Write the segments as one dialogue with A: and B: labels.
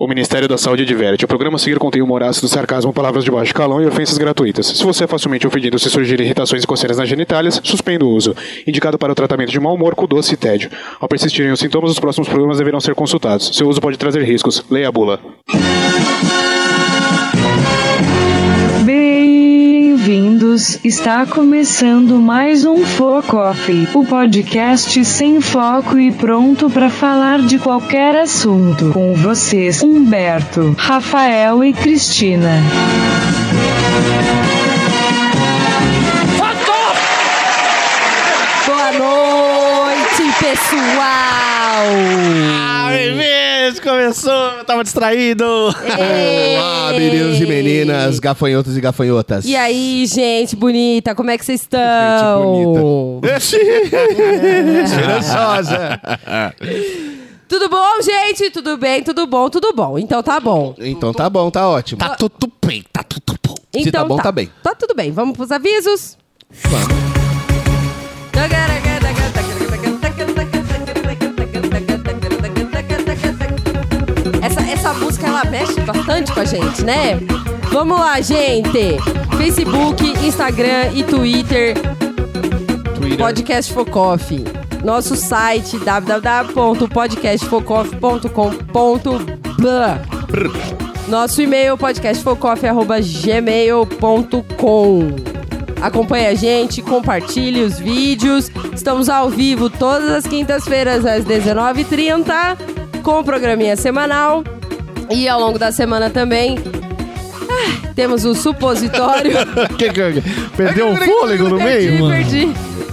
A: O Ministério da Saúde adverte. O programa a seguir contém humor ácido, sarcasmo, palavras de baixo calão e ofensas gratuitas. Se você é facilmente ofendido se surgirem irritações e coceiras nas genitálias, suspenda o uso. Indicado para o tratamento de mau humor com doce e tédio. Ao persistirem os sintomas, os próximos programas deverão ser consultados. Seu uso pode trazer riscos. Leia a bula.
B: Bem-vindos! Está começando mais um Foco Off, o podcast sem foco e pronto para falar de qualquer assunto. Com vocês, Humberto, Rafael e Cristina.
C: Boa noite, pessoal!
D: Ai, mesmo, começou, eu tava distraído.
C: Olá,
E: Olá, meninos e meninas, gafanhotos e gafanhotas.
C: E aí, gente bonita, como é que vocês estão?
E: Esperançosa.
C: Tudo bom, gente? Tudo bem, tudo bom, tudo bom. Então tá bom.
E: Então tá bom, tá ótimo.
D: Tá tudo bem, tá tudo bom.
C: Então,
E: Se tá bom, tá bem.
C: Tá tudo bem. Vamos pros avisos? Essa, essa música ela mexe bastante com a gente, né? Vamos lá, gente! Facebook, Instagram e Twitter. Podcast Focoff. Nosso site www.podcastfocoff.com.br Nosso e-mail podcastfocoff.gmail.com Acompanhe a gente, compartilhe os vídeos. Estamos ao vivo todas as quintas-feiras às 19h30 com o programinha semanal. E ao longo da semana também ah, temos o supositório.
D: Que, que, perdeu o fôlego no
C: Perdi,
D: meio, mano? É.
C: perdi.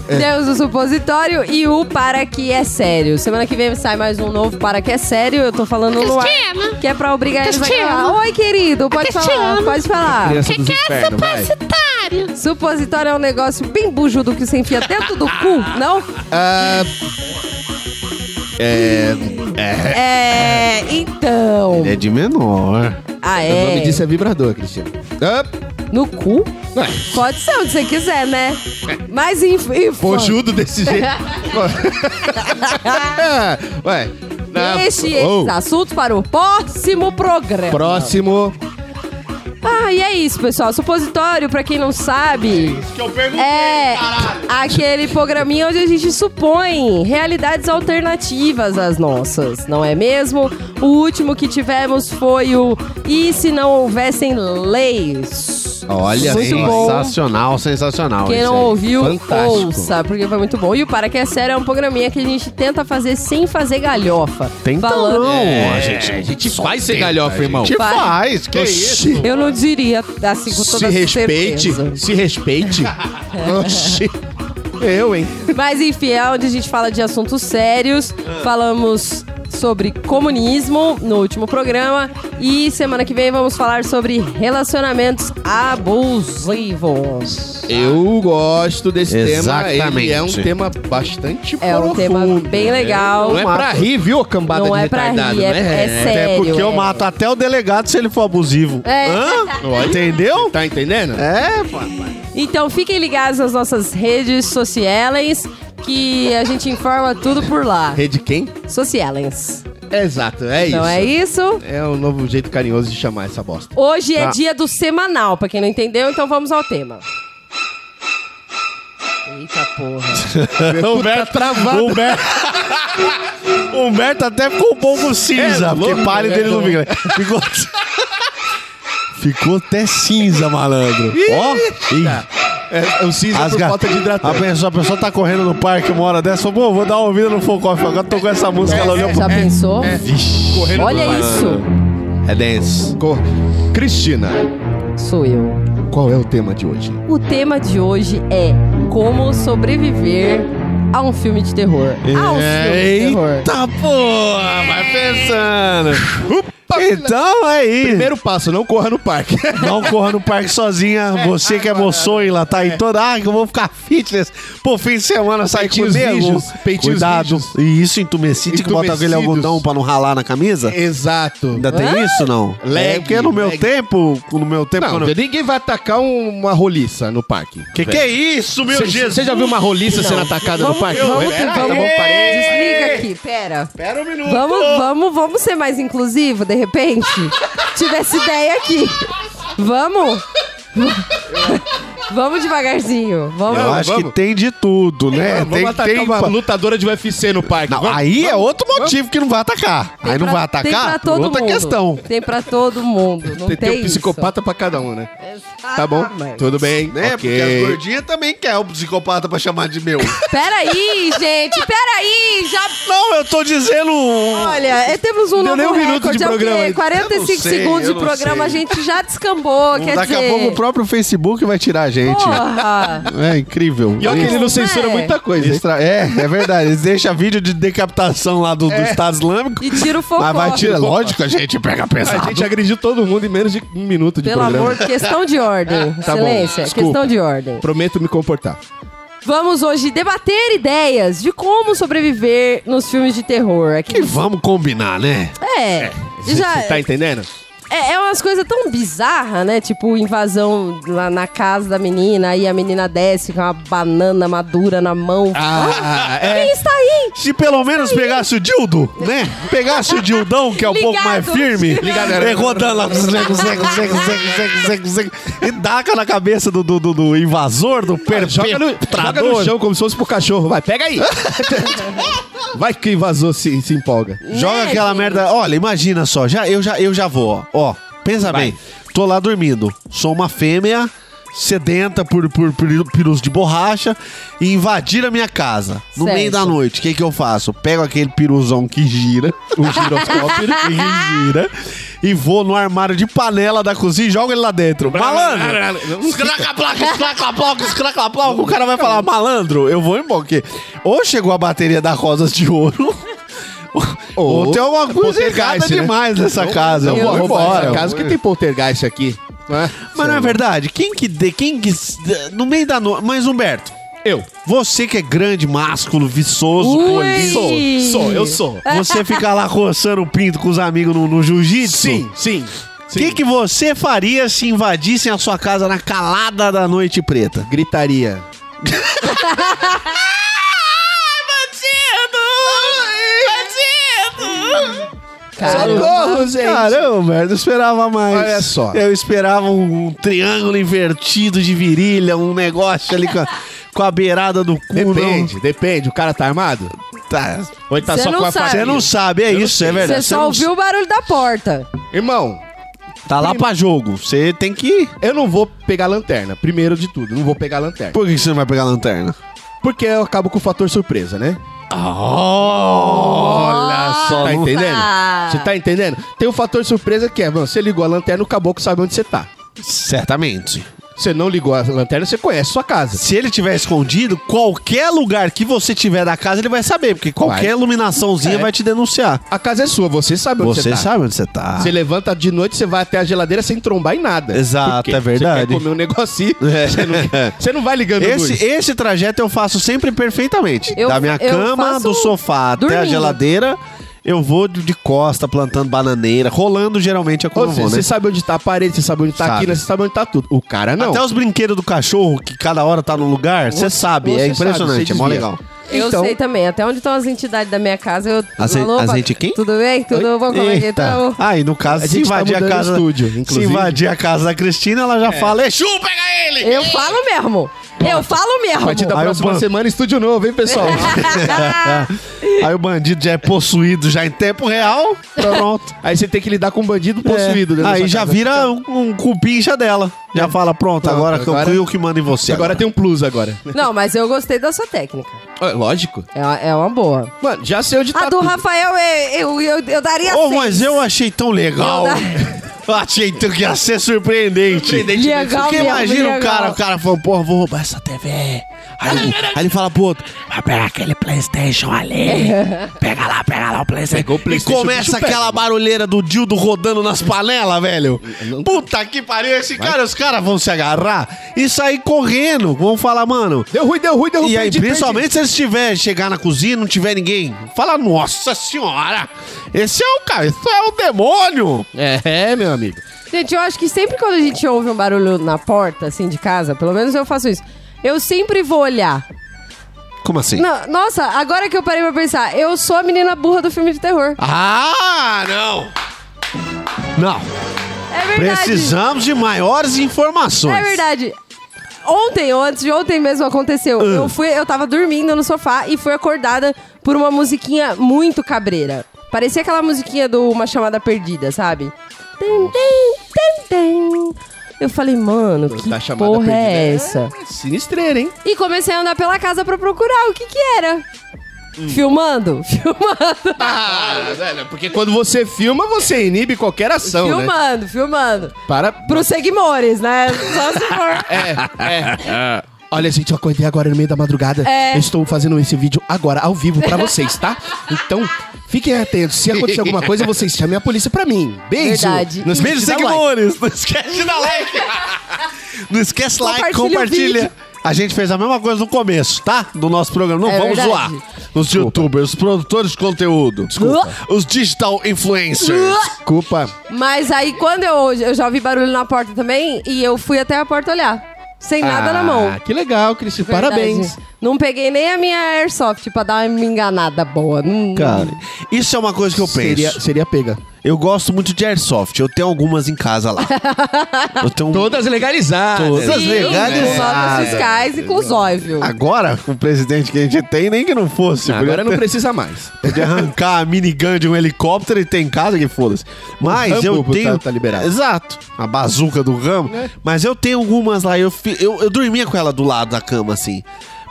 C: Deus, o supositório e o Para Que É Sério. Semana que vem sai mais um novo Para Que É Sério. Eu tô falando no ar.
F: Cristiano.
C: Que é pra obrigar eles a
F: Cristiano.
C: gravar. Oi, querido. Pode falar,
F: Cristiano.
C: pode falar.
E: Criança
F: Que
E: dos
F: que é
E: infernos, vai.
F: supositório?
C: Supositório é um negócio bem bujudo que você enfia dentro do cu, não?
E: Ah,
C: É. Então.
D: é. Ele é de menor.
C: Ah,
E: O nome
C: é?
E: disso é vibrador, Cristiano. Ah,
D: é-
C: No cu?
E: Ué.
C: Pode ser onde você quiser, né? Mas enfim.
E: pojudo desse jeito. É, Ué. na-
C: Deixe
E: Oh,
C: esses assuntos para o próximo programa.
E: Próximo.
C: Ah, e é isso, pessoal. Supositório, pra quem não sabe,
D: Que eu perguntei,
C: é aquele programinha onde a gente supõe realidades alternativas às nossas, não é mesmo? O último que tivemos foi o E se não houvessem leis?
E: Olha
C: Muito
E: só.
C: bom.
D: Sensacional, sensacional.
C: Quem
D: esse
C: não
D: aí.
C: ouviu,
E: Fantástico.
C: ouça, porque foi muito bom. E o Para Que É Sério é um programinha que a gente tenta fazer sem fazer galhofa.
D: Tenta
C: Falando-
D: não,
E: É,
D: a gente.
E: a gente
D: só
E: vai ser
D: tenta,
E: galhofa,
D: a gente
E: irmão.
D: faz, que isso?
E: Oxi.
C: Eu não diria assim com toda
E: Se respeite,
C: certeza.
E: se respeite. Oxi. Eu, hein?
C: Mas enfim, é onde a gente fala de assuntos sérios. Falamos sobre comunismo no último programa. E semana que vem vamos falar sobre relacionamentos abusivos.
E: Eu gosto desse tema.
D: Exatamente.
E: Ele é um tema bastante
C: É um tema
E: profundo.
C: bem legal.
E: Não é pra rir, viu, cambada
C: Não
E: de
C: é pra
E: retardado,
C: rir, é-
E: né?
C: é
D: É,
C: Sério,
D: porque eu
C: é.
D: mato até o delegado se ele for abusivo.
C: É.
D: Hã? Entendeu?
E: Tá entendendo?
D: É, papai.
C: Então fiquem ligados nas nossas redes sociais. Que a gente informa tudo por lá.
E: Rede quem?
C: Socialens.
E: Exato, é
C: Então
E: isso.
C: é isso.
E: É um novo jeito carinhoso de chamar essa bosta.
C: Hoje é
D: Tá.
C: dia do semanal, pra quem não entendeu, então vamos ao tema. Eita porra.
D: O Humberto
E: tá travado.
D: O Humberto... O Humberto até ficou um pouco cinza,
E: É
D: porque
E: louco,
D: pare
E: né?
D: dele não fica. né? Ficou. Ficou até cinza, malandro. Ó, ih,
E: É, o cinza
D: as
E: por
D: ga-
E: falta de
D: a
E: hidratante.
D: pessoa, a pessoa tá correndo no parque uma hora dessa, falou, pô, vou dar uma ouvida no Focoff, agora tô com essa música, ela olhou pro...
E: É,
C: Já pensou?
D: Vixe.
C: Olha isso.
D: É dance.
E: Cor- Cristina,
C: Sou eu.
E: qual é o tema de hoje?
C: O tema de hoje é como sobreviver a um filme de terror. A um filme de terror.
D: Eita Tá, porra, vai pensando. Então é isso.
E: Primeiro passo, não corra no parque.
D: Não um corra no parque sozinha. Você que é moçoila, tá aí toda. Ah, que eu vou ficar fitness. Pô, fim de semana sai com o
E: Peitinhos
D: nego.
E: rijos, peitinhos
D: Cuidado.
E: rijos.
D: E isso entumecido, que bota
E: Entumecidos.
D: aquele
E: É.
D: algodão pra não ralar na camisa?
E: Exato.
D: Ainda tem isso, não?
E: Leg,
D: é porque no meu
E: leg.
D: tempo, no meu tempo...
E: Não,
D: quando eu-
E: ninguém vai atacar
D: um,
E: uma roliça no parque.
D: Que que é isso, meu Jesus?
E: Você já viu uma roliça sendo atacada no parque?
C: Vamos que
E: Pera,
C: vamos.
D: É,
E: tá bom, parei.
C: Desliga aqui, pera.
D: Espera um minuto.
C: Vamos, vamos, vamos ser mais inclusivo, de de repente? Tive essa ideia aqui. Vamos? vamos devagarzinho. Vamos.
D: Eu acho
E: vamos.
D: que tem de tudo, né?
E: Vamos
D: tem,
E: atacar
D: tem
E: uma
D: pa-
E: lutadora de UFC no parque.
D: Não,
E: Vamos.
D: aí é outro motivo que não vai atacar.
C: Tem
D: aí não
C: pra-
D: vai
C: Tem pra
D: atacar? por
C: todo
D: outra
C: mundo.
D: questão.
C: Tem pra todo mundo. Não tem,
E: tem, tem um
C: isso.
E: psicopata pra cada um, né?
C: Exatamente.
E: Tá bom? Tudo bem.
D: Né? Porque
E: ok.
D: as gordinhas também querem o psicopata pra chamar de meu.
C: Peraí, gente, peraí, já...
D: não, eu tô dizendo.
C: Olha, é, temos um
E: Deu
C: novo
E: nem um minuto
C: recorde,
E: de
C: é o quê?
E: programa aí.
C: 45
D: Eu não sei,
C: segundos
D: eu
C: de
D: não
C: programa, a
D: sei.
C: gente já descambou, quer
D: Daqui
C: dizer...
D: a pouco o
E: próprio Facebook vai tirar a gente.
C: Porra!
D: É incrível.
E: E olha que
D: Eles-
E: ele não
C: Não,
E: censura
C: né?
E: muita coisa. hein?
D: Extra- É, é verdade. Eles deixam vídeo de decapitação lá do, do Estado Islâmico.
C: E tira o foco.
D: Mas vai tirar. Lógico, a gente pega
E: A
D: pesado.
E: gente agrediu todo mundo em menos de um minuto de
C: Pelo
E: programa.
C: amor, questão de ordem.
E: Tá bom,
C: Excelência,
E: desculpa.
C: questão de ordem.
E: Prometo me comportar.
C: Vamos hoje debater ideias de como sobreviver nos filmes de terror.
D: E
C: Aqui.
D: vamos combinar, né?
C: É. Já,
E: Você tá entendendo?
C: é, é umas coisas tão bizarras, né? Tipo, invasão lá na casa da menina, aí a menina desce com uma banana madura na mão.
E: Ah,
C: Quem está aí?
D: Se pelo menos pegasse o dildo, né? Pegasse o dildão, que é um
C: Ligado.
D: pouco mais firme,
E: Ligado,
D: é,
E: era-
D: rodando lá, zego, zego, zego, zego, zego, zego, e daca na cabeça do, do, do- do invasor, do
E: Joga no, joga
D: perpetrador.
E: no chão como se fosse pro cachorro. Vai, pega aí. Vai que quem vazou se, se empolga.
D: Joga
C: Né,
D: aquela
C: gente?
D: merda. Olha, imagina só. Já, eu, já, eu já vou, ó. Ó, pensa
E: Vai.
D: bem. Tô lá dormindo. Sou uma fêmea sedenta por, por, por pirus de borracha e invadir a minha casa. No
C: Certo.
D: meio da noite, o que, que eu faço? Pego aquele piruzão que gira, o giroscópio que gira, e vou no armário de panela da cozinha e jogo ele lá dentro. Malandro!
C: Um
D: Escracaploc, escracaploc, escracaploc. O cara vai falar, malandro, eu vou embora. Porque ou chegou a bateria da Rosas de Ouro, ou,
E: Ou
D: tem alguma coisa errada
E: poltergeist, né?
D: demais nessa casa. Eu
E: Eu
D: vou
E: vou
D: embora.
E: Caso que tem poltergeist aqui. né?
D: Mas não é
E: Sei.
D: verdade, quem que... De, quem que s- no meio da noite... Mas, Humberto,
E: Eu.
D: você que é grande, másculo, viçoso,
C: Ui!
D: polido...
C: Ih.
E: Sou, eu sou.
D: Você fica lá roçando o pinto com os amigos no, no jiu-jitsu?
E: Sim, sim.
D: O que, que você faria se invadissem a sua casa na calada da noite preta?
E: Gritaria.
C: Cara,
E: Socorro, gente.
D: Ah, Caramba, eu não esperava mais.
E: Olha só.
D: Eu esperava um, um triângulo invertido de virilha, um negócio ali com a, com a beirada do cu. não.
E: Depende, depende. O cara tá armado?
D: Tá.
E: Ou ele tá
C: Cê
E: só
C: não
E: com a
C: sabe.
D: Você
E: faca?
D: não sabe, é isso, é verdade.
C: você
D: Cê não
C: só ouviu o barulho da porta.
E: Irmão,
D: sabe. Tá lá pra jogo. Você tem que.
E: eu não vou pegar lanterna. Primeiro de tudo, não vou pegar lanterna.
D: Por que você não vai pegar a lanterna?
E: Porque eu acabo com o fator surpresa, né?
C: Ah,
D: Olha
E: Tá
D: não-
E: entendendo? Você tá entendendo? Tem o fator surpresa que é, mano, você ligou a lanterna, o caboclo sabe onde você tá.
D: Certamente.
E: Você não ligou a lanterna, você conhece a sua casa.
D: Se ele tiver escondido, qualquer lugar que você tiver da casa, ele vai saber, porque qualquer
E: Vai.
D: iluminaçãozinha
E: É.
D: vai te denunciar.
E: A casa é sua, você sabe onde você,
D: Você
E: tá.
D: sabe onde você tá.
E: Você levanta de noite, você vai até a geladeira sem trombar em nada. Por
D: Exato,
E: quê?
D: é verdade.
E: Você quer comer um negocinho,
D: É.
E: você, não, quer- você não vai ligando luz.
D: Esse, é esse trajeto eu faço sempre perfeitamente.
C: Eu-
D: da minha
C: eu
D: cama,
C: faço
D: do sofá até a
C: dormindo.
D: geladeira, eu vou de, de costa plantando bananeira, rolando geralmente é
E: Ou
D: como eu
E: seja,
D: vou,
E: você
D: né?
E: sabe onde tá a parede, você sabe onde tá a
D: Sabe.
E: quina, você sabe onde tá tudo. O cara não.
D: Até os brinquedos do cachorro, que cada hora tá num lugar, você sabe,
E: você
D: é
E: sabe,
D: impressionante,
E: você
D: é mó
E: desvia.
D: legal.
C: Eu
E: Então-
C: sei também, até onde estão as entidades da minha casa. Eu...
D: As en-
C: Alô,
D: as
C: pa-
D: enti- quem?
C: Tudo bem? Tudo bom? Como é que
D: Eita.
C: estão?
D: Ah, e no caso,
E: A
D: se
E: gente tá
D: invadir a
E: mudando
D: casa.
E: o estúdio,
D: se
E: inclusive. É.
D: invadir a casa da Cristina, ela já fala, Exu, pega ele!
C: Eu falo mesmo. Eu falo mesmo.
E: A partir da
D: Aí o É.
E: próxima
D: ban-
E: semana, estúdio novo, hein, pessoal?
D: Aí o bandido já é possuído já em tempo real. Pronto.
E: Aí você tem que lidar com um bandido possuído.
D: É.
E: dentro da
D: Aí
E: sua
D: já
E: casa. É.
D: vira um, um cupincha dela. Já fala, pronto,
E: Pronto,
D: agora,
E: agora- é-
D: concluiu o que manda em você.
E: Agora tem um plus agora.
C: Não, mas eu gostei da sua técnica.
E: Lógico.
C: É, uma- é uma boa.
E: Mano, já sei onde
C: A
E: tá
C: do
E: tudo.
C: Rafael, é- eu, eu, eu, daria
D: Ô,
C: seis.
D: mas eu achei tão legal.
C: Eu
D: Eu achei tão- que ia ser surpreendente.
C: Legal
D: Porque
C: mesmo,
D: imagina o
C: legal.
D: cara, o cara falou, porra, vou roubar essa TV. Aí, ele- aí ele fala pro outro, vai pegar aquele Playstation ali. Pega lá, pega lá o Playstation.
E: Pegou o PlayStation,
D: e
E: o bicho
D: começa
E: pega,
D: aquela barulheira do Dildo rodando nas panelas, velho. Puta que pariu, esse cara, os caras vão se agarrar e sair correndo. Vão falar, mano,
E: Deu ruim, deu ruim, deu ruim.
D: e aí,
E: perdi,
D: principalmente se eles tiver chegar na cozinha e não tiver ninguém, fala, nossa senhora, esse é o cara, isso é o demônio.
E: perdi. É, meu amigo.
C: Gente, eu acho que sempre quando a gente ouve um barulho na porta, assim, de casa, pelo menos eu faço isso, eu sempre vou olhar.
D: Como assim?
C: Não, nossa, agora que eu parei pra pensar, eu sou a menina burra do filme de terror.
D: Ah, não. Não.
C: É verdade.
D: Precisamos de maiores informações.
C: É verdade. Ontem, ou antes de ontem mesmo aconteceu.
E: Ah.
C: Eu fui, eu tava dormindo no sofá e fui acordada por uma musiquinha muito cabreira. Parecia aquela musiquinha do Uma Chamada Perdida, sabe? Tem, tem, tem, tem. Eu falei, mano, que
E: Da chamada
C: porra é
E: perdida.
C: essa?
E: É Sinistreira, hein?
C: E comecei a andar pela casa pra procurar o que que era.
D: Hum.
C: Filmando, filmando.
E: Ah, velho, porque quando você filma, você inibe qualquer ação, né?
C: filmando, filmando.
E: Para...
C: Pros seguidores, né? Só se for.
E: É, é. Olha, gente, eu acordei agora no meio da madrugada.
C: É.
E: Eu estou fazendo esse vídeo agora, ao vivo, pra vocês, tá? Então, fiquem atentos. Se acontecer alguma coisa, vocês chamem a polícia pra mim. Beijo.
C: Verdade.
E: Não esquece
D: Beijo,
E: de dar
D: seguidores. Não esquece de dar like. Não esquece
C: Compartilha
D: like,
C: o
D: compartilha. A gente fez a mesma coisa no começo, tá? Do nosso programa. Não
C: É
D: vamos
C: verdade.
D: zoar. Os youtubers, os produtores de conteúdo.
C: Desculpa.
D: Os digital influencers.
C: Uá.
E: Desculpa.
C: Mas aí quando eu, eu já ouvi barulho na porta também e eu fui até a porta olhar. Sem nada na mão.
E: Ah, que legal, Cris.
C: Verdade.
E: Parabéns.
C: Não peguei nem a minha airsoft pra dar uma enganada boa. Hum.
D: Cara, isso é uma coisa que eu penso.
E: Seria, seria pega.
D: Eu gosto muito de airsoft. Eu tenho algumas em casa lá. eu tenho um
E: legalizadas.
D: Todas
C: Sim,
D: legalizadas.
C: Com notas fiscais e com zóio.
D: Agora, com o presidente que a gente tem, nem que não fosse.
E: Agora é
D: podia
E: não
D: ter-
E: precisa mais.
D: De arrancar a minigun de um helicóptero e ter em casa, que foda-se. Mas
E: Rambo
D: eu
E: tá-
D: tenho.
E: tá liberado. É.
D: Exato. A bazuca do ramo. Mas eu tenho algumas lá. Eu, fi- eu, eu dormia com ela do lado da cama, assim.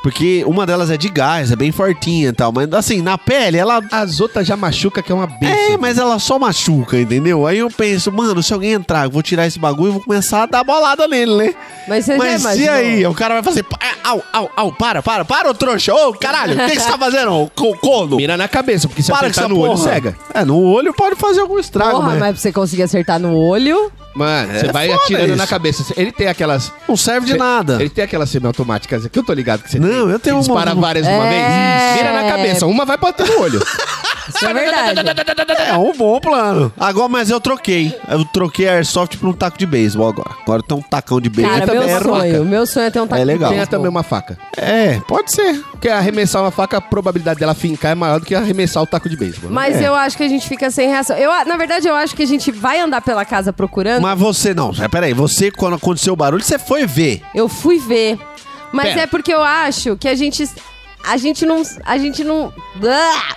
D: Porque uma delas é de gás, é bem fortinha e tal. Mas assim, na pele, ela.
E: As outras já machuca, que é uma benção.
D: É, mas ela só machuca, entendeu? Aí eu penso, mano, se alguém entrar, eu vou tirar esse bagulho e vou começar a dar bolada nele, né?
C: Mas você já
D: Mas e
C: imaginou?
D: aí? O cara vai fazer. "Pa- Au, au, au, para, para, para, ô trouxa! Ô, caralho, o que que você tá fazendo? ô, co- Corno!
E: Mira na cabeça, porque se
D: Para
E: apertar
D: com essa
E: no olho,
D: porra.
E: cega.
D: É, no olho pode fazer algum estrago,
C: Porra,
D: né?
C: mas pra você conseguir acertar no olho.
E: Mano, você vai
D: É foda
E: atirando
D: isso.
E: na cabeça. Ele tem aquelas...
D: Não serve de
E: Cê-
D: nada.
E: Ele tem aquelas semiautomáticas que eu tô ligado que você
D: Não,
E: tem.
D: eu tenho
E: que Dispara
D: uma-
E: várias de uma
C: É.
E: vez. Mira na cabeça. Uma vai bater no olho.
C: Isso é verdade.
D: É um bom plano. Agora, mas eu troquei. Eu troquei a Airsoft por um taco de beisebol agora. Agora tem um tacão de beisebol.
C: Cara,
D: também
C: meu
D: é
C: sonho. Meu sonho é ter um taco
D: É legal.
E: Tem
C: de beisebol.
E: também uma faca.
D: É, pode ser.
E: Porque arremessar uma faca, a probabilidade dela fincar é maior do que arremessar o taco de beisebol. né?
C: Mas eu acho que a gente fica sem reação. Eu, a- na verdade, eu acho que a gente vai andar pela casa procurando.
D: Mas você não. é, Peraí, você, quando aconteceu o barulho, você foi ver.
C: Eu fui ver. Mas
E: Pera.
C: é porque eu acho que a gente. A gente não. A gente não. Ah!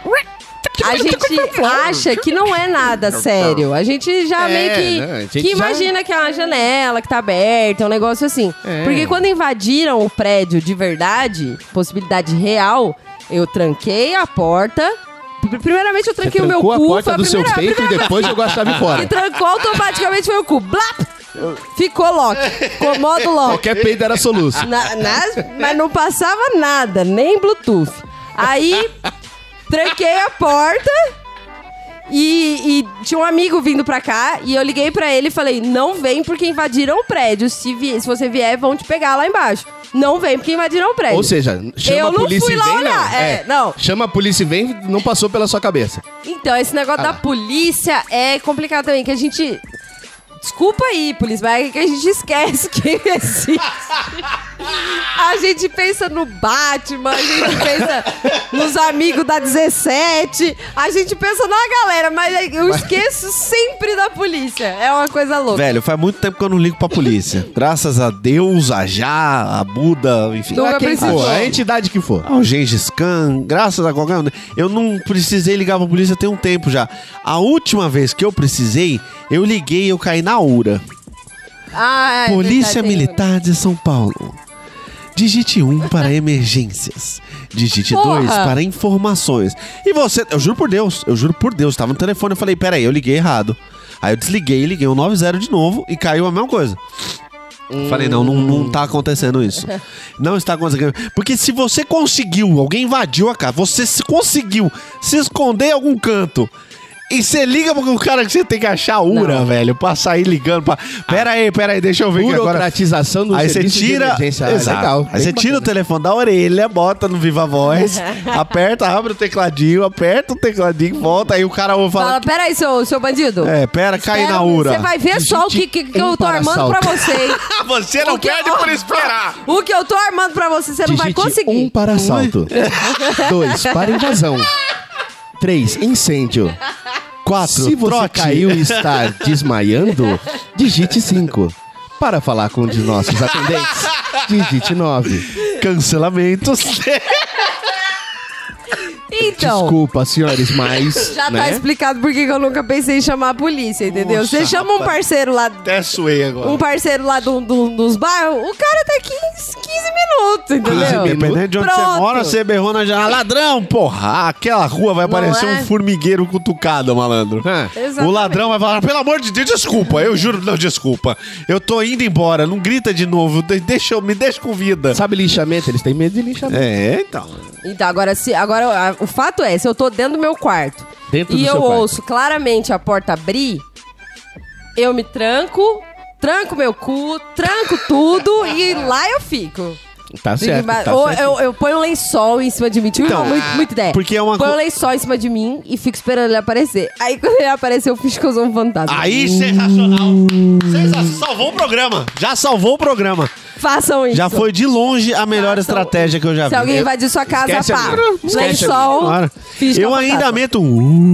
C: A gente acha que não é nada sério. A gente já
E: É,
C: meio que,
E: né? A gente
C: que
E: já-
C: imagina que é uma janela que tá aberta, um negócio assim.
E: É.
C: Porque quando invadiram o prédio de verdade, possibilidade real, eu tranquei a porta. Pr- Primeiramente eu tranquei o meu
E: trancou
C: cu,
E: a porta
C: foi a
E: do seu
C: primeira- Então- a
E: peito e depois jogou a chave
C: que
E: fora.
C: trancou automaticamente foi o cu. Blap! Ficou lock. Ficou modo lock.
E: Qualquer peito era soluço.
C: Na- nas- mas não passava nada, nem Bluetooth. Aí, tranquei a porta e, e tinha um amigo vindo pra cá e eu liguei pra ele e falei: não vem porque invadiram o prédio. Se, vi- se você vier, vão te pegar lá embaixo. Não vem porque invadiram o prédio.
E: Ou seja, chama
C: Eu
E: a
C: não
E: polícia
C: fui
E: e
C: lá
E: vem,
C: olhar.
E: não.
C: É, não.
E: Chama a polícia e vem, não passou pela sua cabeça.
C: Então, esse negócio
D: Ah,
C: da polícia é complicado também, que a gente. Desculpa aí, polícia, mas é que a gente esquece quem existe. A gente pensa no Batman, a gente pensa nos amigos da 17, a gente pensa na galera, mas eu esqueço sempre da polícia. É uma coisa louca.
D: Velho, faz muito tempo que eu não ligo pra polícia. Graças a Deus, a Já, a Buda, enfim.
C: Nunca
D: a quem
C: precisou.
E: Pô,
D: for.
E: a entidade que for.
D: Ao Gengis Khan, graças a qualquer um. Eu não precisei ligar pra polícia tem um tempo já. A última vez que eu precisei, eu liguei e eu caí na URA.
C: Ah, é
D: Polícia
C: verdade,
D: Militar de São Paulo. Digite 1 para emergências. Digite
C: Porra!
D: 2 para informações. E você, eu juro por Deus, eu juro por Deus, tava no telefone, eu falei, peraí, eu liguei errado. Aí eu desliguei, liguei o 90 de novo e caiu a mesma coisa. Falei, não, não,
E: Hum.
D: não tá acontecendo isso. Não está acontecendo. Porque se você conseguiu, alguém invadiu a casa, você se conseguiu se esconder em algum canto. E você liga pro cara que você tem que achar a URA, velho, pra sair ligando. Pra... Pera aí, pera aí, deixa eu ver aqui agora.
E: Ah. Burocratização do
D: Aí você
E: serviço de
D: tira.
E: emergência. É
D: Exato.
E: legal.
D: Aí você
E: Bem
D: tira o telefone da orelha, bota no Viva Voz, aperta, abre o tecladinho, aperta o tecladinho, volta, aí o cara ouve
C: Fala,
D: falar.
C: peraí, seu, seu bandido.
D: É, pera, cai
C: Pera,
D: na URA.
C: Você vai ver só o que, que, que eu tô
E: para
C: armando pra
E: assalto.
C: você, hein?
D: Ah, você
C: O que- O que eu tô armando pra você, você não vai
E: Digite
C: conseguir.
E: Um para assalto. Dois para invasão. Três, incêndio.
D: quatro.
E: Se você
D: trote.
E: caiu e está desmaiando, digite 5. Para falar com um de nossos atendentes, digite 9.
D: Cancelamentos.
C: Então,
E: Desculpa, senhores, mas.
C: já tá
E: né?
C: explicado por que que eu nunca pensei em chamar a polícia, entendeu? Você
D: Nossa,
C: chama um
D: rapaz.
C: parceiro lá
D: Até suei agora.
C: um parceiro lá do, do- dos bairros, o cara tá aqui em 15 minutos, entendeu?
D: Dependendo de onde você
C: Pronto.
D: mora, você berrou na janela. Ladrão, porra! Aquela rua vai
C: Não
D: parecer
C: é?
D: um formigueiro cutucado, malandro. É.
C: Exatamente.
D: O ladrão vai falar, pelo amor de Deus, desculpa. Eu juro, não, desculpa. Eu tô indo embora, não grita de novo. de- Deixa, eu- me deixa com
C: tá
D: vida.
E: Sabe lixamento? Eles têm medo de lixamento.
D: É, então.
C: Então, agora, se, agora a- o fato é, se eu tô dentro do meu quarto
E: Dentro
C: e
E: do
C: eu
E: seu quarto.
C: ouço claramente a porta abrir, eu me tranco, tranco meu cu, tranco tudo e lá eu fico.
D: É.
E: Tá certo.
C: Mas-
E: tá
C: ou
E: certo.
C: eu, eu ponho um lençol em cima de mim. Tive
D: Então,
C: uma muito, muito ideia.
D: porque é uma
C: Põe um
D: co-
C: lençol em cima de mim e fico esperando ele aparecer. Aí quando ele aparecer, eu fiz que eu sou um fantasma.
D: Aí, sensacional. Sensa- Salvou o programa. Já salvou o programa.
C: Façam isso.
D: Já foi de longe a melhor
C: Façam-
D: estratégia que eu já vi.
C: Se alguém invadir sua casa,
E: Esquece
C: pá.
E: amigo. Esquece
C: Lençol.
D: Claro.
C: finge que é
D: Eu
C: um
D: ainda
C: fantasma.
D: meto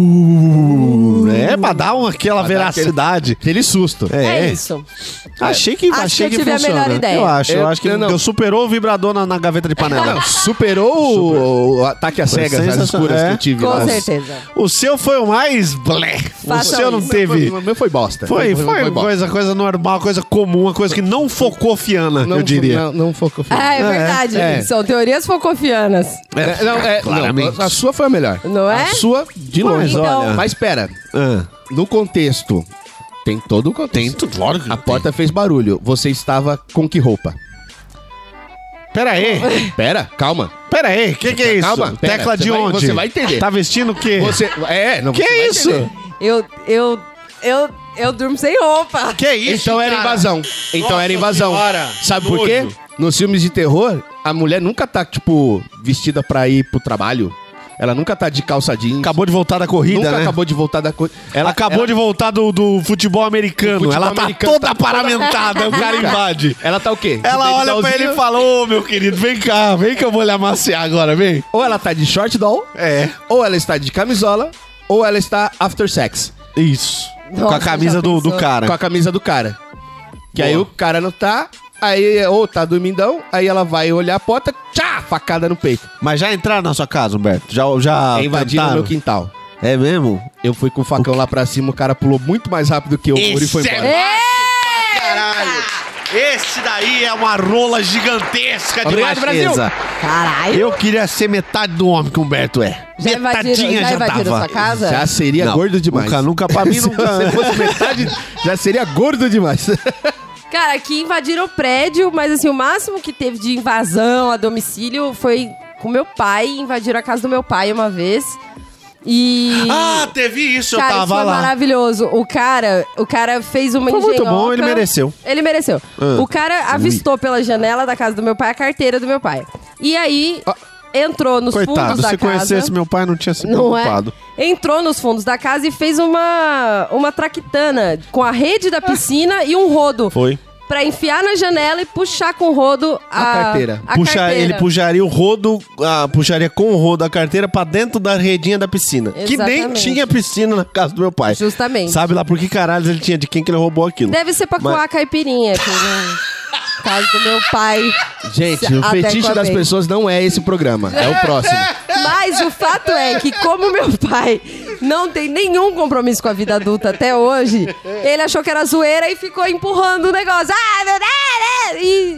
D: um. uh, É, pra dar uma, aquela
E: Pra dar aquele-
D: veracidade.
E: Aquele susto.
C: É
D: É.
C: isso.
D: Achei que,
C: Acho
D: achei
C: que
D: que,
C: eu tive a
D: funciona.
C: melhor ideia.
D: Eu acho, eu,
E: Eu-
D: acho que
E: eu não.
D: eu superou o vibrador na, na gaveta de panela.
E: Não, superou o, o ataque às
D: Foi
E: cegas, às
D: sensacional.
E: escuras
D: É.
E: que eu tive lá.
C: Com certeza.
D: O seu foi o mais blé. O
C: Façam
D: seu não
C: isso.
D: teve.
E: O meu foi bosta.
D: Foi, foi,
E: bosta.
D: coisa, coisa normal, coisa comum, uma coisa que não focou Fiana,
E: Não,
D: eu diria.
E: Não, não foi o que eu fiz.
C: Ah, é, verdade.
E: é.
C: São teorias focofianas.
E: É, não, é,
D: claramente.
E: não, a sua foi a melhor.
C: Não é? então.
E: A sua, de
C: Mas
E: longe.
C: olha-
E: Mas espera,
D: Ah,
E: no contexto, tem todo o contexto.
D: tem tudo, claro que
E: A
D: tem.
E: porta fez barulho. Você estava com que roupa?
D: Pera aí,
E: Pera, calma.
D: pera aí, o que, que é isso?
E: Calma, pera,
D: Tecla
E: você
D: de
E: vai-
D: onde?
E: você vai entender.
D: Tá vestindo o quê?
E: Você. É, não
D: Que
E: você vai
D: isso?
E: entender.
C: Eu, eu, eu, eu durmo sem roupa.
D: Que isso?
E: Então era
D: cara?
E: invasão. Então
D: Nossa
E: era invasão.
D: senhora,
E: Sabe
D: nojo.
E: por quê? Nos filmes de terror, a mulher nunca tá, tipo, vestida pra ir pro trabalho. Ela nunca tá de calça jeans.
D: Acabou de voltar da corrida,
E: nunca
D: né?
E: acabou de voltar da coisa.
D: Ela acabou de voltar do, do futebol americano.
E: Do futebol
D: ela tá
E: americano,
D: toda
E: tá toda-
D: paramentada, o cara invade.
E: Ela tá o quê? De
D: Ela olha pra
E: babydollzinho?
D: ele e fala: Ô, meu querido, vem cá, vem que eu vou lhe amaciar agora, vem.
E: Ou ela tá de short doll,
D: É.
E: ou ela está de camisola, ou ela está after sex.
D: Isso. Com
C: Nossa,
D: a camisa
C: já
D: do, do
C: pensou?
D: cara.
E: Com a camisa do cara. Que aí
D: Boa.
E: o cara não tá, aí ou tá dormindão, aí ela vai olhar a porta, tchá, facada no peito.
D: Mas já entraram na sua casa, Humberto? Já, já
E: é invadindo o
D: tentaram?
E: meu quintal.
D: É mesmo?
E: Eu fui com o facão lá pra cima, o cara pulou muito mais rápido que eu e foi embora.
C: É!
D: Caralho! Esse daí é uma rola gigantesca de
E: Obrigado,
D: macheza.
C: Caralho.
D: Eu queria ser metade do homem que o Humberto é.
C: É Já invadiram,
D: Metadinha
C: já
D: já
C: invadiram
D: dava.
C: sua casa?
E: Já seria
D: Não,
E: gordo demais.
D: nunca, nunca, pra mim
E: Se
D: nunca.
E: você fosse metade, já seria gordo demais.
C: Cara, aqui invadiram o prédio, mas assim, o máximo que teve de invasão a domicílio foi com meu pai. Invadiram a casa do meu pai uma vez. E.
D: Ah, teve isso,
C: cara,
D: eu
C: isso
D: tava
C: foi
D: lá.
C: maravilhoso. O cara, o cara fez uma
D: Foi muito
C: engenhoca.
D: bom, ele mereceu.
C: Ele mereceu.
D: Ah.
C: O cara avistou pela janela da casa do meu pai a carteira do meu pai. E aí
D: Ah.
C: entrou nos
D: Coitado,
C: fundos da
D: se
C: casa.
D: conhecesse meu pai, não tinha se
C: Não é?
D: preocupado.
C: Entrou nos fundos da casa e fez uma, uma traquitana com a rede da piscina e um rodo.
D: Foi.
C: Pra enfiar na janela e puxar com o rodo a,
E: A carteira.
C: a
D: Puxa-
C: carteira.
D: Ele puxaria o rodo, ah, puxaria com o rodo a carteira pra dentro da redinha da piscina. Que nem
C: Exatamente.
D: tinha piscina na casa do meu pai.
C: Justamente.
D: Sabe lá por que caralho ele tinha, de quem que ele roubou aquilo.
C: Deve ser pra
D: Mas-
C: coar a caipirinha. Que no caso do meu pai.
E: Gente,
C: se
E: o fetiche das
C: adequamente.
E: pessoas não é esse programa, é o próximo.
C: Mas o fato é que, como meu pai não tem nenhum compromisso com a vida adulta até hoje, ele achou que era zoeira e ficou empurrando o negócio. Ah, meu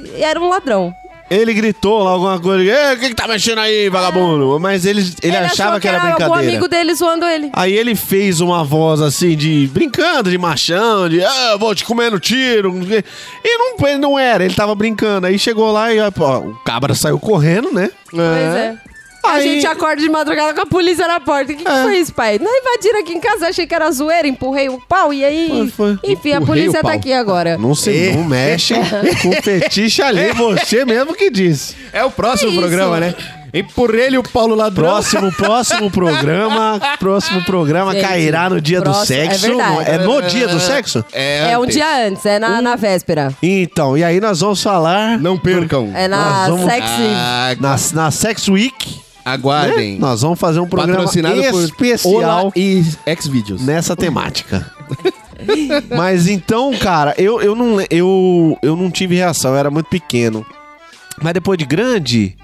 C: Deus! E era um ladrão.
D: Ele gritou lá alguma coisa, "Ei, o que, que tá mexendo aí, vagabundo? Mas ele, ele,
C: Ele
D: achava
C: achou ah,
D: que era,
C: algum
D: brincadeira.
C: amigo dele zoando ele.
E: Ah,
D: Aí ele fez uma voz assim de brincando, de machão, de ah, eu vou te comer no tiro. não sei o quê. E não, ele não era, ele tava brincando. Aí chegou lá e ó, ó, o cabra saiu correndo, né?
C: Pois é. A
D: Aí-
C: gente acorda de madrugada com a polícia na porta. O que, que
E: É.
C: foi isso, pai? Não invadiram aqui em casa, achei que era zoeira, empurrei o pau e aí.
D: Foi, foi.
C: Enfim, a
E: Empurrei
C: polícia
E: o
C: tá
E: pau.
C: aqui agora.
D: Não se
C: é.
D: não mexe com fetiche ali, você mesmo que disse.
E: É o próximo
C: Que isso?
E: programa, né? Empurrei ele o Paulo Ladrão.
D: Próximo, próximo programa, próximo programa
C: Gente,
D: cairá no dia do
C: próximo- é
D: sexo.
C: verdade.
D: não- é no dia do sexo?
C: É um
E: antes. Uh.
C: dia antes, é na, na véspera.
D: Então, e aí nós vamos falar
E: Não percam.
C: É na
D: Nós vamos-
C: sexy.
E: Ah,
D: na, na Sex Week. né?
E: Aguardem.
D: Nós vamos fazer um programa
E: Patrocinado por
D: especial Né?
E: Ola e Xvideos.
D: nessa temática. Mas então, cara, eu, eu, não, le- eu, eu não tive reação, eu era muito pequeno. Mas depois de grande,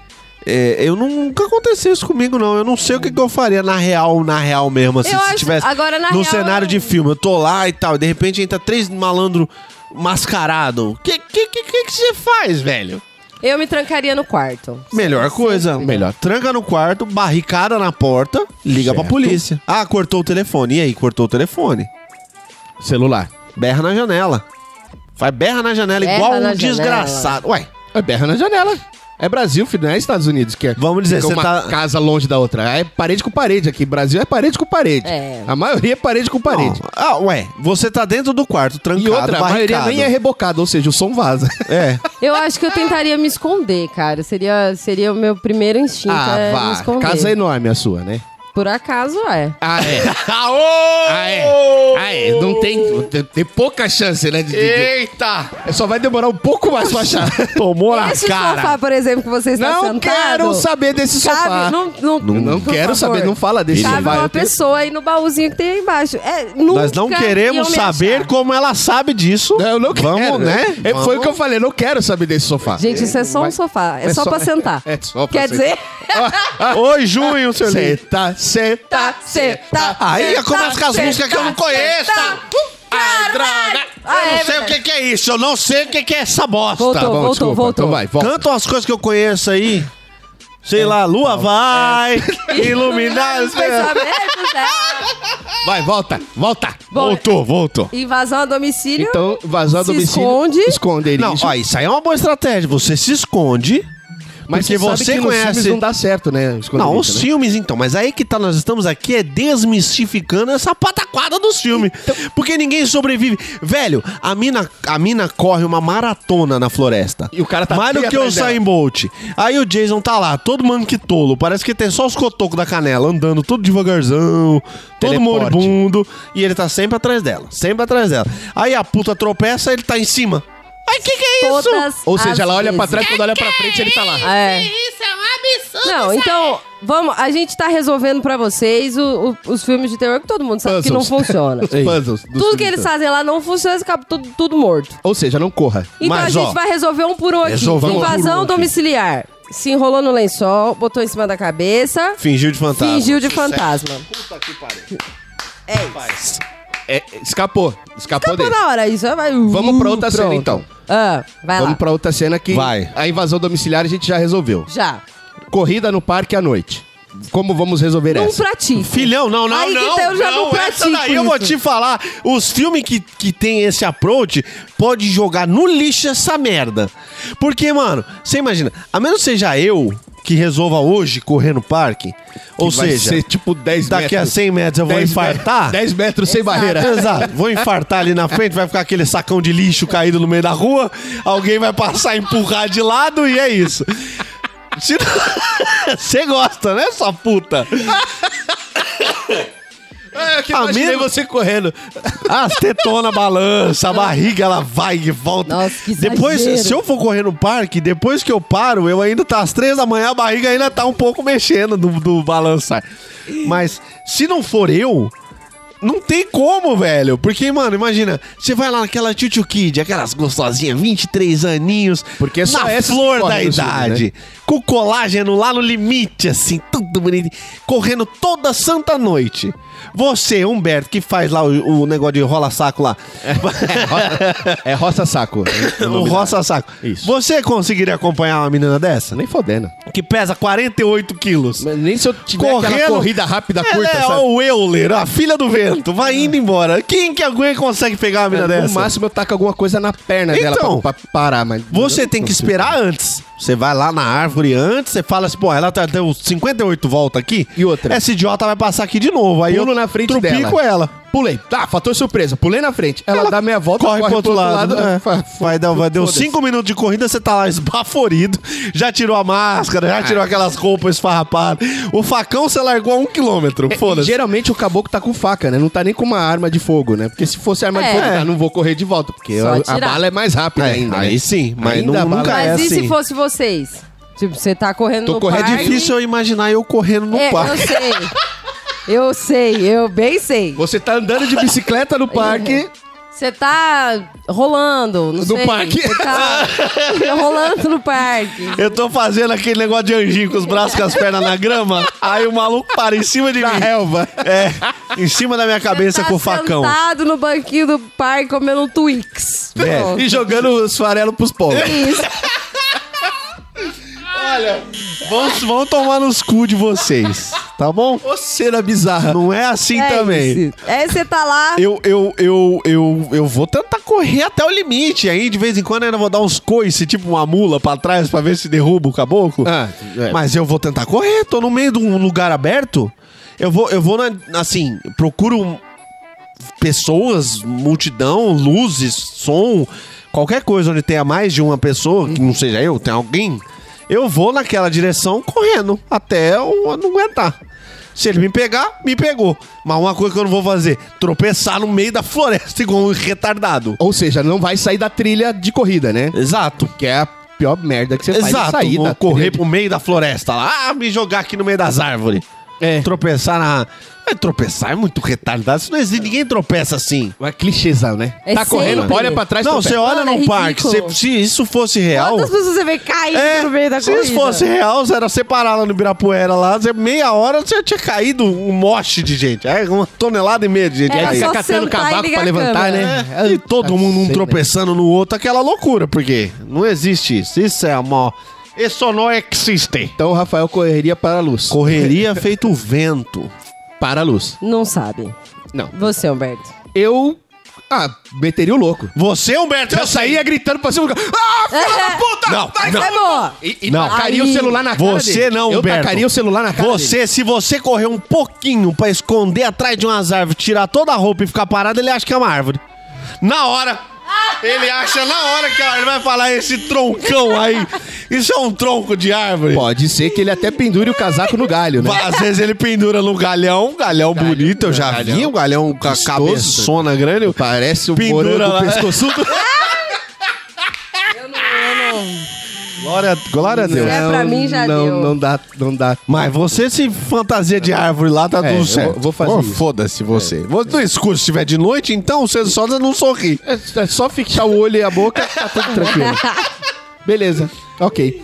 D: é, eu não- nunca aconteceu isso comigo, não. Eu não sei o que, que eu faria na real, na real mesmo, assim,
C: Eu
D: se
C: acho-
D: tivesse
C: agora, na
D: num
C: real,
D: cenário
C: eu-
D: de filme. Eu tô lá e tal, e de repente entra três malandro mascarado. Que que que que que você faz, velho?
C: Eu me trancaria no quarto.
D: Melhor coisa,
C: sempre, né?
D: melhor. Tranca no quarto, barricada na porta, liga pra
E: Certo.
D: polícia. Ah, cortou o telefone. E aí, cortou o telefone?
E: Celular.
D: Berra na janela. Faz berra na janela
C: Berra
D: igual um
C: na janela.
D: desgraçado. Ué,
E: É berra na janela. É Brasil, filho, não é Estados Unidos que é.
D: Vamos dizer,
E: fica
D: você
E: uma
D: tá-
E: casa longe da outra. É parede com parede aqui. Brasil é parede com parede.
C: É.
E: A maioria é parede com parede.
D: Não. Ah, ué, você tá dentro do quarto, trancado,
E: E outra, a maioria
D: barricado.
E: nem é rebocada, ou seja, o som vaza.
D: É,
C: Eu acho que eu tentaria me esconder, cara. Seria, seria o meu primeiro instinto. é me
E: ah, vá.
C: esconder.
E: Casa enorme a sua, né?
C: Por acaso é.
E: Ah, é. Ah, é. Ah, é. Não tem. Tem, tem pouca chance, né? De, Eita! Só vai demorar um pouco mais pra achar.
D: tomou na
C: Esse
D: cara.
C: sofá, por exemplo, que você está
E: não
C: sentado.
E: quero saber desse
C: Cabe-
E: sofá.
C: Não, não,
E: Eu não
C: por
E: quero
C: favor.
E: saber, não fala desse
C: Cabe
E: sofá.
C: uma
E: eu tenho-
C: pessoa aí no baúzinho que tem aí embaixo. É, nunca
D: Nós não
C: iam
D: queremos
C: me
D: saber
C: achar.
D: como ela sabe disso.
E: Não, eu não
D: Vamos,
E: quero.
D: né?
E: É, Foi
D: Vamos.
E: o que eu falei, eu não quero saber desse sofá.
C: Gente, isso é só um sofá. É,
E: é
C: só,
E: só-
C: pra sentar.
E: é só pra
C: Quer
E: sentar.
C: dizer...
E: Ah,
D: Oi, junho, seu lindo.
E: Senta, senta.
C: Tá, cê tá.
D: Aí
C: cê
D: começa
C: tá,
D: com as
C: cê
D: músicas que eu não
C: tá,
D: conheço.
C: cê tá.
D: Ai, droga.
C: Ah,
D: eu
C: é
D: não sei o que, que é isso. Eu não sei o que, que é essa bosta.
C: Voltou, voltou,
E: desculpa,
C: voltou.
E: Então vai, volta.
D: Cantam as coisas que eu conheço aí. Sei lá, lua vai iluminar os
C: É. Foi saber, né?
E: Vai, volta, volta.
C: Bom,
E: voltou, voltou.
C: Invasão a domicílio.
E: Então, vazou a
C: Se
E: domicílio.
C: esconde.
E: Esconderijo.
D: Não, ó, isso aí é uma boa estratégia. Você se esconde.
E: mas
D: porque
E: sabe
D: você
E: que nos
D: conhece-
E: filmes não dá certo, né?
D: Não, os
E: sim.
D: filmes, então. Mas aí que tá, nós estamos aqui é desmistificando essa pataquada dos filmes.
E: Então-
D: Porque ninguém sobrevive. Velho, a mina, a mina corre uma maratona na floresta.
E: E o cara tá
D: Mais do
E: bem
D: que o
E: atrás dela.
D: Usain Bolt. Aí o Jason tá lá, todo manquitolo. Parece que tem só os cotocos da canela, andando todo devagarzão, todo
E: Teleporte.
D: moribundo. E ele tá sempre atrás dela, sempre atrás dela. Aí a puta tropeça, ele tá em cima. Ai, que que é isso?
C: Todas
E: Ou seja,
C: as
E: ela olha pra
C: vezes.
E: trás, quando olha pra frente, ele tá lá.
C: É. Não, então, vamos, a gente tá resolvendo pra vocês o- o- os filmes de terror que todo mundo sabe que não
E: Puzzles.
C: funciona.
E: Os puzzles.
C: tudo
E: dos
C: que
E: filmes
C: eles
E: todos.
C: fazem lá não funciona, eles acabam tudo, tudo morto.
E: Ou seja, não corra.
C: Então
D: Mas,
C: a gente
D: ó,
C: vai resolver um por um aqui.
D: resolvemos um
C: Invasão
E: por um aqui.
C: domiciliar. Se enrolou no lençol, botou em cima da cabeça,
D: Fingiu de fantasma.
C: fingiu de fantasma. Então,
E: É, escapou. Escapou,
C: Tá
E: dele.
C: na hora, isso vai... uh,
E: Vamos pra outra
C: Pronto.
E: cena, então.
C: Ah, vai
E: Vamos
C: lá.
E: pra outra cena que
D: Vai.
E: a invasão domiciliar a gente já resolveu.
C: Já.
E: Corrida no parque à noite. Como vamos resolver
C: Não
E: essa?
C: pratique.
D: Filhão, não, não,
C: Um Aí que
D: não.
C: tá, eu já não
D: essa
C: pratico
D: daí eu vou
C: isso.
D: te falar. Os filmes que, que tem esse approach pode jogar no lixo essa merda. Porque, mano, você imagina, a menos seja eu que resolva hoje correr no parque, ou
E: Vai
D: seja,
E: ser tipo 10
D: daqui a
E: metros.
D: 100 metros eu vou
E: 10
D: infartar.
E: metros- 10 metros sem barreira.
D: Exato, vou infartar ali na frente, vai ficar aquele sacão de lixo caído no meio da rua, alguém vai passar e empurrar de lado e é isso. Se não- Você gosta, né, sua puta?
E: É, que
D: A
E: imaginei
D: menos-
E: você correndo.
D: As tetonas balança, a barriga ela vai e volta.
C: Nossa, que exagero.
D: Depois, se eu for correr no parque, depois que eu paro, eu ainda tá às três da manhã, a barriga ainda tá um pouco mexendo do, do balançar. Mas se não for eu, não tem como, velho. Porque, mano, imagina, você vai lá naquela Tio Kid, aquelas gostosinhas, 23 aninhos,
E: Porque só
D: na
E: essas que
D: flor da
E: correm no né? filme,
D: idade, com colágeno lá no limite, assim, tudo bonito, correndo toda santa noite. Você, Humberto, que faz lá o, o negócio de rola-saco lá,
E: É roça saco. É
D: o
E: nome da-
D: roça-saco,
E: Isso.
D: você conseguiria acompanhar uma menina dessa?
E: Nem fodendo.
D: Que pesa 48 quilos.
E: Mas Nem se eu tiver aquela
D: Correndo.
E: corrida rápida,
D: Ela
E: curta,
D: é
E: sabe? É.
D: o Euler, a filha do vento, vai indo embora. Quem que aguenta consegue pegar uma mina
E: No
D: dessa?
E: máximo eu taco alguma coisa na perna
D: Então,
E: dela pra, pra parar, mas.
D: Você tem que esperar antes. Você vai lá na árvore antes, você fala assim, pô, ela tá, deu 58 voltas aqui.
E: E outra?
D: Essa idiota vai passar aqui de novo. Aí
E: Pulo
D: eu
E: na frente
D: trupico
E: dela.
D: ela.
E: Pulei.
D: Ah,
E: Tá, fator surpresa. Pulei na frente. Ela, dá meia volta,
D: corre, pro outro lado. É.
E: né? fa-
D: Vai, dar, vai deu
E: foda-se.
D: 5 minutos de corrida, você tá lá esbaforido, já tirou a máscara, já tirou aquelas roupas esfarrapadas. O facão você largou a um quilômetro.
C: É,
E: E
D: Foda-se.
E: Geralmente o caboclo tá com faca, né? Não tá nem com uma arma de fogo, né? Porque se fosse arma
C: É.
E: de fogo, tá, não vou correr de volta, porque
C: Só
E: a, a
C: atirar.
E: bala é mais rápida
D: É,
E: ainda.
D: aí
E: né?
D: sim, mas
E: Ainda
D: nu-
E: a bala-
D: nunca é
C: Mas e
D: assim.
C: se fosse vocês? Tipo, você tá correndo
D: Tô
C: no
D: correndo.
C: parque.
D: É difícil eu imaginar eu correndo no
C: É, eu
D: parque.
C: sei. Eu sei, eu bem sei.
E: Você tá andando de bicicleta no parque.
C: Você tá rolando, não
E: No
C: sei.
E: parque.
C: Você tá rolando no parque.
D: Eu tô fazendo aquele negócio de anjinho com os braços e com as pernas na grama. Aí o maluco para em cima de mim.
E: relva.
D: É, em cima da minha cabeça
C: Você tá
D: com o facão.
C: sentado no banquinho do parque comendo um Twix.
D: É.
C: Pronto. É
E: E jogando os farelos pros pobres.
C: Isso.
D: Vão, vão tomar nos cu de vocês, tá bom?
E: Ô, cena bizarra.
D: Não é assim
C: é
D: também.
C: Isso. Aí você tá lá.
D: Eu, eu, eu, eu, eu vou tentar correr até o limite. Aí, de vez em quando, eu ainda vou dar uns coice, tipo uma mula pra trás, pra ver se derruba o caboclo.
E: Ah, é.
D: Mas eu vou tentar correr. Tô no meio de um lugar aberto. Eu vou, eu vou na- assim, procuro um- pessoas, multidão, luzes, som, qualquer coisa onde tenha mais de uma pessoa, que não seja eu, tem alguém. Eu vou naquela direção correndo até eu não aguentar. Se ele me pegar, me pegou. Mas uma coisa que eu não vou fazer: tropeçar no meio da floresta igual um retardado.
E: Ou seja, não vai sair da trilha de corrida, né?
D: Exato.
E: Que é a pior merda que você faz é
D: Exato.
E: sair
D: Vou
E: da
D: correr
E: trilha.
D: pro meio da floresta lá, ah, me jogar aqui no meio das árvores.
E: É.
D: Tropeçar na. É, tropeçar é muito retardado. Isso não existe, ninguém tropeça assim.
E: Uma clichêzão, né?
C: É
E: tá correndo,
C: sempre.
E: olha pra trás.
D: não,
E: tropeça.
D: você olha
C: Mano, é
D: no parque,
C: ridículo.
D: se, se isso fosse real.
C: Quantas pessoas você vê caindo
D: É,
C: no meio da
D: se
C: corrida?
D: isso fosse real, você era separar lá no Ibirapuera lá, você- meia hora você tinha caído um moche de gente. É, uma tonelada e meia de gente.
C: É,
D: caída.
C: só Tá
E: Fica catando
C: sentar e
E: cavaco
C: ligar
E: pra
C: a
E: levantar,
C: câmera.
E: né?
D: É, e todo mundo
C: né?
D: um tropeçando no outro, aquela loucura, porque não existe isso. Isso é uma. Isso não existe.
E: Então o Rafael correria para a luz.
D: Correria feito vento.
E: Para a luz.
C: Não sabe.
E: Não.
C: Você, Humberto.
E: Eu. Ah, meteria o louco.
D: Você, Humberto,
E: Eu saía gritando pra cima. Ah, filha da puta!
D: Não,
E: vai,
D: não.
C: É boa.
E: E, e
D: Não.
E: tacaria o
C: Aí.
E: celular na cara
D: Você
E: dele.
D: não,
E: Eu
D: Humberto.
E: tacaria o celular na cara
D: Você,
E: dele.
D: se você correr um pouquinho pra esconder atrás de umas árvores, tirar toda a roupa e ficar parado, ele acha que é uma árvore. Na hora. Ele acha na hora que ó, ele vai falar esse troncão aí. Isso é um tronco de árvore.
E: Pode ser que ele até pendure o casaco no galho, né?
D: Às vezes ele pendura num galhão, galhão bonito, eu já
E: galhão.
D: vi um galhão com a
E: Gostoso.
D: cabeçona grande.
E: Parece o
D: Pendura
E: morango
D: lá.
E: pescoçudo.
D: Glória, glória a Deus.
C: É, pra mim já
E: não,
C: deu.
E: Não dá, não dá.
D: Mas você se fantasia de árvore lá, tá
E: É, eu
D: tudo certo.
E: vou- vou fazer isso. É,
D: Foda-se você. Você não escuro se tiver de noite, então você só não sorri.
E: É, é só fixar o olho e a boca, tá tudo tranquilo.
C: É
E: Beleza, ok.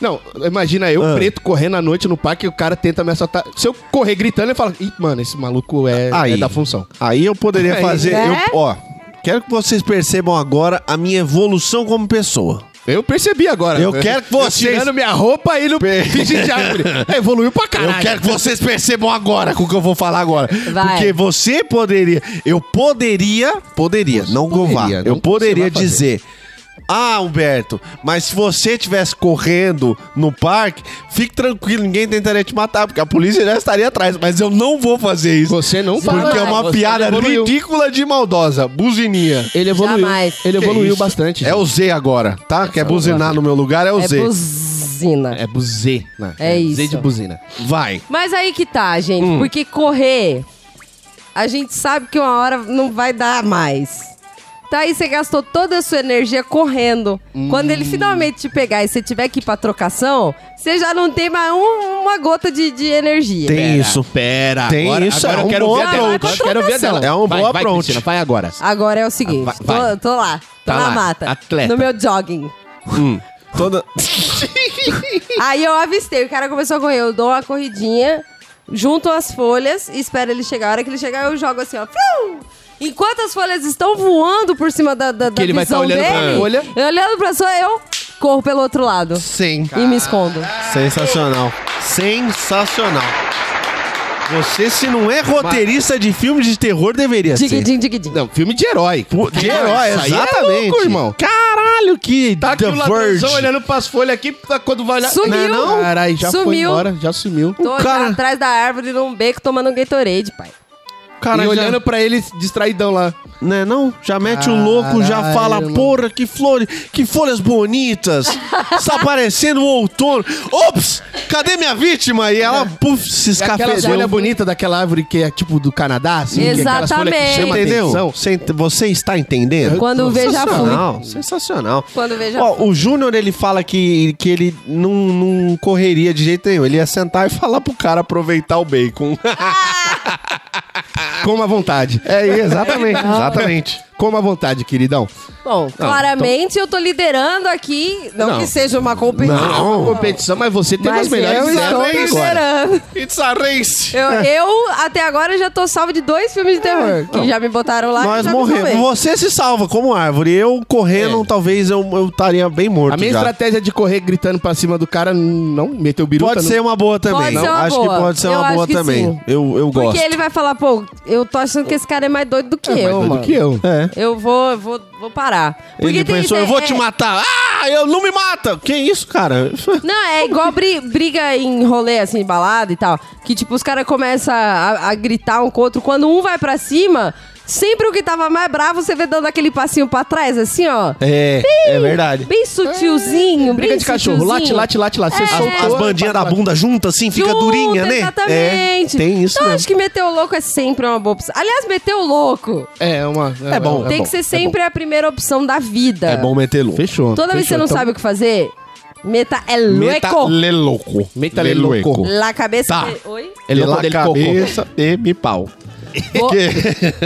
E: Não, imagina eu,
D: Ah.
E: preto, correndo à noite no parque e o cara tenta me assaltar. Se eu correr gritando, ele fala, Ih, mano, esse maluco é, é da função. É
D: Aí eu poderia
E: Aí,
D: fazer.
C: né?
D: eu- ó, quero que vocês percebam agora a minha evolução como pessoa.
E: Eu percebi agora.
D: Eu quero que vocês-
E: tirando minha roupa e no finge de árvore. É, Evoluiu pra caralho.
D: Eu quero que vocês percebam agora com o que eu vou falar agora.
C: Vai.
D: Porque você poderia. Eu poderia. Poderia, não
E: poderia,
D: govar.
E: não
D: Eu
E: que
D: poderia
E: você vai fazer.
D: dizer. Ah, Humberto, mas se você estivesse correndo no parque, fique tranquilo, ninguém tentaria te matar, porque a polícia já estaria atrás. Mas eu não vou fazer isso.
E: Você não
D: Porque
C: Jamais.
D: é uma
E: Você
D: piada
E: evoluiu.
D: ridícula de maldosa. Buzininha.
E: Ele evoluiu.
C: Jamais.
E: Ele
D: Que
E: evoluiu
D: isso?
E: bastante.
D: É o Z agora, tá? Quer buzinar no meu lugar, é o
C: É
D: Z.
C: buzina.
E: É buzê. né?
C: É
E: Z
C: isso.
E: de buzina.
D: Vai.
C: Mas aí que tá, gente. Porque correr, a gente sabe que uma hora não vai dar mais. Tá aí, você gastou toda a sua energia correndo. Quando ele finalmente te pegar e você tiver que ir pra trocação, você já não tem mais um- uma gota de, de energia.
D: Tem isso.
E: Pera.
D: Tem
E: agora,
D: isso,
E: Agora
D: é
E: eu
D: um
E: quero
D: bom
E: ver a dela.
D: approach.
E: Agora eu quero ver a dela.
D: É um
E: vai,
D: bom
E: vai,
D: approach.
E: Cristina, vai agora.
C: Agora é o seguinte:
E: Ah, vai- vai.
C: Tô, tô lá, tô
E: Tá
C: na
E: lá,
C: mata.
E: atleta. Hum.
C: No meu jogging.
D: Toda...
C: Aí eu avistei, o cara começou a correr, eu dou uma corridinha, junto as folhas e espero ele chegar. A hora que ele chegar, eu jogo assim, ó. fiu! Enquanto as folhas estão voando por cima da, da, da
E: ele vai
C: visão
E: tá olhando pra
C: dele,
E: folha.
C: eu olhando pra sua, eu corro pelo outro lado
D: Sim.
C: e me escondo.
D: Sensacional. Sensacional. Você, se não é roteirista de filme de terror, deveria ser.
C: Digidim, digidim.
E: Não, filme de herói.
D: Pô, De herói,
E: Isso aí é
D: exatamente.
E: louco, irmão.
D: Caralho, que
E: Tá aqui
D: The
E: o
D: Verge.
E: ladrãozão olhando pras folhas aqui, tá- quando vai olhar...
C: Sumiu.
E: Não, é não? Caralho, já foi
C: Sumiu.
E: embora, já sumiu.
C: Tô
D: o cara-
C: atrás da árvore num beco tomando um Gatorade, pai.
D: O cara
E: e
D: já-
E: olhando pra ele distraidão lá.
D: Né, não? Já mete o louco, já
E: Caralho,
D: fala,
E: mano.
D: porra, que flores, que folhas bonitas. Está parecendo o outono. Ops! Cadê minha vítima? E ela, puf, se
E: É aquela
D: escafedeu.
E: folha bonita daquela árvore que é tipo do Canadá, assim. que é aquelas folhas Que
C: Exatamente.
E: chama
D: Entendeu?
E: atenção.
D: Você ent- Você está entendendo?
C: Quando veja a fui.
D: Sensacional, sensacional.
C: Quando veja
D: Ó, o Júnior, ele fala que, que ele não, não correria de jeito nenhum. Ele ia sentar e falar pro cara aproveitar o bacon.
E: Coma à vontade.
D: É, exatamente, exatamente.
E: Coma à vontade, queridão.
C: Bom,
D: então
C: claramente eu tô liderando aqui. Não, que seja uma competição.
E: Não, uma competição, mas você teve
C: Mas
E: as melhores
C: eu
E: ideias
C: estou
E: até agora.
C: liderando.
D: It's a race.
C: Eu, eu, até agora, já tô salvo de dois filmes de terror. Que já me botaram lá. e
D: É, Nós
C: já me
D: morremos.
C: salvei.
D: Você se salva como árvore. Eu correndo, talvez eu eu estaria bem morto.
E: A minha
D: já.
E: estratégia de correr gritando pra cima do cara, não meteu biruta.
D: Pode
E: não.
D: ser uma boa também.
C: Pode ser uma
D: acho
C: boa.
D: que pode ser
C: Eu
D: uma
C: acho
D: boa
C: que
D: também.
C: sim.
D: Eu, eu gosto.
C: Porque ele vai falar, pô, eu tô achando que esse cara é mais doido do que
E: É, mais
C: eu,
E: doido
C: mano.
E: que eu.
D: É.
C: Eu vou, vou, vou parar. Porque
D: Ele
C: tem isso,
D: pensou, eu vou
C: é-
D: te
C: é-
D: matar. Ah, eu não me mata. Que isso, cara?
C: Não, é igual bri- briga em rolê, assim, de balada e tal. Que, tipo, os caras começam a, a gritar um com o outro. Quando um vai pra cima, sempre o que tava mais bravo, você vê dando aquele passinho pra trás, assim, ó.
D: É, é verdade.
C: Bem sutilzinho, bem
E: Briga de cachorro, late,
C: sutilzinho.
E: late, late, late. Você
C: É.
D: As, as
E: soltou,
D: bandinhas da bunda juntas, assim, fica
C: Junto,
D: durinha, né?
C: Exatamente.
D: É, tem isso
C: então,
D: mesmo.
C: acho que meter o louco é sempre uma boa opção. Aliás, meter o louco
E: É, uma.
D: É bom.
C: tem que ser sempre a primeira opção da vida.
D: É bom então. meter louco.
E: Fechou.
C: Toda vez que você não sabe o que fazer, meta é louco.
F: Leloco.
E: Meta leloco.
C: La cabeça.
F: Tá.
C: de- Oi?
E: É louco dele coco.
F: e me pau.
C: Vou-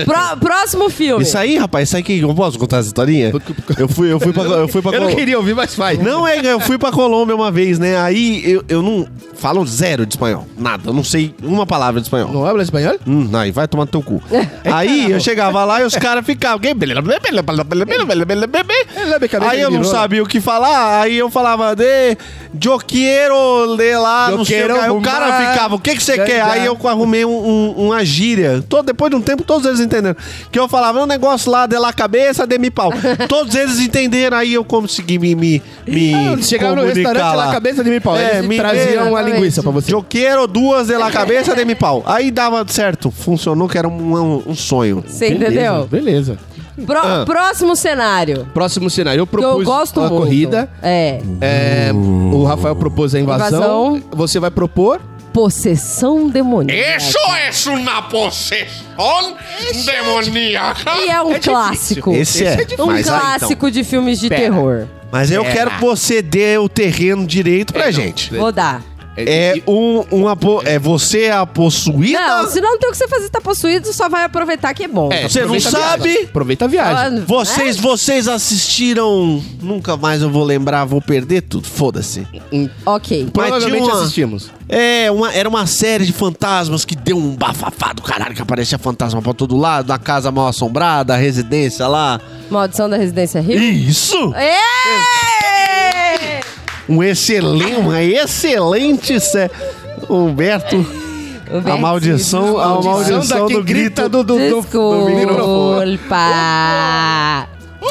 C: Pró- próximo filme.
D: é? Isso aí, rapaz, isso aí que eu posso contar essa historinha? Eu fui, eu fui pra. Eu fui pra
E: Eu não
D: Colo-
E: queria ouvir, mas faz.
D: Não, é, eu fui pra Colômbia uma vez, né? Aí eu, eu não. Falam zero de espanhol. Nada. Eu não sei uma palavra de espanhol.
E: Não habla espanhol?
D: Hum, aí vai tomar no teu cu. aí eu chegava lá e os caras ficavam. Aí eu não sabia o que falar, aí eu falava de eu quero de lá,
E: Eu
D: não sei o
E: quero
D: que. Aí o
E: arrumar-
D: cara ficava, o que que você quer? Aí eu arrumei um- um- uma gíria. Todo, depois de um tempo, todos eles entenderam. Que eu falava, é um negócio lá de lá cabeça, de mi pau. todos eles entenderam, aí eu consegui me, me, me
E: Ah, Chegaram no
D: comunicar
E: restaurante lá,
D: lá.
E: a cabeça de mim, pau.
D: É,
E: Eles
D: me-
E: traziam uma
C: Exatamente.
E: linguiça pra você.
D: Eu quero duas de la cabeça de mi pau. Aí dava certo, funcionou que era um, um- um sonho.
C: Você
E: Beleza,
C: entendeu?
E: Beleza.
C: Pró-
D: Ah.
C: Próximo cenário.
E: Próximo cenário. Eu
C: Que
E: propus
C: eu gosto
E: a
C: muito.
E: corrida.
C: É.
E: É,
D: Uh.
E: o Rafael propôs a invasão.
C: Invasão.
E: Você vai propor.
C: Possessão demoníaca.
F: Isso é uma possessão demoníaca.
C: E é um clássico.
D: Esse é.
C: Um
D: Mas aí, então.
C: clássico de filmes de terror.
D: Mas
E: É.
D: eu quero que você dê o terreno direito pra gente.
C: Vou dar.
D: É um, uma po- é você a possuída?
C: Não, se não tem o que você fazer, tá possuído, só vai aproveitar que é bom. né?
D: você não
E: aproveita a
D: sabe?
E: viagem. Aproveita a viagem.
C: Só-
D: Vocês, vocês assistiram. Nunca mais eu vou lembrar, vou perder tudo. Foda-se.
C: né? Ok.
D: Mas
E: Provavelmente
D: tinha uma-
E: assistimos.
D: É, uma, era uma série de fantasmas que deu um bafafá do caralho, que aparecia fantasma pra todo lado, da casa mal assombrada, a residência lá.
C: Maldição da Residência Rio.
D: Isso!
C: Ê!
D: Um excelente, uma excelente série. Humberto, a
C: Humberto,
D: maldição, a maldição do grito.
E: do, do, do, do microfone.
C: Desculpa.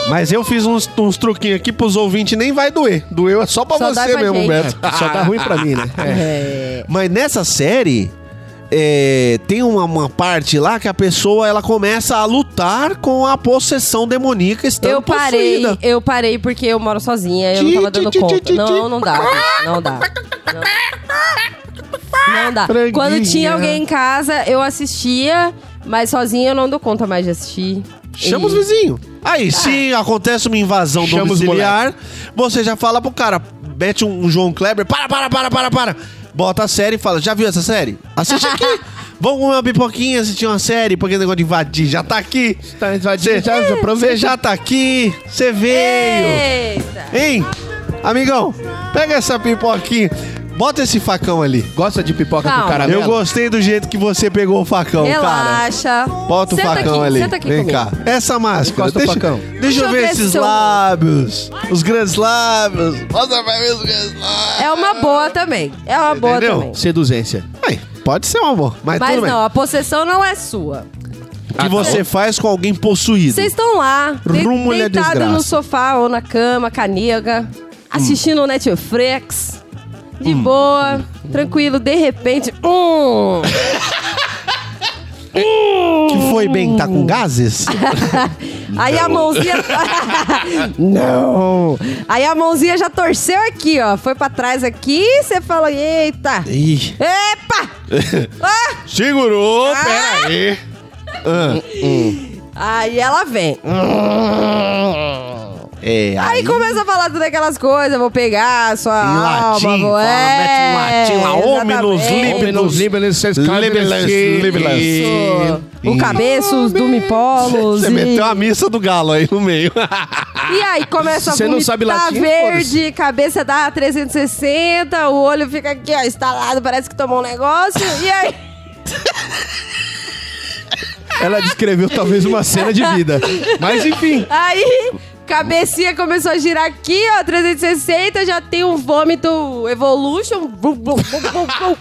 D: Mas eu fiz uns, uns truquinhos aqui pros ouvintes, nem vai doer. Doeu é só pra
C: Só dá
D: você
C: pra
D: mesmo,
C: gente.
D: Humberto.
E: Só tá ruim pra mim, né?
C: É.
D: Mas nessa série, é, tem uma, uma parte lá que a pessoa ela começa a lutar com a possessão demoníaca estando
C: Eu parei,
D: possuída.
C: eu parei porque eu moro sozinha, eu não
D: Ti,
C: tava
D: ti,
C: dando
D: ti, ti,
C: conta.
D: ti,
C: Não,
D: ti.
C: não dá. Não dá. Não, Não dá.
D: Franguinha.
C: Quando tinha alguém em casa, eu assistia, mas sozinha eu não dou conta mais de assistir.
D: Chama os
C: E-
D: vizinhos. Aí, se acontece uma invasão
E: Chama os
D: domiciliar, você já fala pro cara, mete um, um João Kleber, para, para, para, para, para. Bota a série e fala, já viu essa série? Assiste aqui. Vamos comer uma pipoquinha, assistir uma série, porque o negócio de invadir já tá aqui.
E: Tá
D: Você
E: invadindo, já
D: já,
E: aproveita.
D: tá aqui, você
C: É.
D: veio.
C: Eita!
D: Hein? Amigão, pega essa pipoquinha, bota esse facão ali.
E: Gosta de pipoca
C: Calma.
E: com caramelo?
D: Eu gostei do jeito que você pegou o facão, cara.
C: Relaxa.
D: Bota o
C: Senta
D: facão
C: aqui,
D: ali.
C: Senta aqui
D: Vem
C: comigo.
D: cá. Essa máscara.
E: Encosta o
D: Deixa,
E: facão.
D: deixa eu ver esses
C: seu-
D: lábios. Os grandes lábios. Nossa, vai ver os grandes lábios.
C: É uma boa também. É uma boa
D: Entendeu?
C: também.
E: Seduzência.
D: Ai, pode ser um amor, mas,
C: Mas
D: tudo bem.
C: não, a possessão não é sua.
D: O que você faz com alguém possuído?
C: Vocês estão lá, de-
D: Rumo à
C: deitado
D: desgraça. Hum.
C: no sofá ou na cama, canega, assistindo o Netflix, hum, de boa, tranquilo, de repente, hum,
D: Que foi bem, tá com gases?
C: Aí a mãozinha. não! Aí a mãozinha já torceu aqui, ó. Foi pra trás aqui e você falou: eita!
D: Ih.
C: Epa! Ah!
D: Segurou,
C: Ah!
D: peraí.
C: Aí ela vem.
D: É,
C: Aí começa a falar todas aquelas coisas, vou pegar a sua
D: Em latim,
C: alma, vou... é,
D: fala, mete um latim lá, hominus
C: exatamente.
D: libidos.
F: Libelis,
D: Libelis, libelis.
C: Isso. O cabeça, os dumipolos
D: Você
C: e...
D: meteu a missa do galo aí no meio.
C: e aí começa a
E: Você não
C: vomitar
E: sabe latim,
C: verde, cabeça dá 360, o olho fica aqui, ó, estalado, parece que tomou um negócio, e aí...
E: Ela descreveu talvez uma cena de vida. Mas enfim.
C: Aí, cabecinha começou a girar aqui, ó, 360, já tem um vômito Evolution. Blum, blum, blum, blum, blum.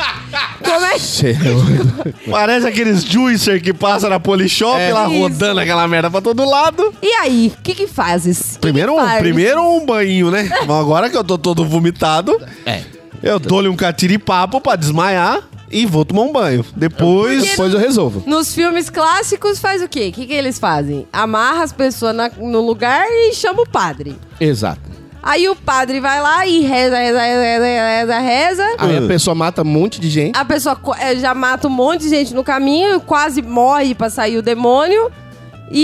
C: Como é que...
D: Parece aqueles juicer que passa na polishop lá
C: É. Isso.
D: rodando aquela merda pra todo lado.
C: E aí, o que que fazes? Que
D: Primeiro
C: que
D: um,
C: fazes?
D: primeiro um banho, né? Mas agora que eu tô todo vomitado,
E: É.
D: eu dou-lhe um catiripapo pra desmaiar e vou tomar um banho. Depois.
E: Depois eu resolvo.
C: Nos filmes clássicos faz o quê? O que que eles fazem? Amarra as pessoas na- no lugar e chama o padre.
E: Exato.
C: Aí o padre vai lá e reza, reza, reza, reza, reza, reza.
E: Aí a pessoa mata um monte de gente.
C: A pessoa co- eh, já mata um monte de gente no caminho, quase morre pra sair o demônio.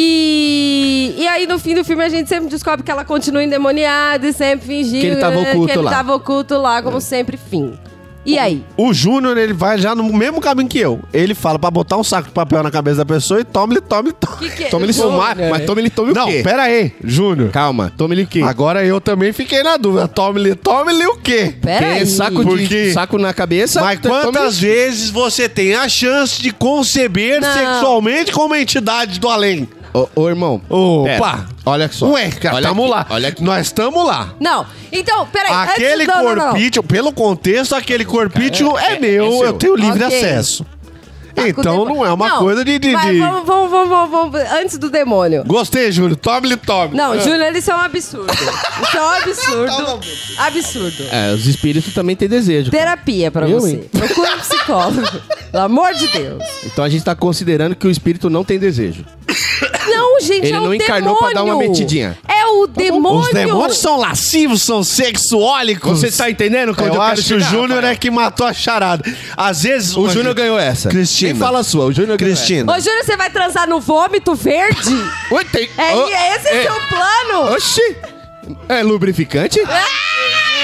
C: E, e aí, no fim do filme, a gente sempre descobre que ela continua endemoniada e sempre fingindo
E: Que ele tava
C: eh,
E: oculto
C: que ele
E: lá.
C: tava oculto lá,
D: É.
C: como sempre, fim. E aí?
D: O Júnior, ele vai já no mesmo caminho que eu. Ele fala pra botar um saco de papel na cabeça da pessoa e toma-lhe, tome, tome.
C: Que que- é?
E: Toma ele
C: Bom,
E: somar, mas toma ele tome
D: Não,
E: o quê?
D: pera aí, Júnior.
E: Calma, toma ele o quê?
D: Agora eu também fiquei na dúvida. Tome-lhe, tome-lhe o quê?
C: Pera
E: Porque
C: aí.
E: saco
D: Porque-
E: de saco na cabeça.
D: Mas
E: t- toma
D: quantas vezes você tem a chance de conceber
C: Não.
D: sexualmente com uma entidade do além?
E: ele- Ô, ô, irmão.
D: Opa!
E: Pera, olha só.
D: Ué, cara,
E: Olha
D: tamo
E: aqui,
D: lá.
E: olha aqui.
D: Nós estamos lá.
C: Não, então, peraí. antes-
D: Aquele
C: não, não, não, não.
D: corpício, pelo contexto, aquele corpício é, meu,
E: seu.
D: eu tenho livre
C: Ok.
D: acesso.
C: Tá com o
D: então
C: demônio.
D: não é uma
C: Não,
D: coisa de. de-
C: mas
D: de-
C: Vamos, vamos, vamos, vamos, vamos, antes do demônio.
D: Gostei, Júlio. Ah. Tome-lhe, tome.
C: Não, Júlio, eles são um absurdo. Isso é um absurdo. Absurdo.
E: É, os espíritos também têm desejo.
C: Terapia pra
E: Eu,
C: você.
E: hein?
C: Procura um psicólogo. Pelo amor de Deus.
E: Então a gente tá considerando que o espírito não tem desejo.
C: Não, gente,
E: Ele
C: é o
E: não encarnou pra
C: demônio.
E: dar uma metidinha.
C: É o demônio.
D: Os demônios são lascivos, são sexuólicos.
E: Você tá entendendo quando
D: eu,
E: eu quero
D: acho que o
E: chegar,
D: Júnior
E: Rafael?
D: é que matou a charada. Às vezes.
E: é- O Júnior ganhou essa.
D: Cristina.
E: Nem fala a sua, o Júnior ganhou
D: Cristina.
C: Ô, Júlio, você vai transar no vômito verde?
E: essa. Oi, tem...
C: É,
E: Ô,
C: é esse
E: é-
C: seu plano?
E: Oxi! É lubrificante?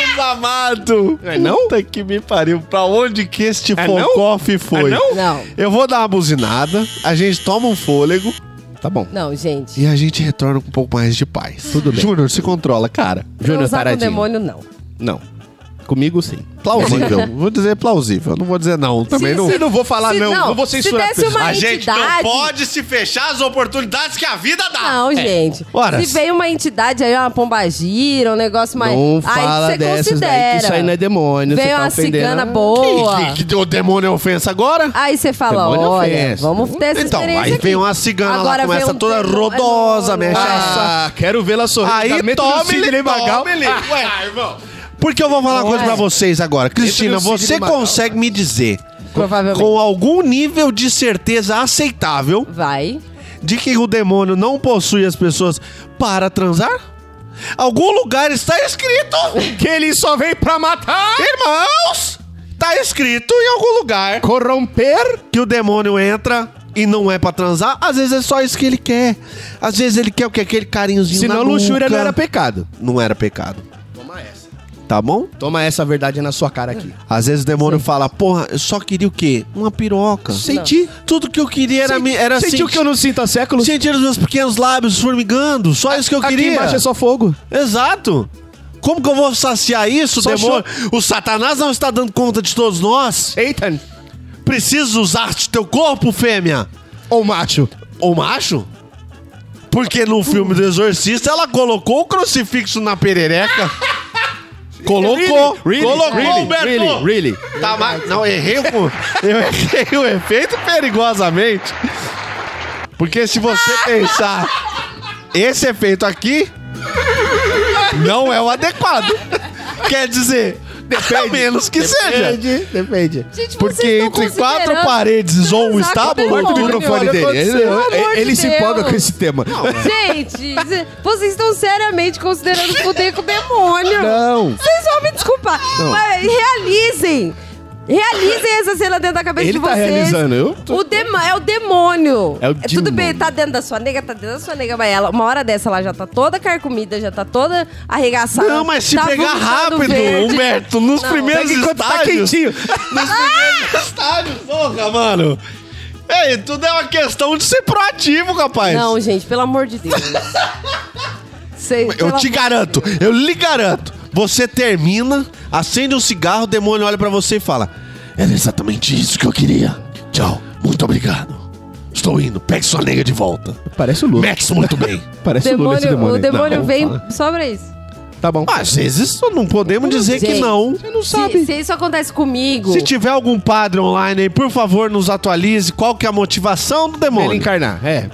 D: Jesus amado.
E: É não?
D: Puta que me pariu. Pra onde que este
E: É não?
D: focofe foi?
E: É não?
C: Não.
D: Eu vou dar uma buzinada, a gente toma um fôlego
E: Tá bom.
C: Não, gente.
D: e a gente retorna com um pouco mais de paz.
E: Tudo bem.
D: Júnior, se controla, cara.
E: Júnior
C: Transar com
E: Taradinho.
C: demônio, não.
E: Não. Comigo sim.
D: Plausível. vou dizer plausível. Não vou dizer não. Também
C: Se-
D: não.
C: se-
D: Eu não vou falar
C: se-
D: não.
C: não,
D: Não vou
C: se
D: censurar.
C: desse uma
D: a gente não
C: entidade-
D: pode se fechar as oportunidades que a vida dá.
E: É.
C: Não, gente.
D: Ora,
C: Se vem uma entidade aí, é uma pombagira, um negócio mais.
E: Não
C: aí
E: fala
C: você
E: dessas
C: considera.
E: daí, que isso aí não é demônio,
C: Vem
E: você tá
C: uma
E: ofendendo.
C: cigana boa.
D: Que, que, que o demônio é ofensa agora?
C: Aí você fala,
E: Demônio é
C: olha,
E: ofensa.
C: vamos ter essa
D: Então,
C: experiência
D: aí vem
C: aqui.
D: uma cigana lá,
C: Agora
D: começa
C: vem um
D: toda
C: demônio.
D: rodosa, mexe
C: Ah,
E: Ah, quero vê-la sorrir. Tá
D: Aí
E: dentro do
D: tome
E: Sidney
D: ele,
E: Magal.
D: tome ele. Ué, Ah, irmão. Porque eu vou falar uma coisa pra vocês agora. Cristina,
E: do Sidney
D: você
E: Magal.
D: consegue me dizer,
C: Provavelmente.
D: com algum nível de certeza aceitável,
C: Vai.
D: de que o demônio não possui as pessoas para transar? Algum lugar está escrito,
E: Que ele só vem pra matar.
D: irmãos! Tá escrito em algum lugar
E: Corromper.
D: que o demônio entra e não é pra transar. Às vezes é só isso que ele quer. Às vezes ele quer o que aquele carinhozinho na
E: Senão luxúria
D: nuca.
E: não era pecado.
D: Não era pecado.
E: Toma essa.
D: Tá bom?
E: Toma essa verdade na sua cara aqui.
D: Às vezes o demônio fala, porra, eu só queria o quê? Uma piroca.
E: Senti.
D: Tudo que eu queria era, me- era assim
E: Sentiu
D: sentir,
E: que eu não sinto há séculos?
D: sentir os meus pequenos lábios formigando. Só isso que eu
E: Aqui
D: queria.
E: embaixo é só fogo.
D: Exato. Como que eu vou saciar isso,
E: Só
D: demônio? O Satanás não está dando conta de todos nós. É
E: Satan.
D: Preciso usar teu corpo, fêmea.
E: Ou macho.
D: Ou macho? Porque no filme do Exorcista ela colocou o crucifixo na perereca. colocou.
E: Really?
D: colocou,
E: Really?
D: Humberto.
E: Really? Really?
D: Tá, mas, não, errei o, eu errei o efeito perigosamente. Porque se você pensar, esse efeito aqui não é o adequado. Quer dizer, A menos que seja.
E: Depende, depende.
C: Gente,
D: Porque
C: vocês tão
D: entre quatro
C: considerando
D: paredes ou um
C: transar com
D: estábulo,
C: demônio,
D: o microfone
C: olha,
D: dele. Ele,
C: aconteceu. Pelo amor de
D: ele se
C: Deus.
D: empolga com esse tema.
C: Gente, cê- vocês estão seriamente considerando fuder com o demônio.
D: Não.
C: Vocês vão me desculpar. Mas realizem. Realizem essa cena dentro da cabeça
D: Ele
C: de
D: tá
C: vocês.
D: realizando, eu tô-
C: O demo- é o demônio.
D: É o
C: Tudo bem,
D: demônio.
C: tá dentro da sua nega, tá dentro da sua nega, mas ela, uma hora dessa ela já tá toda carcomida, já tá toda arregaçada.
D: Não, mas se
C: tá
D: pegar
C: vomitando
D: rápido,
C: verde.
D: Humberto, nos
C: Não.
D: primeiros
E: Pega enquanto tá
D: estágios...
E: quentinho.
D: Nos primeiros estágios, porra, mano. Ei, tudo é uma questão de ser proativo, rapaz.
C: Não, gente, pelo amor de Deus. Cê-
D: Eu
C: pelo
D: te garanto, eu lhe garanto. Você termina, acende um cigarro, o demônio olha pra você e fala: Era exatamente isso que eu queria. Tchau, muito obrigado. Estou indo, pegue sua nega de volta.
E: Parece o Lula.
D: Mexe muito bem.
E: Parece o Lula esse demônio.
C: o
E: aí.
C: demônio
E: Não,
C: vem
E: fala.
C: só pra isso.
E: Tá bom.
D: Às vezes só não podemos dizer que
C: Gente,
D: não.
C: Se, se isso acontece comigo.
D: Se tiver algum padre online aí, por favor, nos atualize qual que é a motivação do
E: Ele
D: demônio.
E: encarnar, é.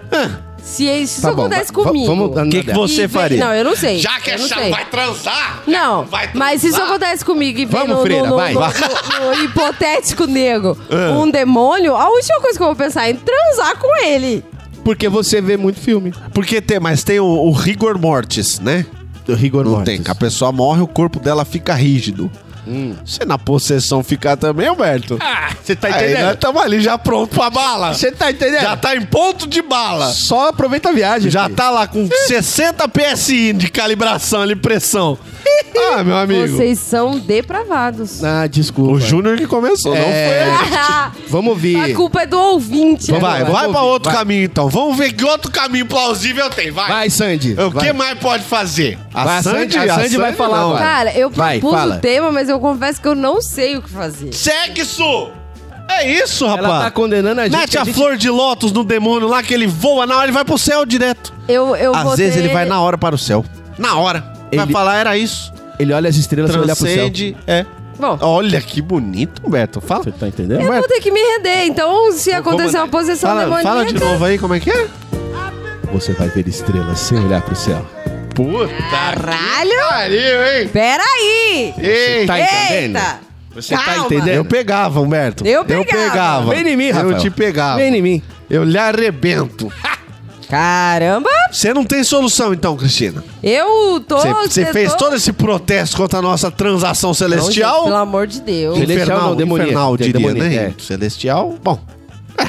C: Se isso
E: Tá bom.
C: acontece
E: va- va-
C: comigo.
E: Vamos ah,
D: O que, que você
C: e vem-
D: faria?
C: Não, eu não sei.
F: Já que
C: eu não
F: essa
C: sei.
F: vai transar.
C: Não,
F: vai transar.
C: mas se isso acontece comigo e vem
E: Vamos,
C: no, no-
E: Freira,
C: no-
E: vai.
C: no-
E: Vai. Ah.
C: no- no hipotético nego, um demônio, a última coisa que eu vou pensar é em transar com ele.
E: Porque você vê muito filme.
D: Porque tem, mas tem o, o rigor mortis, né?
E: Do rigor
D: Não
E: mortis.
D: tem. que A pessoa morre, o corpo dela fica rígido. Você na possessão ficar também, Alberto?
E: Você tá
D: Aí nós
E: entendendo?
D: estamos ali já pronto pra bala.
E: Você tá entendendo?
D: Já tá em ponto de bala.
E: Só aproveita a viagem.
D: Já
E: filho.
D: tá lá com 60 PSI de calibração ali, pressão. Ah, meu amigo.
E: é
C: Vocês são depravados.
E: Ah, desculpa.
D: O Júnior que começou, não foi
E: É,
D: ele.
E: Vamos ouvir.
C: a culpa é do ouvinte.
E: Vamos
D: Vai,
E: lá,
C: agora.
D: vai pra
E: ouvir,
D: outro
E: vai.
D: caminho então. Vamos ver que outro
F: Caminho plausível tem, vai.
E: Vai, Sandy.
D: O
E: vai.
D: que mais pode fazer?
E: Vai, a Sandy- a Sandy vai falar
D: não.
E: agora.
C: Cara, eu
E: Vai,
C: propus
E: fala.
C: o tema, mas eu confesso que eu não sei o que fazer.
F: Sexo!
D: É isso,
E: Ela tá
D: rapaz.
E: condenando a gente.
D: Mete a
E: gente-
D: flor de lótus no demônio lá que ele voa na hora, ele vai pro céu direto.
C: Eu, eu vou
D: Às vezes
C: ter-
D: ele vai na hora para o céu. Na hora. Vai
E: Ele-
D: falar, era isso.
E: Ele olha as estrelas e olha pro céu.
D: Transcende. É.
C: Bom,
D: Olha que bonito, Beto. Fala.
E: Você tá entendendo?
C: eu vou ter que me render. Então, se acontecer uma posição
D: Fala,
C: demoníaca...
D: fala de novo aí como é que é.
E: Você vai ver estrelas sem olhar pro céu.
C: Ah. Caralho!
F: Pariu, hein?
C: Peraí!
F: Ei,
E: Tá entendendo?
C: Eita!
E: Você tá
C: Calma.
E: entendendo?
D: Eu pegava, Humberto.
C: Eu pegava.
E: Vem em mim, Rafael.
D: Eu te pegava.
E: Vem em mim.
D: Eu lhe arrebento.
C: Caramba!
D: Você não tem solução então, Cristina.
C: Eu tô...
D: Você você
C: eu
D: fez
C: tô-
D: todo esse protesto contra a nossa transação
C: Não, gente,
D: celestial.
C: Pelo amor de Deus.
E: Ele- Celestial não, demoníaco.
D: infernal, diria,
E: Demoníaco,
D: né?
E: é.
D: Celestial, bom. É.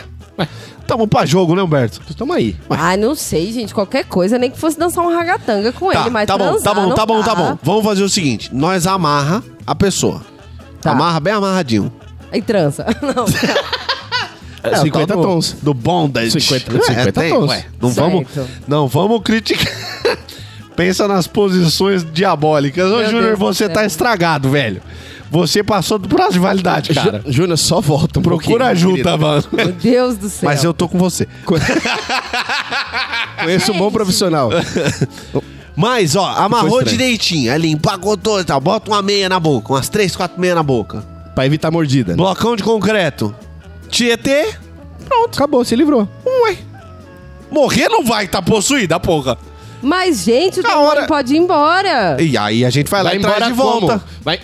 D: Tamo pra jogo, né, Humberto?
E: Tamo aí.
C: Ah, não sei, gente. Qualquer coisa, nem que fosse dançar um ragatanga com ele, mas
D: tá bom,
C: transar
D: tá bom,
C: não
D: tá bom,
C: dá.
D: tá bom. Vamos fazer o seguinte: nós amarra a pessoa.
C: Tá.
D: Amarra bem amarradinho.
C: E trança. Não,
E: É,
D: o
E: 50
D: tal do-
E: tons.
D: Do bondage.
E: 50
D: É,
E: 50
D: tem,
E: tons.
D: ué. não,
C: Certo.
D: vamos, não vamos criticar. Pensa nas posições diabólicas. Ô,
C: Meu
D: Júnior,
C: Deus do
D: você
C: céu.
D: tá estragado, velho. Você passou do prazo de validade, cara.
E: Ju- Júnior, só volta um
D: Procura
E: pouquinho,
D: ajuda, mano.
C: meu Deus do céu.
D: Mas eu tô com você.
E: Conheço um bom profissional.
D: Mas, ó, amarrou
E: estranho.
D: direitinho. Ali, empacou todo e tal. Bota uma meia na boca. Umas três, quatro meias na boca.
E: pra evitar mordida. né?
D: Blocão de concreto. Tietê.
E: Pronto. Acabou, se livrou.
D: Ué. Morrer não vai, tá possuída, porra.
C: Mas, gente, o
D: Na
C: demônio
D: hora-
C: pode ir embora.
D: E aí a gente vai lá e traz de volta.
E: como? Vai,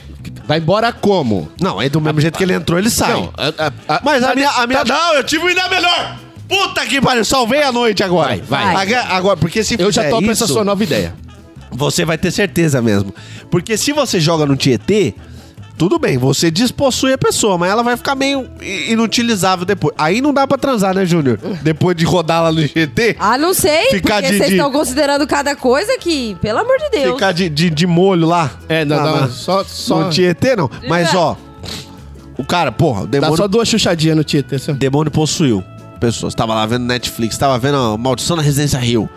E: vai embora como?
D: Não, é do mesmo jeito que ele entrou, ele sai.
E: Não, a- a- a-
D: é, Mas a minha, a minha. Não, eu tive uma ideia melhor! Puta que pariu, salvei a noite agora.
E: Vai, vai.
D: Agora, agora, porque se
E: Eu já
D: fizer
E: topo
D: É isso,
E: essa sua nova ideia.
D: Você vai ter certeza mesmo. Porque se você joga no Tietê, tudo bem, você despossui a pessoa, mas ela vai ficar meio i- inutilizável depois. Aí não dá pra transar, né, Júnior? Depois de rodar lá no Tietê,
C: Ah, não sei,
D: Ficar
C: porque
D: de-
C: vocês
D: de-
C: estão considerando cada coisa que, pelo amor de Deus.
D: ficar de, de, de molho lá.
E: É, não,
D: lá,
E: dá
D: lá.
E: uma- só, só, É.
D: No Tietê, não. Mas, ó, o cara, porra, um o
E: dá
D: demônio
E: só duas chuchadinhas no Tietê. assim.
D: Demônio possuiu pessoas. Tava lá vendo Netflix, tava vendo a Maldição na Residência Rio.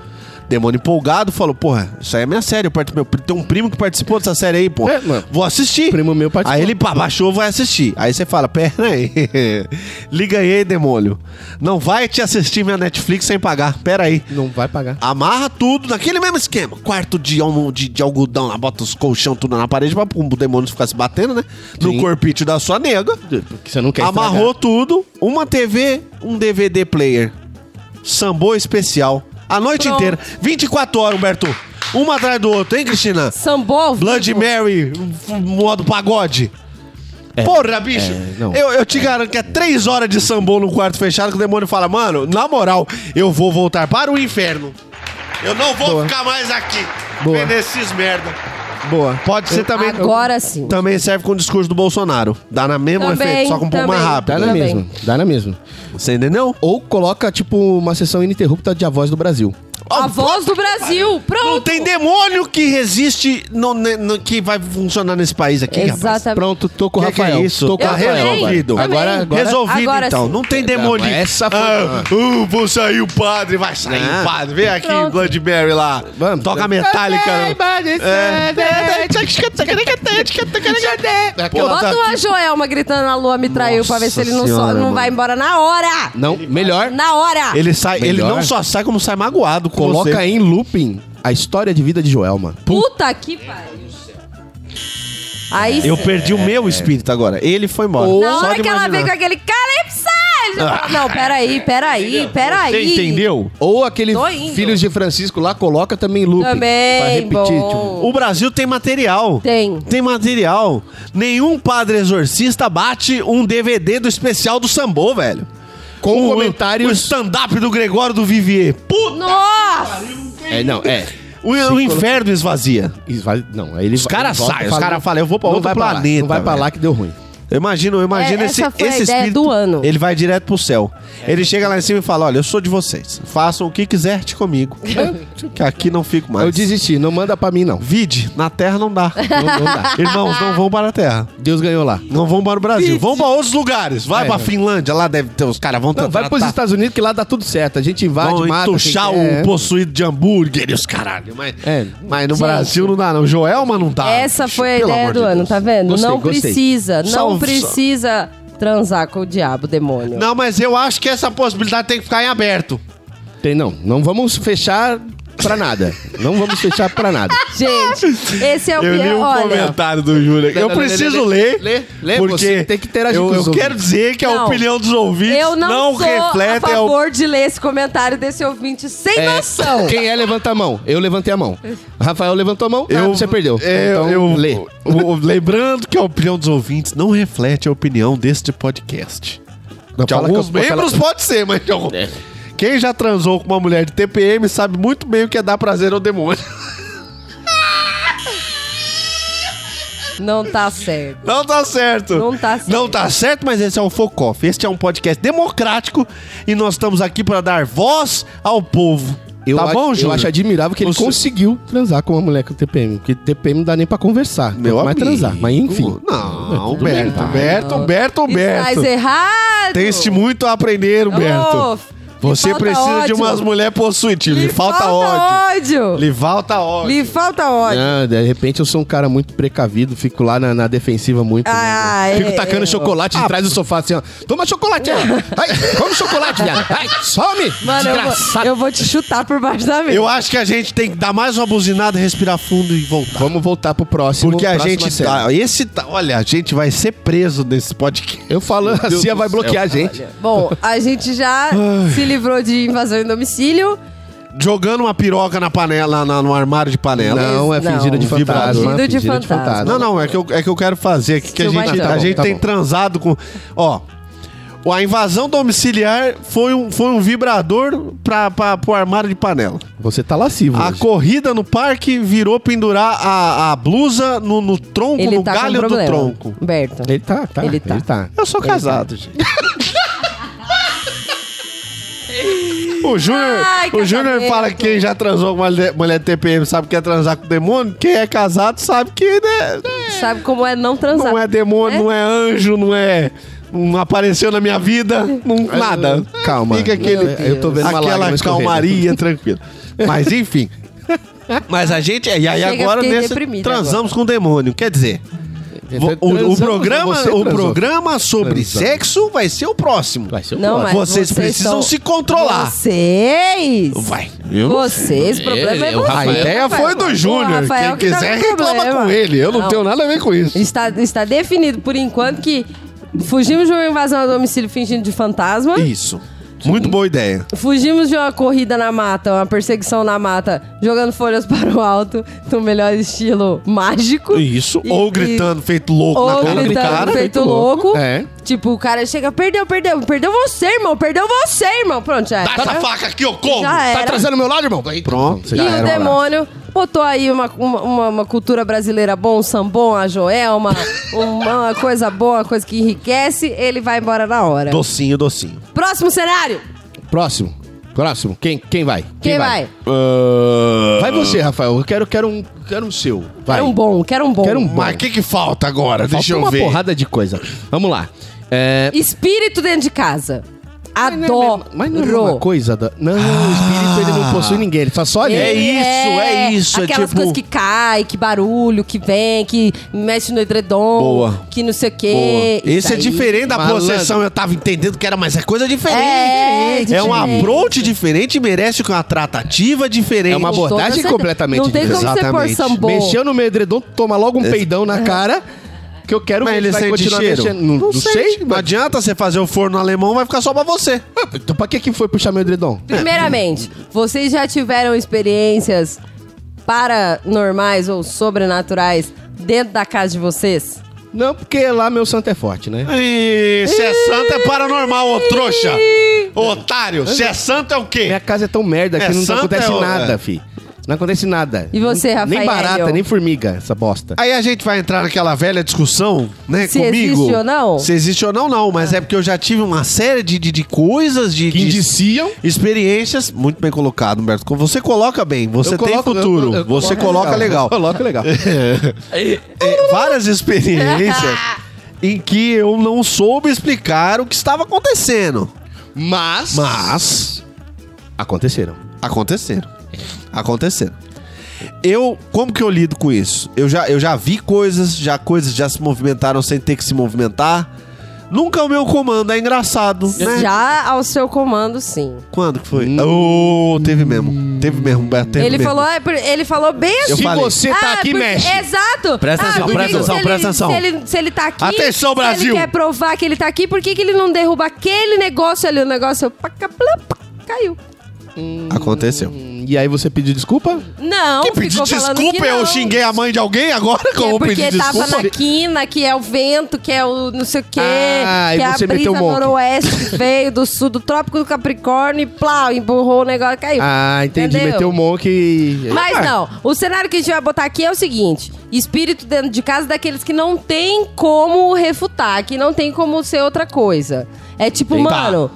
D: Demônio empolgado falou, porra, isso aí é minha série. Eu parto, meu, tem um primo que participou dessa série aí, porra.
E: É, mano.
D: Vou assistir.
E: Primo meu participou.
D: Aí ele pá, baixou, vai assistir. Aí você fala, pera aí. Liga aí, demônio. Não vai te assistir minha Netflix sem pagar. Pera aí.
E: Não vai pagar.
D: Amarra tudo naquele mesmo esquema. Quarto de, almo- de, de algodão lá, bota os colchão tudo na parede pra pum, o demônio ficar se batendo, né? No
E: Sim.
D: corpite da sua nega.
E: Porque você não quer
D: Amarrou tudo, uma TV, um DVD player. Sambô especial. A noite
C: Pronto.
D: inteira. 24 horas, Humberto. Uma atrás do outro, hein, Cristina?
C: Sambô ao vivo.
D: Blood Mary, f- modo pagode. Porra, bicho.
E: não.
D: eu, eu te garanto que é três horas de sambô no quarto fechado que o demônio fala, mano, na moral, eu vou voltar para o inferno. Eu não vou
E: Boa.
D: ficar mais aqui.
E: Boa.
D: Vendo esses merda.
E: Boa.
D: Pode ser também.
C: Agora sim.
D: Também serve com o discurso do Bolsonaro. Dá na mesma
C: Também,
D: efeito, só com um pouco mais
C: também.
E: Dá na
D: rápido.
C: Tá
E: mesma. Dá na mesma.
D: Você entendeu?
E: Ou coloca, tipo, uma sessão ininterrupta de A Voz do Brasil.
C: A voz do Brasil.
D: Não
C: Pronto.
D: tem demônio que resiste no, ne- no- que vai funcionar nesse país aqui, rapaz.
C: Exatamente.
E: Pronto, tô com o
D: Que que é
E: Rafael.
D: isso?
E: Tô com o
D: Eu
E: Rafael.
D: também,
E: Resolvido.
D: também.
E: Agora, agora...
D: Resolvido,
C: agora
D: então.
C: sim.
D: Não tem
E: Não,
D: demônio.
E: essa foi-
D: Ah, uh, vou sair o padre. Vai sair
E: Ah.
D: o padre. Vem aqui,
C: Pronto.
D: Blood Mary lá.
E: Vamos.
D: Toca a metálica. É.
C: Bota uma Joelma gritando a lua me traiu pra ver se ele não, só,
D: Senhora,
C: não
D: mano.
C: vai embora na hora.
E: Não, melhor,
C: Na hora.
D: Ele, sai, ele
E: Melhor.
D: não só sai, como sai magoado com
E: coloca
D: você.
E: em looping a história de vida de Joelma.
C: Puta que pariu. Aí
D: Eu
C: sim.
D: perdi
E: É.
D: o meu espírito agora. Ele foi embora.
C: Na
D: Só
C: hora
D: de
C: que ela
D: imaginar. Ah.
C: veio com aquele calypso, ele já falou, não, peraí, peraí, peraí.
D: Você entendeu?
E: Ou aquele
C: Tô indo.
E: Filhos de Francisco lá, coloca também em looping.
C: Também,
E: Pra repetir, tipo...
C: bom.
D: O Brasil tem material.
C: Tem.
D: Tem material. Nenhum padre exorcista bate um DVD do especial do Sambô, velho.
E: Com
D: O- O
E: comentários...
D: stand-up do Gregório do Vivier. Puta! Ah,
C: Nossa!
E: É, não, é.
D: O, o inferno esvazia.
E: Isso vai- Não, aí ele
D: Os caras
E: volta e
D: saem,
E: fala,
D: os caras
E: não-
D: falam, eu vou pra
E: não
D: outro
E: vai lá,
D: planeta,
E: não vai pra
D: velho.
E: lá que deu ruim.
D: Eu imagino, eu imagino
C: É,
D: esse,
C: essa foi a
D: esse
C: ideia
D: espírito.
C: do ano.
D: Ele vai direto pro céu. Ele chega lá em cima e fala: Olha, eu sou de vocês. Façam o que quiser de comigo. que aqui não fico mais.
E: Eu desisti, não manda pra mim, não.
D: Vide, na terra não dá.
E: Não dá.
D: Irmãos, não vão para a terra.
E: Deus ganhou lá.
D: Não vão para o Brasil. Vão para outros lugares. Vai
E: É.
D: pra Finlândia, lá deve ter os caras. Vão
E: Não, vai
D: tratar-
E: pros Estados Unidos que lá dá tudo certo. A gente é. invade,
D: Tá, Vão
E: mata. quem
D: entuchar o
E: quer.
D: possuído de hambúrguer e os caralho. Mas,
E: É.
D: mas no
C: Gente.
D: Brasil não dá, não. Joelma não dá.
C: Essa foi a
D: Pelo
C: ideia
D: amor
C: do
D: de
C: ano,
D: Deus.
C: tá vendo?
E: Gostei,
C: não
E: gostei.
C: precisa, não
D: Salve,
C: precisa transar com o diabo, demônio.
D: É. Não, mas eu acho que essa possibilidade tem que ficar em aberto.
E: Tem, não. Não vamos fechar pra nada. Não vamos fechar pra nada.
C: Gente, esse é o
D: Eu li
C: pior.
D: um
C: Olha,
D: comentário do Júlio. aqui. Eu
E: Lê, lê, lê,
D: preciso
E: lê,
D: ler.
E: lê, lê,
D: porque
E: você tem que interagir
D: eu,
E: com os
D: eu
E: ouvintes.
D: quero dizer que a
C: Não.
D: opinião dos ouvintes
C: eu não,
D: não,
C: sou a
D: refletem o
C: favor de ler esse comentário desse ouvinte sem
E: É,
C: noção.
E: Quem é, levanta a mão. Eu levantei a mão. Rafael levantou a mão, eu, Ah, você perdeu.
D: é,
E: então,
D: eu-
E: lê.
D: o- o- lembrando que a opinião dos ouvintes não reflete a opinião deste podcast.
E: Não,
D: de
E: Então fala
D: alguns
E: que eu-
D: membros
E: fala- É.
D: pode ser, mas de alguns. Quem já transou com uma mulher de TPM sabe muito bem o que é dar prazer ao demônio.
C: Não tá certo.
D: Não tá certo.
C: Não tá certo.
D: Não tá certo, mas esse é o Focoff. Este é um podcast democrático e nós estamos aqui para dar voz ao povo.
E: Eu,
D: tá
E: a-
D: bom, Júlio?
E: Eu acho admirável que ele
D: Você-
E: conseguiu transar com uma mulher com TPM. Porque TPM não dá nem pra conversar.
D: Meu
E: quanto mais
D: amigo.
E: transar. Mas enfim. É,
D: Não, Humberto,
E: bem,
D: Humberto, Humberto,
C: Estás
D: Humberto.
C: errado.
D: Tem-se muito a aprender, Humberto.
C: Oh,
D: tipo, Você
C: me falta
D: precisa de
C: ódio.
D: umas mulheres possuídas. Lhe
C: Me
D: falta, ódio.
C: ódio.
D: Lhe Né? falta ódio.
C: Me falta ódio.
E: Ah, de repente eu sou um cara muito precavido, fico lá na, na defensiva muito.
C: Ah,
E: né? Fico
C: é,
E: tacando
C: é.
E: chocolate
D: Ah.
E: de trás do sofá assim, ó. Toma chocolate, ó. Ai, come chocolate, viado. Ai, some!
C: Mano, eu vou,
E: desgraçado.
C: eu vou te chutar por baixo da mesa.
D: Eu acho que a gente tem que dar mais uma buzinada, respirar fundo e voltar.
E: Vamos voltar pro próximo.
D: Porque a
E: próxima
D: gente
E: série.
D: tá, esse tá, olha, a gente vai ser preso nesse podcast.
E: Eu falando, a
D: Deus
E: Cia
D: do
E: vai
D: céu,
E: bloquear a gente.
C: Bom, a gente já se livrou de invasão em domicílio.
D: Jogando uma piroca na panela, na- no armário de panela.
E: Não, é
C: Não.
E: fingida de fantasma.
C: Fingido de
E: fingida
C: fantasma.
D: Não, não, é que eu, é que eu quero fazer aqui que a
C: Seu
D: gente,
C: baitão.
D: a gente
E: Tá bom,
D: tem
E: tá bom.
D: transado com. Ó. A invasão domiciliar foi um, foi um vibrador pra, pra, pro armário de panela.
E: Você tá lascivo.
D: A
E: hoje.
D: corrida no parque virou pendurar a, a blusa no, no tronco,
C: Ele
D: no
C: tá
D: galho
C: com
D: do
C: problema.
D: tronco.
C: Humberto.
E: Ele tá, tá.
C: Ele tá.
E: Ele tá.
D: Eu sou casado, gente. O Júnior,
C: Ai,
D: o Júnior
C: casamento.
D: fala que quem já transou com uma mulher- mulher de TPM sabe que é transar com demônio. Quem é casado sabe que né,
C: Sabe como é não transar.
D: não é demônio,
C: né?
D: não é anjo, não é. Não apareceu na minha vida, não- nada.
E: Calma.
D: Fica aquele,
E: Eu tô vendo uma
D: aquela
E: lágrima escorrer.
D: calmaria tranquila. Mas enfim. Mas a gente. E aí
C: Chega,
D: agora
C: fiquei
D: nesse,
C: deprimida
D: transamos com o demônio. Quer dizer, vo- o- o,
E: Transamos,
D: programa,
E: você
D: o
E: transou.
D: programa sobre
E: Transamos.
D: sexo vai ser o próximo.
E: Vai ser o
C: Não,
E: próximo.
C: mas
D: Vocês precisam
C: são-
D: se controlar.
C: Vocês!
D: Vai. Eu não
C: Vocês, o problema é,
F: o
C: você.
D: A ideia
C: Rafael.
D: foi
C: O
D: do Júnior.
C: Rafael
D: Quem
C: que tá
D: quiser
C: com
D: reclama
C: problema.
D: com ele. Eu não, tenho nada a ver com isso.
C: Está, está definido por enquanto que fugimos de uma invasão a domicílio fingindo de fantasma.
D: Isso. Muito boa ideia.
C: Fugimos de uma corrida na mata, uma perseguição na mata, jogando folhas para o alto, no melhor estilo mágico.
D: Isso.
C: E-
D: ou
C: e-
D: gritando feito louco na
C: Ou
D: cara do
C: gritando
D: cara.
C: feito louco.
E: É.
C: Tipo, o cara chega, perdeu, perdeu, perdeu você, irmão, perdeu você, irmão. Pronto, já
F: Dá
D: Tá
C: era.
F: essa faca aqui, ô corvo!
C: Já
E: Tá
C: É, era.
E: atrasando o meu lado, irmão? Eita,
D: Pronto,
E: você
C: E
E: já era,
C: o
E: um abraço.
C: demônio botou aí uma, uma, uma- uma cultura brasileira bom, um sambom, a Joelma, uma, uma coisa boa, uma coisa que enriquece, ele vai embora na hora.
D: Docinho, docinho.
C: Próximo cenário!
E: Próximo. Próximo. Quem, quem vai?
C: Quem, vai?
E: Vai você, Rafael. Eu quero, quero, um, quero um seu. Vai.
C: Quero um bom, quero um bom.
E: Quero um bom.
F: Mas o que que falta agora?
E: Faltou
F: Deixa eu
E: uma
F: ver.
E: porrada de coisa. Vamos lá. É...
C: Espírito dentro de casa. Adoro.
E: Mas não é uma coisa da... Não, o espírito ele
D: Ah.
E: não possui ninguém. Ele só só
D: É
E: ele.
D: isso, é isso, é
C: Aquelas
D: tipo-
C: coisas que caem, que barulho, que vem, que mexe no edredom,
D: Boa.
C: que não sei o quê.
D: Boa. Esse
C: Isso
D: é
C: aí.
D: diferente da
E: malandro.
D: possessão, eu tava entendendo que era, mas é coisa diferente.
C: É,
D: É um
C: diferente.
D: approach diferente, merece uma tratativa diferente.
E: É uma
C: Com toda
E: abordagem
C: certeza.
E: completamente
C: Não tem como você pôr
D: Exatamente.
C: sambô. É.
E: Mexeu no meu edredom, toma logo um peidão na cara. Que eu quero
D: Mas
E: ver
D: ele
E: se vai
D: sente
E: continuar
D: cheiro?
E: mexendo. Não, não sei.
D: Não adianta você fazer o forno alemão, vai ficar só pra você.
E: Então pra que que foi puxar meu edredom?
C: Primeiramente, vocês já tiveram experiências paranormais ou sobrenaturais dentro da casa de vocês?
E: Não, porque lá meu santo é forte, né?
D: Ih, se é santo é paranormal, ô trouxa. Otário, se é santo é o
E: Minha
D: quê?
E: casa é tão merda que
D: É
E: não
D: santa,
E: acontece
D: é o- é.
E: nada, fi. Não acontece nada.
C: E você,
E: Nem
C: Rafael?
E: Nem barata, nem formiga, essa bosta.
D: Aí a gente vai entrar naquela velha discussão, né,
C: Se
D: comigo.
C: existe ou não?
D: Se existe ou não, não. Mas é porque eu já tive uma série de, de, de coisas, de, de
E: indiciam.
D: experiências. Muito bem colocado, Humberto. Você coloca bem, você
E: Eu
D: tem
E: coloco-
D: futuro.
E: eu- eu
D: você
E: coloco
D: coloca legal.
E: Coloca legal.
D: É, várias experiências em que eu não soube explicar o que estava acontecendo.
E: Mas.
D: Mas
E: Aconteceram.
D: Aconteceram. Aconteceram. Eu, como que eu lido com isso? Eu já, eu já vi coisas, já coisas já se movimentaram sem ter que se movimentar. Nunca o meu comando, é engraçado, né?
C: Já ao seu comando, sim.
D: Quando que
E: Hum.
D: foi? Oh, teve mesmo. Teve mesmo, Humberto, teve
C: ele
D: mesmo.
C: falou, é, por- ele falou bem assim.
D: Eu
E: Se
D: falei.
E: você tá
C: Ah,
E: aqui,
C: porque-
E: mexe.
C: Exato.
D: Presta
C: Ah,
D: atenção,
C: por que
D: presta
C: que se
D: atenção,
C: ele-
D: presta atenção.
C: Se ele, se ele tá aqui.
D: Atenção,
C: se
D: Brasil.
C: ele quer provar que ele tá aqui, por que, que ele não derruba aquele negócio ali? O negócio paca, plá, pá, caiu.
D: Aconteceu.
E: Hum, E aí você pediu desculpa?
C: Não,
D: Que pedir
C: ficou falando
D: desculpa,
C: que
D: eu
C: não.
D: xinguei a mãe de alguém agora?
C: Que é
D: Como
C: porque
D: pedir
C: tava
D: desculpa?
C: na quina, que é o vento, que é o não sei o quê,
E: Ah, e
C: que é
E: você
C: a brisa
E: meteu um monte.
C: noroeste que veio do sul, do trópico do Capricórnio e plau, emburrou o negócio, caiu.
E: Ah, entendi.
C: Entendeu?
E: Meteu o monk e. Ah,
C: Mas não, o cenário que a gente vai botar aqui é o seguinte: espírito dentro de casa daqueles que não tem como refutar, que não tem como ser outra coisa. É tipo,
E: Eita.
C: mano.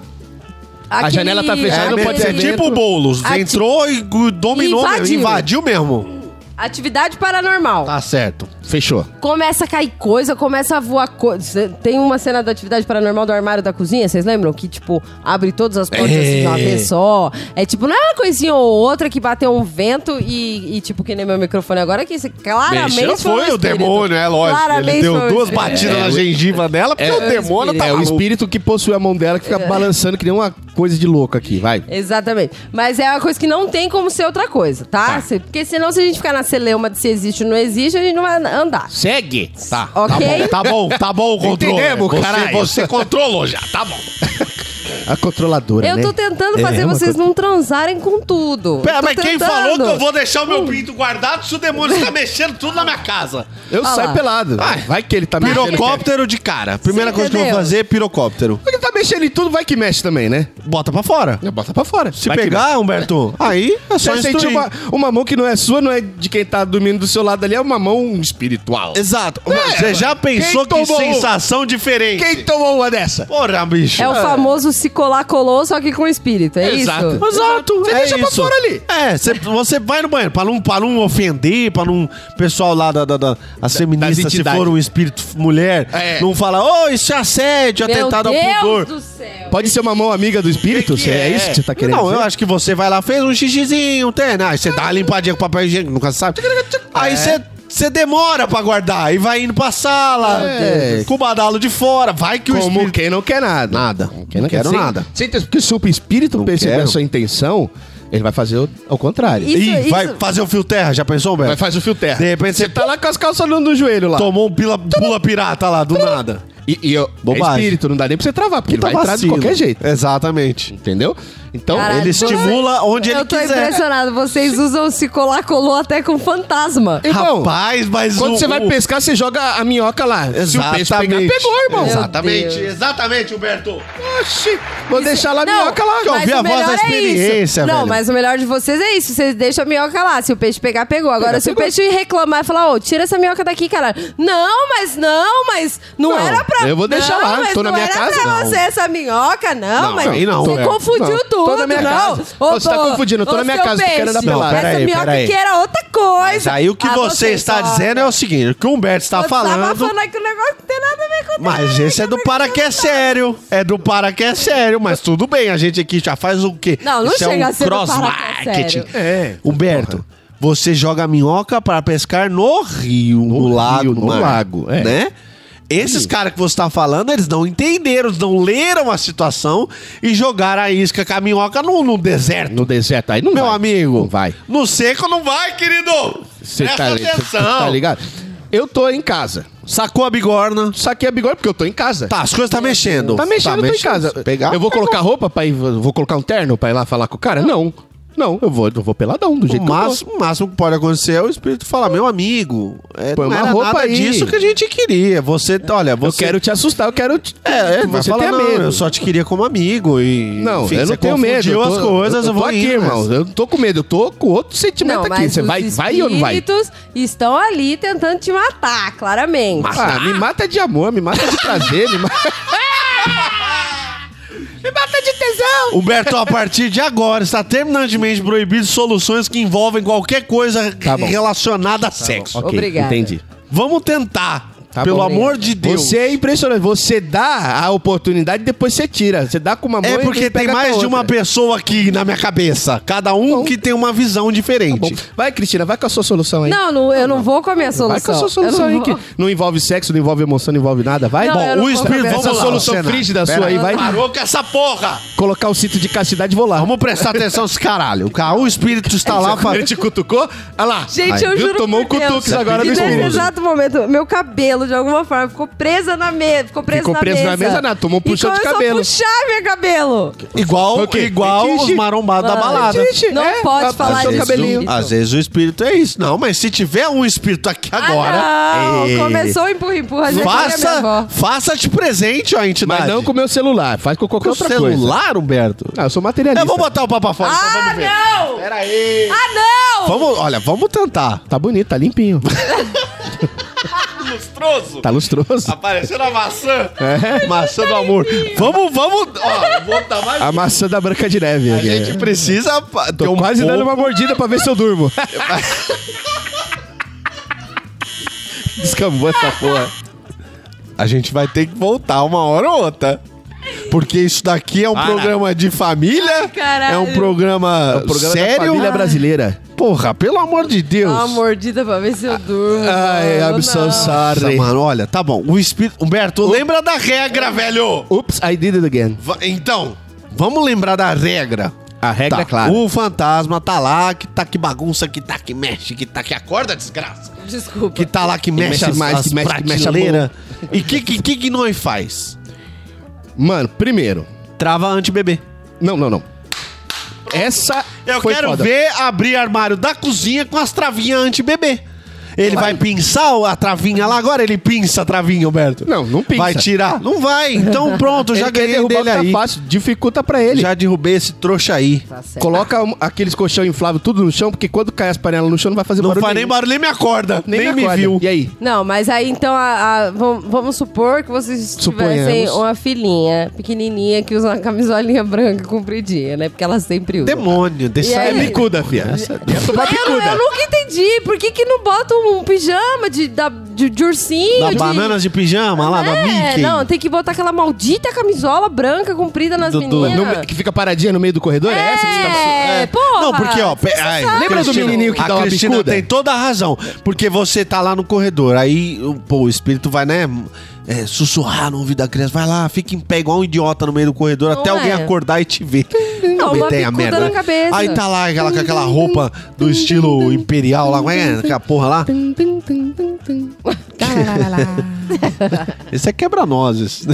E: A janela tá
D: É,
E: fechada, Já não
D: mas
E: pode
D: é
E: ser
D: tipo o Boulos.
C: Ati-
D: Entrou e gu- dominou, mesmo,
C: Invadiu.
D: invadiu mesmo.
C: Atividade paranormal.
E: Tá certo. Fechou.
C: Começa a cair coisa, começa a voar coisa. Tem uma cena da atividade paranormal do armário da cozinha, vocês lembram? Que, tipo, abre todas as portas assim, de uma vez só. É tipo, não é uma coisinha ou outra que bateu um vento e, e, tipo, que nem meu microfone agora, que isso claramente
D: Mexeu,
C: um
D: foi o
C: espírito.
D: demônio, é lógico.
C: Claramente foi
D: Ele deu
C: um
D: duas
C: espírito.
D: batidas
E: É,
D: na
E: o-
D: gengiva dela, porque
E: é,
D: o demônio tá
E: é o
D: maluco.
E: espírito que possui a mão dela que
C: É.
E: fica balançando que nem uma coisa de louco aqui. Vai.
C: Exatamente. Mas é uma coisa que não tem como ser outra coisa, tá? Se- Porque senão, se a gente ficar na celeuma de se existe ou não existe, a gente não vai andar.
E: Segue.
D: Tá,
C: Ok?
D: tá bom, tá bom, tá bom o controle.
E: Entendemos,
D: você,
E: caralho.
D: você controlou já, tá bom.
E: A controladora,
C: Eu
E: né?
C: tô tentando
E: É,
C: fazer
E: é uma
C: vocês
E: coisa-
C: não transarem com tudo.
D: Pera,
C: Eu tô
D: mas quem
C: tentando.
D: falou que eu vou deixar o meu pinto guardado se o demônio está mexendo tudo na minha casa?
E: Eu
C: Ah
E: saio
C: lá.
E: pelado. Vai. que ele tá mexendo.
D: Pirocóptero de cara. Primeira
C: Você
D: coisa que eu vou
C: entendeu?
D: fazer é pirocóptero.
E: Porque ele tá mexendo em tudo, vai que mexe também, né?
D: Bota pra fora.
E: Bota pra fora.
D: Se pegar, Humberto, aí é só
E: Você sentir
D: instruir.
E: uma, uma mão que não é sua, não é de quem tá dormindo do seu lado ali, é uma mão espiritual.
D: Exato. Você já pensou que
E: É. Quem tomou?
D: sensação diferente?
E: Quem tomou uma dessa?
D: Porra, bicho.
C: É o famoso se colar, colou, só que com espírito, é isso?
D: Exato.
E: Você
D: é
E: deixa pra
D: isso.
E: fora ali.
D: É, cê- você vai no banheiro pra não, pra não ofender, pra não. Pessoal lá da, da, da as feministas, se
E: entidades.
D: for um espírito mulher,
E: É.
D: não fala, ô, isso é assédio,
C: Meu
D: atentado
C: Deus
D: ao pudor.
C: do céu.
E: Pode ser uma mão amiga do espírito? Cê- é? isso que você tá querendo
D: Não,
E: dizer?
D: eu acho que você vai lá, fez um xixizinho, tem, né? Aí você dá uma limpadinha com papel higiênico, nunca se sabe.
E: É.
D: Aí você. Você demora pra guardar e vai indo pra sala, um
E: É.
D: com o badalo de fora, vai que o
E: Como
D: espírito...
E: quem não quer nada.
D: Nada.
E: Quem não
D: Quero
E: quer
D: nada.
E: Sem, sem, porque se o espírito perceber
D: quero.
E: a sua intenção, ele vai fazer o- ao contrário.
C: Isso,
D: Ih, vai
C: isso.
D: fazer o fio terra, já pensou, Beto?
E: é? Vai fazer o fio terra. tá
D: De repente você
E: Você tá lá com as calças no, no joelho lá.
D: Tomou um pila, pula pirata lá, do nada.
E: E, e eu,
F: Bobagem.
E: é espírito, não dá nem pra você travar, porque ele
D: tá
F: Puta
E: vai entrar de
F: vacilo.
E: qualquer jeito.
F: Exatamente.
E: Entendeu? Então,
C: Caralho,
F: Ele
C: tô-
F: estimula onde ele
C: Eu tô
F: quiser.
C: impressionado. Vocês usam se colar, colou até com fantasma.
D: Irmão,
F: Rapaz, mas
D: quando
F: o-
D: você vai
F: o-
D: pescar, você joga a minhoca lá. Se o peixe pegar,
F: Exatamente.
D: pegou, irmão.
C: Meu
E: exatamente,
C: Deus.
E: exatamente, Humberto.
D: Oxi, vou deixar lá a
C: Não,
D: minhoca lá.
F: que eu
C: mas
F: ouvi
C: o
F: a voz da
C: melhor é
F: experiência,
C: isso. Não,
F: velho.
C: mas o melhor de vocês é isso. Vocês deixam a minhoca lá. Se o peixe pegar, pegou. Agora, se o peixe reclamar e falar, ô, tira essa minhoca daqui, caralho. Não, mas não, mas não,
D: Não,
C: era pra...
D: eu vou deixar
C: não,
D: lá,
C: mas
D: tô na
C: não
D: minha
C: era
D: casa,
C: pra
D: não.
C: você essa minhoca, não,
D: Não,
C: mas...
D: aí não,
C: Você
D: velho.
C: confundiu
D: Não,
C: tudo,
D: tô na minha
C: não.
D: casa.
C: Ô,
D: Você tá
C: tô-
D: confundindo, eu tô
C: ô,
D: na minha
C: seu
D: casa, é tô querendo
C: peixe,
D: dar
F: pelada.
C: Essa
F: Peraí,
C: minhoca
F: peraí.
C: aqui era outra
F: Mas
C: coisa.
F: aí o que
C: Ah,
F: você
C: vocês
F: está
C: só-
F: dizendo é o seguguinte, o que o Humberto
D: tá
F: está
C: Você Tava
F: falando...
C: falando que o negócio não tem nada a ver com
F: Mas
C: nada,
F: esse é do
C: nada,
F: para
C: nada.
F: que é sério. É do para que é sério, mas tudo bem. A gente aqui já faz o quê?
C: Não, não
F: Isso é
C: chega
F: um
C: a ser do para que é
F: cross-marketing.
C: sério.
D: É.
F: Humberto, você joga a minhoca para pescar no rio, no, lago,
E: rio,
F: no,
E: no
F: mar,
E: lago, é.
F: né? Esses caras que você tá falando, eles não entenderam, eles não leram a situação e jogaram a isca com a minhoca no, no deserto.
E: No deserto aí não
F: Meu
E: vai.
F: amigo,
E: Não vai.
F: No seco não vai, querido.
E: Você
F: Presta
E: tá,
F: atenção.
E: cê tá ligado? Eu tô em casa.
F: Sacou a bigorna.
E: Saquei a bigorna porque eu tô em casa.
F: Tá, as coisas tá mexendo.
E: Tá mexendo, eu tô em casa.
F: Se Pegar.
E: Eu vou colocar roupa pra ir. Vou colocar um terno pra ir lá falar com o cara? Não. Não, eu vou, eu vou peladão, do jeito
F: O
E: que eu tô.
F: máximo, o máximo que pode acontecer é o espírito falar, meu amigo, é,
E: Põe
F: não
E: uma
F: era
E: roupa
F: nada
E: aí."
F: disso que a gente queria. Você, olha,
E: Eu
F: você...
E: quero te assustar, eu quero te.
F: É, é,
E: que você
F: você
E: tenha
F: tem medo.
E: medo.
F: Eu só te queria como amigo e...
E: Não,
F: enfim,
E: eu
F: você
E: não tenho
F: confundiu
E: medo. eu tô-
F: as coisas, eu,
E: eu,
F: vou
E: tô aqui,
F: indo,
E: irmão.
F: mas-
E: Eu não tô com medo, eu tô com outro sentimento
C: Não,
E: aqui.
C: mas
E: Você
C: os
E: vai, vai ou não vai?
C: espíritos estão ali tentando te matar, claramente.
E: Ah, me mata de amor, me mata de prazer, me mata.
F: Humberto, a partir de agora, está terminantemente proibido soluções que envolvem qualquer coisa
E: Tá bom.
F: relacionada a sexo.
C: Ok, Obrigada.
E: Entendi.
F: Vamos tentar,
E: Tá
F: pelo
E: bom,
F: amor
E: obrigado.
F: de Deus.
E: Você é impressionante. Você dá a oportunidade e depois você tira. Você dá com uma mão
F: É
E: e
F: porque tem
E: pega com a
F: mais de uma
E: outra.
F: pessoa aqui na minha cabeça. Cada um que tem uma visão diferente.
E: Tá Bom, vai, Cristina, vai com a sua solução aí.
C: Não, não, eu não vou com a minha solução.
E: vai com a sua
C: Eu não
E: solução aí,
C: vou.
E: que não envolve sexo, não envolve emoção, não envolve nada. Vai,
C: Não,
E: bom,
C: eu não
F: o
C: vou
F: espírito,
C: comer.
F: vamos
E: Essa
F: lá,
E: solução
F: Senado.
E: frígida
F: Pera
E: sua aí, vai
F: Parou com essa porra!
E: colocar o cinto de castidade e vou lá.
F: Vamos prestar atenção nesse é caralho. O ca- O espírito está lá pra...
E: Ele te cutucou? Olha lá.
C: Gente,
E: Aí,
C: eu
E: viu?
C: juro
E: Tomou um
C: por Deus.
E: cutuques agora
C: E
E: do
C: Nesse
E: espírito.
C: exato momento, meu cabelo, de alguma forma, ficou presa na mesa. Ficou preso
E: Ficou
C: na
E: preso
C: mesa.
E: na mesa, nada, tomou um
C: E
E: puxão de
C: começou a
E: cabelo.
C: puxar meu cabelo.
F: Igual,
E: Foi o quê?
F: igual
E: Fetiche?
F: os marombados da
C: Mano,
F: balada.
E: Gente,
C: Não pode
E: a-
C: Ah, falar
E: a- é, seu
C: disso.
E: cabelinho.
C: Isso. Ah,
F: Às vezes o espírito é isso. Não, mas se tiver um espírito aqui agora...
C: Ah, não.
F: Ei.
C: Começou o empurra-empurra. gente, olha minha
F: Faça,
C: avó.
F: faça-te presente, ó, entidade.
E: Mas não com o meu celular, faz com qualquer
F: com o
E: outra coisa.
F: celular, Humberto.
E: Ah, eu sou materialista.
F: Eu vou botar o papo fora, então
C: Ah,
F: vamos ver.
C: não!
F: Pera aí.
C: Ah, não!
F: Vamos, olha, vamos tentar.
E: Tá bonito, tá limpinho.
F: Lustroso.
E: Tá lustroso.
F: Aparecendo a maçã.
E: É.
F: Maçã do amor. Vamos, vamos. Ó, vou dar mais.
E: A maçã da Branca de Neve.
F: A gente precisa. pa- ter
E: Tô
F: um
E: quase dando
F: pouco-
E: uma mordida pra ver se eu durmo. Descambou essa porra.
F: A gente vai ter que voltar uma hora ou outra. Porque isso daqui é um programa de família.
C: caralho.
F: É um programa,
E: Sério?
F: sério.
E: Família Brasileira.
F: Porra, pelo amor de Deus.
C: Dá uma mordida pra ver se eu durmo.
E: Ai,
C: mano,
E: I'm so
C: Ah, não.
F: Nossa,
E: sorry.
F: mano, olha, tá bom. O espírito. Humberto, lembra da regra, velho!
E: Oops, I did it again.
F: Va- Então, vamos lembrar da regra.
E: A regra
F: Tá,
E: é clara.
F: O fantasma tá lá, que tá que bagunça, que tá que mexe, que tá que acorda, desgraça.
C: Desculpa.
F: Que tá lá que mexe,
E: mexe
F: as,
E: mais,
F: as
E: que mexe- que mexe a
F: prateleiras. E que, que que que nós faz?
E: Mano, primeiro.
F: Trava anti-bebê.
E: Não, não, não. Essa
F: Eu
E: foi
F: quero
E: foda.
F: ver abrir armário da cozinha com as travinhas anti-bebê. Ele vai pinçar a travinha lá agora? Ele pinça a travinha, Humberto?
E: Não, não pinça.
F: Vai tirar? Não vai. Então pronto,
E: Ele
F: já
E: quer
F: ganhei
E: derrubar o
F: dele
E: que tá
F: aí.
E: fácil, dificulta pra ele.
F: Já derrubei esse trouxa aí.
C: Tá certo.
E: Coloca um- aqueles colchão inflável tudo no chão, porque quando cai as panelas no chão não vai fazer
F: Não
E: barulho
F: faz nem
E: nenhum.
F: barulho, nem me acorda. Nem, me
E: acorda.
F: viu.
E: E aí?
C: Não, mas aí então a- a- vam- vamos supor que vocês tivessem
E: Suponhamos.
C: uma filhinha pequenininha que usa uma camisolinha branca compridinha, né? Porque ela sempre usa.
F: Demônio, desse
C: E
E: É
C: aí?
E: bicuda, fia. É tomar
C: Eu, não- eu
E: bicuda.
C: nunca entendi. Por que, que não botam um pijama de, da, de, de ursinho?
F: Da
C: de...
F: bananas de pijama lá, da
C: É,
F: Mickey.
C: não, tem que botar aquela maldita camisola branca comprida nas
F: Do- do-
C: meninas.
E: No- que fica paradinha no meio do corredor? É, essa que você tá
C: É, porra.
F: Não, porque, ó, pe- ai,
E: Lembra do menininho que
F: a
E: dá uma
F: Cristina
E: bicuda?
F: tem toda a razão. Porque você tá lá no corredor, aí o- pô, o espírito vai, né? é, sussurrar no ouvido da criança, vai lá, fica em pé igual um idiota no meio do corredor até
C: é?
F: alguém acordar e te ver.
C: Não, uma
F: tem a
C: bicuda
F: merda,
C: na
F: né?
C: cabeça.
F: Aí tá lá aquela, com aquela roupa do estilo imperial lá, como é que é? aquela porra lá.
C: Tum, tum, tum, tum, tum.
D: Esse é quebra-nozes.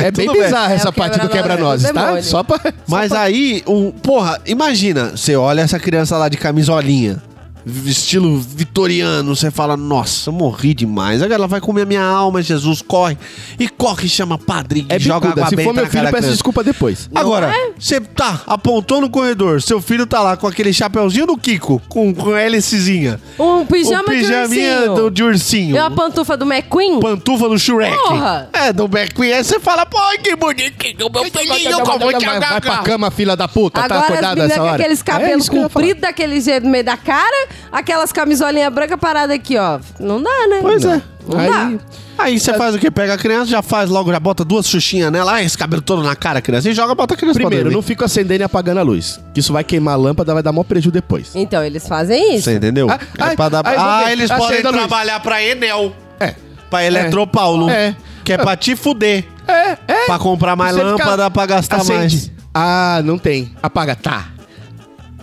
E: é bem
D: tudo bem.
E: bizarra
C: É
E: essa
C: o
E: parte do
C: quebra-nozes,
E: quebra-nozes,
C: é o
E: tá?
C: demônio.
E: Só pra.
D: Mas aí, um, porra, imagina, você olha essa criança lá de camisolinha, v- estilo vitoriano, você fala, nossa, morri demais. Agora ela vai comer minha alma, Jesus, corre. E corre, chama padrinho,
E: É
D: joga
E: bicuda.
D: água
E: Se é?
D: benta
E: for meu
D: na
E: filho,
D: cara da
E: peço
D: criança.
E: desculpa depois.
D: Agora, você tá, apontou no corredor, seu filho tá lá com aquele chapeuzinho do Kiko, com, com hélicezinha.
C: Um pijama,
D: o pijaminha
C: de ursinho.
D: do- de ursinho.
C: E
E: um
C: uma pantufa do McQueen.
D: Pantufa do Shrek.
C: Porra!
D: É, do McQueen. Aí você fala, pô, que bonitinho, meu filhinho, como te
E: Vai vai pra
D: agarrar.
E: cama, filha da puta. tá
C: Agora as
E: acordada
C: meninas
E: essa
C: com
E: hora?
C: aqueles
E: É
C: cabelos
E: isso que eu ia falar.
C: compridos daquele jeito no meio da cara, aquelas camisolinhas brancas paradas aqui, ó. Não dá, né?
D: Pois é.
C: Não
E: Aí-
C: dá.
D: Aí
E: É.
D: você faz o quê? Pega a criança, já faz logo, já bota duas xuxinhas nela, ah, esse cabelo todo na cara, criança, e joga, bota a criança
E: Primeiro,
D: pra
E: não
D: dormir.
E: fico acendendo e apagando a luz. Que isso vai queimar a lâmpada, vai dar mó prejuízo depois.
C: Então, eles fazem isso.
D: Você entendeu?
E: Ah,
D: É
E: ai,
D: pra dar-
E: ai, vou
D: Ah,
E: ver.
D: eles
E: Acenda
D: podem
E: a luz.
D: trabalhar pra Enel,
E: É.
D: pra Eletropaulo,
E: É.
D: que é pra te fuder,
E: É, é.
D: pra comprar mais
E: Você fica-
D: lâmpada, pra gastar mais.
E: Acende. Ah, não tem. Apaga, tá.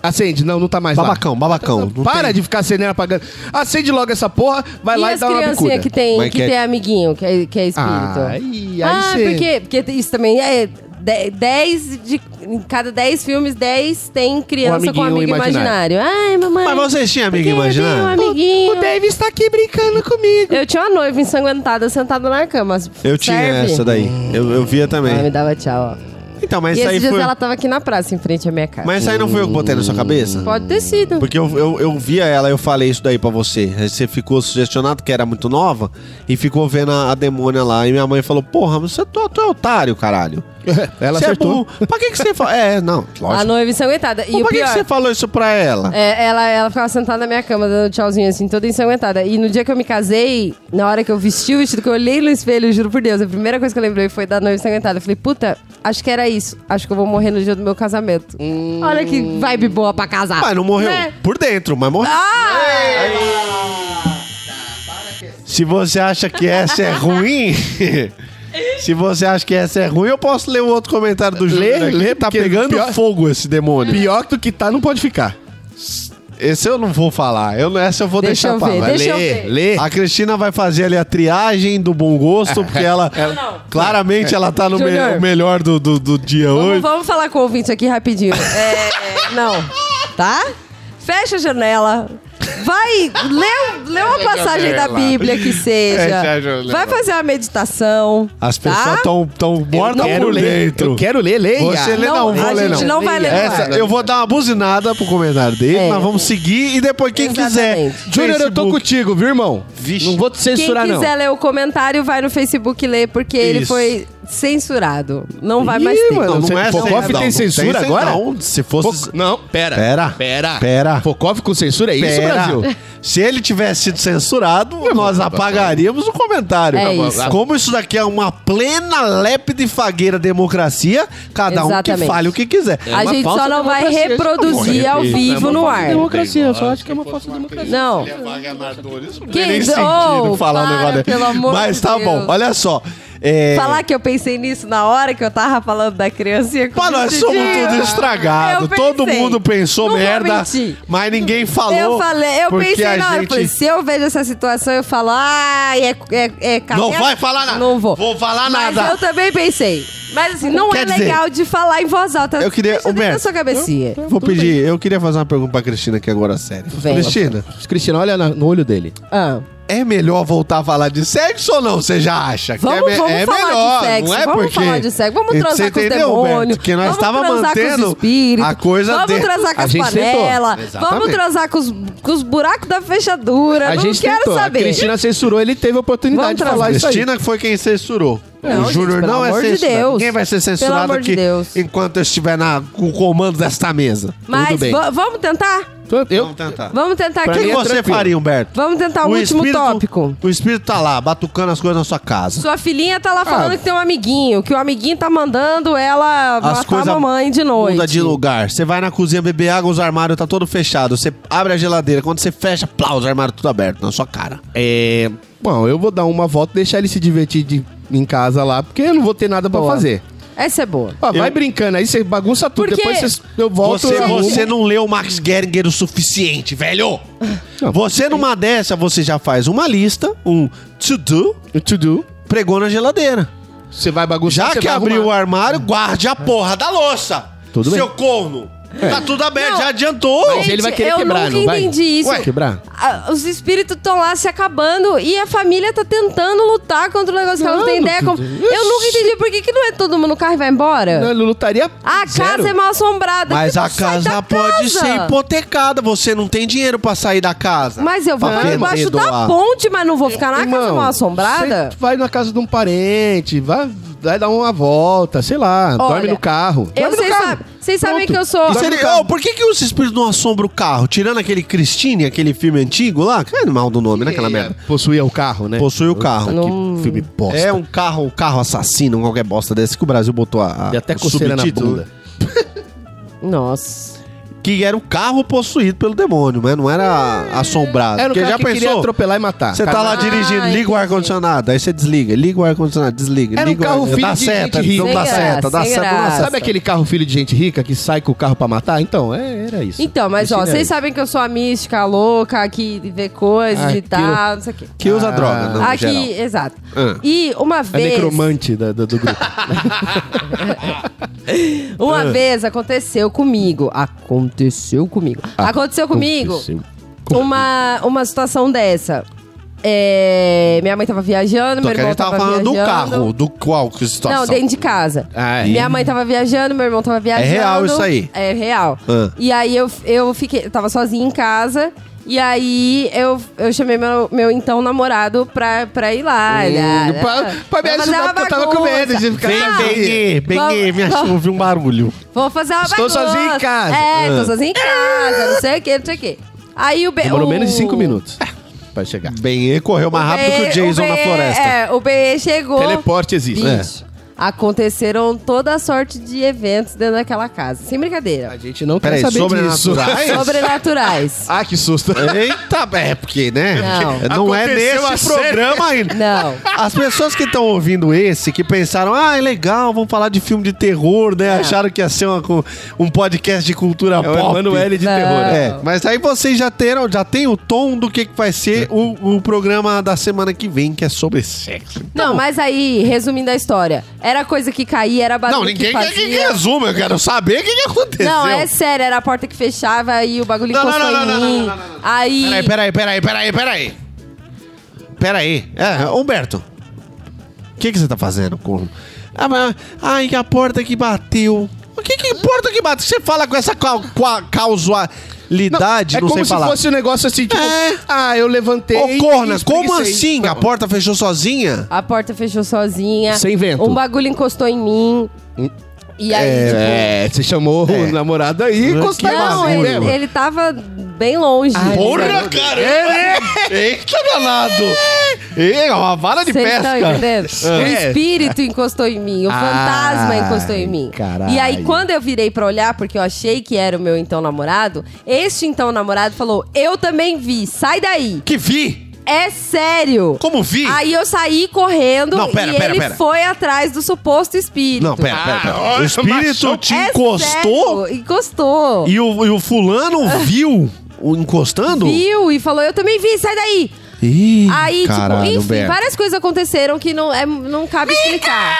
E: Acende, não, não tá mais lá.
D: Babacão, babacão. Não
E: Para
D: tem-
E: de ficar acendendo e apagando. Acende logo essa porra, vai lá
C: e
E: e
C: as
E: dá uma bicuda.
C: criancinhas que tem,
D: Mas
C: que
D: que é-
C: tem amiguinho, que é, que é espírito?
E: Ah, aí- aí
C: ah
E: cê-
C: porque, porque isso também é... de- dez de, em cada 10 filmes, 10 tem criança com
E: amiguinho
C: amigo imaginário.
E: imaginário.
C: Ai, mamãe.
D: Mas vocês tinham amigo
C: porque
D: imaginário?
C: Eu tenho um amiguinho.
E: O Davis tá aqui brincando comigo.
C: Eu tinha uma noiva ensanguentada sentada na cama.
D: Eu tinha
C: Serve?
D: essa daí, eu, eu via
C: Ela me
D: também.
C: dava tchau, ó.
D: Então, mas
C: e
D: isso
C: esses
D: aí
C: dias
D: foi...
C: ela tava aqui na praça, em frente à minha casa.
D: Mas isso aí não foi eu que botei na sua cabeça?
C: Pode ter sido.
D: Porque eu, eu, eu via ela, eu falei isso daí pra você. Aí você ficou sugestionado que era muito nova e ficou vendo a, a demônia lá. E minha mãe falou: Porra, mas você tu, tu é otário, caralho.
E: Ela
D: Você é
E: acertou.
D: burro. pra que, que você falou? É, não,
C: A
D: lógico.
C: noiva ensanguentada. Ah, E
D: Mas
C: o
D: pra que, que
C: pior...
D: você falou isso pra ela?
C: É, ela, ela ficava sentada na minha cama, dando tchauzinho, assim, toda ensanguentada. E no dia que eu me casei, na hora que eu vesti o vestido, que eu olhei no espelho, juro por Deus, a primeira coisa que eu lembrei foi da noiva ensanguentada. Eu falei, puta, acho que era isso. Acho que eu vou morrer no dia do meu casamento.
D: Hum.
C: Olha que vibe boa pra casar. Ah!
D: Mas não morreu.
C: Né?
D: Por dentro, mas morreu. Se você acha que essa é ruim. Se você acha que essa é ruim, eu posso ler o outro comentário do Júlio. aqui.
E: lê,
D: tá
E: porque
D: pegando
E: pior-
D: fogo esse demônio.
E: Pior que tu que tá, não pode ficar.
D: Esse eu não vou falar. Eu, essa eu vou
C: Deixa
D: deixar
C: eu
D: pra
C: ver,
D: lá.
C: deixa eu ver.
E: lê.
D: A Cristina vai fazer ali a triagem do bom gosto, porque ela. Claramente ela tá no me-
C: Júnior.
D: o melhor do, do, do dia
C: Vamos,
D: hoje.
C: vamos falar com o ouvinte aqui rapidinho. É, não. Tá? Fecha a janela. Vai, lê, lê uma passagem da Bíblia que seja.
F: Fecha a janela.
C: Vai fazer uma meditação.
D: As pessoas
C: tá?
D: estão tão, tão mortas
E: Quero
D: por
E: ler.
D: dentro.
E: Eu quero ler, leia.
D: Você lê, não,
C: Não,
D: vou
C: a
D: ler,
C: gente não vai ler, não
D: Essa,
C: vai.
D: eu vou dar uma buzinada pro comentário dele,
C: É.
D: mas vamos seguir e depois quem
C: Exatamente.
D: quiser.
E: Júnior, eu tô
D: Facebook.
E: contigo, viu, irmão?
D: Vixe.
E: Não vou te
C: Quem
E: censurar, não.
C: quiser ler o comentário, vai no Facebook ler, porque ele
D: Isso.
C: foi censurado. Não vai
E: Ih,
C: mais ter.
E: mano.
D: Não, não
E: Você-
D: é
E: Focoff
D: censura,
E: tem
D: não.
E: censura
D: censura,
E: agora?
D: Não, se fosse.
E: Foco- Não, pera.
D: Pera.
E: Pera.
D: Pera.
E: Focov com censura é isso,
D: Pera.
E: Brasil?
D: Se ele tivesse sido censurado, nós apagaríamos o comentário. Tá
C: É isso.
D: Como isso daqui é uma plena lépide fagueira democracia, cada um que
C: Exatamente.
D: fale o que quiser.
C: A gente só não vai
D: é
C: reproduzir ao vivo no ar.
E: Democracia, eu só acho que é uma falsa democracia.
C: Não.
D: é Não tem nem
C: Quem-
D: sentido
C: Oh,
D: falar
C: para,
D: um negócio
C: pelo amor
D: Mas
C: de
D: tá
C: Deus.
D: bom, olha só. É,
C: Falar que eu pensei nisso na hora que eu tava falando da criancinha com
D: Pá, nós somos
C: vestidinho.
D: tudo estragado.
C: Eu
D: Todo
C: pensei.
D: mundo pensou
C: Não vou
D: merda,
C: mentir.
D: mas ninguém falou.
C: Eu falei, eu
D: porque
C: pensei
D: a
C: na hora, eu falei,
D: gente-
C: se eu vejo essa situação, eu falo, ai, é, é, é
D: Não
C: caneta."
D: vai falar nada.
C: Não vou.
D: Vou falar
C: Mas
D: nada.
C: eu também pensei. Mas assim, não é
D: Quer dizer,
C: legal de falar em voz alta.
D: eu queria-
C: Deixa
D: ô,
C: dentro da
D: Mer,
C: sua cabecinha.
D: Vou pedir, eu queria fazer uma pergunta pra Cristina aqui agora, sério.
C: Vem.
D: Cristina,
E: Cristina, olha na- no olho dele.
C: Ah.
D: é melhor voltar a falar de sexo ou não? Você já acha? que
C: Vamos,
D: é, me-
C: vamos
D: é
C: falar
D: melhor,
C: de sexo.
D: não é
C: vamos
D: porque...
C: falar de sexo. Vamos transar
D: Você
C: com os
D: entendeu,
C: demônios.
D: Berto? Que nós
C: vamos
D: tava
C: transar com
D: mantendo
C: os espíritos.
D: a coisa
C: Vamos
D: dentro.
C: transar com
E: A
C: as
E: gente tentou.
C: panelas. Vamos
D: Exatamente.
C: transar com os, com os buracos da fechadura.
E: a
C: não
E: gente
C: quero
E: tentou.
C: saber.
E: A Cristina censurou, ele teve a
C: Vamos
E: oportunidade de falar
C: transar.
E: isso aí.
D: Cristina que foi quem censurou.
C: Não,
D: o
C: gente,
D: Júnior
C: pelo
D: não é
C: amor de
D: censurado.
C: Deus.
D: Ninguém vai ser censurado
C: amor de
D: aqui
C: Deus.
D: enquanto eu estiver na, com o comando desta mesa.
C: Mas
E: Tudo bem.
C: va- vamos tentar?
E: Então, Eu,
D: Vamos tentar.
C: Vamos tentar
D: Pra
C: aqui.
D: mim é você
E: tranquilo.
D: faria, Humberto?
C: Vamos tentar o, último
D: espírito-
C: tópico.
D: O espírito tá lá, batucando as coisas na sua casa.
C: Sua filhinha tá lá
D: Ah.
C: falando que tem um amiguinho, que o amiguinho tá mandando ela matar a mamãe de noite.
D: muda de lugar. Você vai na cozinha beber água, os armários tá todo fechado. Você abre a geladeira, quando você fecha, plá, os armários tudo aberto na sua cara.
E: é... Bom, eu vou dar uma volta, deixar ele se divertir de- em casa lá, porque eu não vou ter nada pra
C: Boa.
E: fazer.
C: Essa é boa.
E: Ó, vai brincando, aí você bagunça tudo.
C: Porque-
E: Depois vocês- eu volto.
D: Você,
E: eu arrumo.
D: você não leu o Max Geringer o suficiente, velho. Você numa dessa, você já faz uma lista, um to-do,
E: To do.
D: pregou na geladeira.
E: Você vai bagunçar.
D: Já
E: você
D: que
E: vai
D: abriu o
E: arrumar.
D: armário, guarde a porra da louça.
E: Tudo
D: Seu corno. Tá tudo aberto, já adiantou.
E: Mas ele vai
C: Gente,
E: querer
C: eu
E: quebrar,
C: nunca
E: não vai?
C: entendi isso.
E: Ué, quebrar?
C: Ah, Os espíritos estão lá se acabando e a família tá tentando lutar contra o negócio que ela não tem
E: Mano,
C: ideia. Como...
E: tudo-
C: Eu nunca entendi por que, que não é todo mundo no carro e vai embora.
E: Não, ele lutaria.
C: A casa
E: zero.
C: é mal assombrada.
D: Mas
C: porque
D: a
C: tu sai
D: casa
C: da
D: pode
C: casa.
D: ser hipotecada. Você não tem dinheiro pra sair da casa.
C: Mas eu vou
D: Pra
C: ficar debaixo da
D: perdoar.
C: ponte, mas não vou ficar na casa
E: Irmão,
C: mal assombrada.
E: você Vai na casa de um parente, vai, vai dar uma volta, sei lá, dorme
C: Olha,
E: no carro.
C: Eu,
E: Dorme no
C: vocês
E: carro.
C: sabem- vocês sabem
E: Pronto.
C: que eu sou.
D: E seria- oh, por que, que os espíritos não assombram o carro? Tirando aquele Christine, aquele filme antigo lá, que é mal do nome, né? Aquela merda.
E: Possuía o carro, né?
D: Possui o carro.
E: Que filme bosta.
D: É um carro, um carro assassino, qualquer bosta desse que o Brasil botou a, a
E: E até
D: o
E: coceira na
D: subtítulo, né?
E: bunda.
C: Nossa.
D: Que era um carro possuído pelo demônio, mas não era
C: É.
D: assombrado.
E: Era um
D: Porque
E: cara
D: já
E: que queria
D: pensou?
E: atropelar e matar.
D: Você tá lá
C: Ah,
D: dirigindo, liga o ar-condicionado, aí você desliga, liga o ar-condicionado, desliga,
E: Era um
D: liga o
E: carro
D: ar-condicionado.
E: filho de
D: Dá seta,
E: gente rica.
D: não dá
C: Sem
D: seta, dá
C: graça, sem
D: seta, não dá
C: graça.
D: seta.
E: Sabe aquele carro filho de gente rica que sai com o carro pra matar? Então, é- era isso.
C: Então, mas ó,
E: Ensina
C: vocês
E: aí.
C: sabem que eu sou a mística, a louca, que vê coisas
E: Ah,
C: e tal, não sei o quê. Ah,
D: Que usa droga, não,
C: Aqui,
D: Aqui... geral.
C: exato.
D: Ah.
C: E uma
E: A
C: vez.
E: É necromante da- do, do grupo.
C: Uma vez aconteceu comigo. Aconteceu comigo. aconteceu comigo uma, uma situação dessa. É, minha mãe tava viajando,
D: Só
C: meu
D: que a
C: irmão
D: gente
C: tava,
D: tava falando do
C: viajando.
D: carro, do qual que situação.
C: Não, dentro de casa.
E: Ah, é.
C: Minha mãe tava viajando, meu irmão tava viajando.
D: real isso aí.
C: É real.
D: Ah.
C: E aí eu, eu fiquei, eu tava sozinha em casa. E aí eu, eu chamei meu, meu então namorado pra, pra ir lá. olhar, né?
E: Hum, pra- pra me
C: Vou fazer
E: ajudar,
C: uma
E: porque eu tava com
C: bagunça.
E: medo de ficar
C: Ah,
E: sozinha.
D: Bengue, Bengue,
C: Vamos-
D: minha
C: vamos-
D: chuva, ouvi um barulho.
C: Vou fazer uma
E: Estou
C: bagunça.
E: sozinho em casa. Ah.
C: É, estou sozinho em casa, não sei o que, não sei o que. Aí o Be
E: Demorou
C: o-
E: menos de 5 minutos pra chegar.
D: Bengue correu mais
C: o
D: rápido que o
C: Be-
D: Jason
C: o
D: na
C: Be-
D: floresta. É.
C: É, o BE chegou.
E: Teleporte existe.
C: Bicho, Aconteceram toda sorte de eventos dentro daquela casa. Sem brincadeira.
E: A gente não
D: Peraí,
E: quer saber disso. É
D: sobrenaturais?
C: Sobrenaturais.
E: Ah, que susto.
D: Eita, é porque, né?
C: Não.
D: Não é
F: Aconteceu a
D: nesse
F: série.
D: programa ainda.
C: Não.
D: As pessoas que estão ouvindo esse, que pensaram, ah, é legal, vamos falar de filme de terror, né? Acharam que ia ser uma co- um podcast de cultura
E: É o
D: pop.
E: Emanuele de
C: Não.
E: terror. né?
D: É, mas aí vocês já terão, já tem o tom do que, que vai ser o, o programa da semana que vem, que é sobre sexo.
C: Não, mas aí, resumindo a história, era coisa que caía, era bagulho
D: Não, ninguém
C: que
D: quer
C: fazia.
D: que resuma, eu quero saber o que, que aconteceu.
C: Não, é sério, era a porta que fechava e o bagulho
D: Não, não,
C: encostou
D: não,
C: em
D: não, não,
C: mim.
D: não, não, não,
C: Aí...
D: Peraí, peraí, peraí, peraí, peraí. Peraí. É, Humberto. O que, que você tá fazendo, corno? Ah, mas. Ai, a porta que bateu. O que que importa que bateu? Você fala com essa cau- qua- causalidade,
E: é
D: não,
E: como
D: sei
E: se
D: falar.
E: fosse um negócio assim, tipo,
D: É.
E: ah, eu levantei.
D: Ô, corna,
E: e
D: como
E: espreguicei.
D: assim? A porta fechou sozinha?
C: A porta fechou sozinha.
E: Sem vento.
C: Um bagulho encostou em mim.
D: Hum.
C: E aí,
E: É, você chamou o namorado aí e encostou
C: tipo, não,
E: em você,
C: ele,
E: mano.
C: ele tava bem longe.
D: né, Porra, cara! Eita, danado! É uma vara de
C: Vocês estão
D: pesca!
C: tá entendendo? O espírito encostou em mim, o fantasma encostou em mim.
E: caralho.
C: E aí, quando eu virei pra olhar, porque eu achei que era o meu então namorado, este então namorado falou: Eu também vi, sai daí.
D: Que vi!
C: É sério.
D: Como vi?
C: Aí eu saí correndo
D: Não, pera,
C: e
D: pera,
C: ele
D: pera.
C: foi atrás do suposto espírito.
D: Não, pera, pera, pera.
F: Ah,
D: o
F: olha,
D: espírito
F: macho.
D: te
C: É
D: encostou
C: sério, encostou.
D: E o, e o fulano viu o encostando?
C: Viu e falou, eu também vi, sai daí.
D: Ih,
C: Aí,
D: caralho,
C: tipo, enfim,
D: Humberto.
C: várias coisas aconteceram que não, é, não cabe explicar.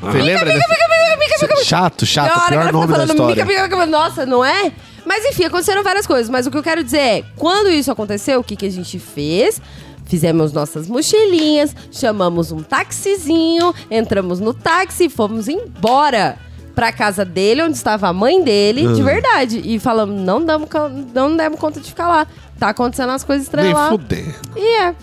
E: Você lembra?
C: Mica, mica, mica, mica, mica, mica.
D: Chato,
C: Na
D: chato,
C: hora que ela
D: pior
C: tá
D: nome da
C: falando,
D: história.
C: mica, mica, mica, nossa, não é? Mas enfim, aconteceram várias coisas. Mas o que eu quero dizer é, quando isso aconteceu, o que, que a gente fez? Fizemos nossas mochilinhas, chamamos um taxizinho, entramos no táxi e fomos embora pra casa dele, onde estava a mãe dele,
D: Ah.
C: de verdade. E falamos, não damos, con- não demos conta de ficar lá. Tá acontecendo as coisas estranhas
D: Nem
C: lá.
D: fuder.
C: E é.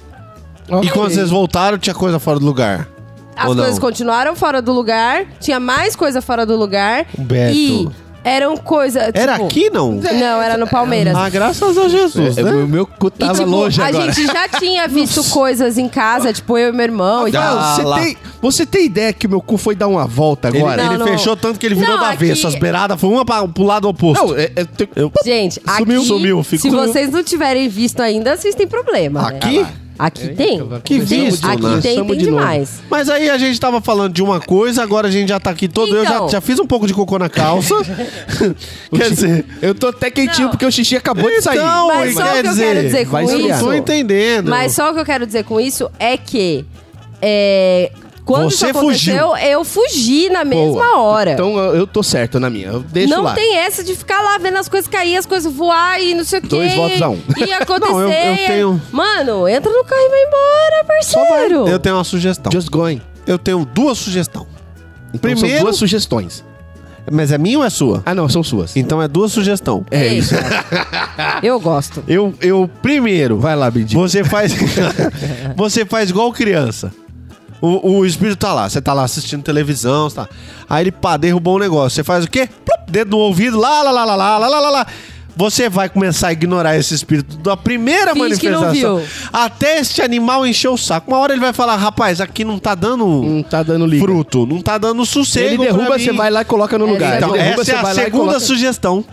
D: E quando vocês voltaram, tinha coisa fora do lugar.
C: As
D: Ou não?
C: coisas continuaram fora do lugar, tinha mais coisa fora do lugar.
D: Humberto.
C: E eram coisas.
D: Um Era
C: tipo,
D: aqui, não?
C: Não, era no Palmeiras.
D: Ah, graças a Jesus,
E: É,
D: né?
E: O meu cu
C: e,
E: tava
C: tipo,
E: longe
C: a
E: agora.
C: gente já tinha visto coisas em casa, tipo eu e meu irmão e
E: Não,
C: tal.
D: Ah,
E: você,
D: lá.
E: tem, você tem ideia que o meu cu foi dar uma volta
D: Ele,
E: agora?
C: Não,
D: ele
C: não.
D: fechou tanto que ele virou
C: Não,
D: da vez.
C: aqui-
D: As beiradas foi uma pra, pro lado oposto.
E: Não, é- é- tem-
D: Eu-
C: Gente,
D: Sumiu,
C: aqui,
D: sumiu, ficou-
C: se vocês não tiverem visto ainda, vocês têm problema. né?
D: Aqui?
C: Aqui tem.
D: Que
C: tem,
D: visto,
C: Aqui
D: né?
C: tem,
E: Chama
C: tem
E: de novo.
C: demais.
D: Mas aí a gente tava falando de uma coisa, agora a gente já tá aqui todo. Eu já,
C: Então.
D: já fiz um pouco de cocô na calça. Quer dizer.
E: Eu tô até quentinho
C: Não.
E: porque o xixi acabou de sair.
D: Então,
C: Mas só o
D: quer
C: que eu
D: dizer,
C: quero dizer com
E: vai
D: eu não
E: esfriar.
D: tô
C: isso.
D: entendendo.
C: Mas só o que eu quero dizer com isso é que. é, quando
D: Você
C: isso aconteceu, eu fugi na
E: Boa.
C: mesma hora.
E: Então eu eu tô certo na minha. Eu deixo
C: não
E: lá.
C: tem essa de ficar lá vendo as coisas cair, as coisas voar e não sei o quê.
E: Dois votos a um.
C: E acontecer.
D: Não, eu- eu
C: e-
D: tenho-
C: Mano, entra no carro e vai embora, parceiro.
D: Eu tenho uma sugestão.
E: Just going.
D: Eu tenho duas sugestões.
E: Então
D: Primeiro-
E: são duas sugestões.
D: Mas é minha ou é sua?
E: Ah, não, são suas.
D: Então é duas sugestões.
E: É
C: Ei,
E: isso.
C: Eu gosto.
D: Eu, eu primeiro,
E: Vai lá, Bindi.
D: você faz. você faz igual criança. O, o espírito tá lá, você tá lá assistindo televisão, você tá. Aí ele pá, derrubou um negócio. Você faz o quê? Plup, dedo no ouvido, lá, lá, lá, lá, lá, lá, lá, lá, lá. Você vai começar a ignorar esse espírito da primeira
C: Finge que não
D: manifestação.
C: viu.
D: Até este animal encher o saco. Uma hora ele vai falar, rapaz, aqui não tá dando
E: Não tá dando liga.
D: fruto, não tá dando sossego.
E: Ele
D: pra
E: derruba,
D: mim.
E: você vai lá e coloca no lugar.
D: Então,
E: Ele derruba,
D: essa é a
E: vai lá e
D: segunda
E: coloca-
D: sugestão.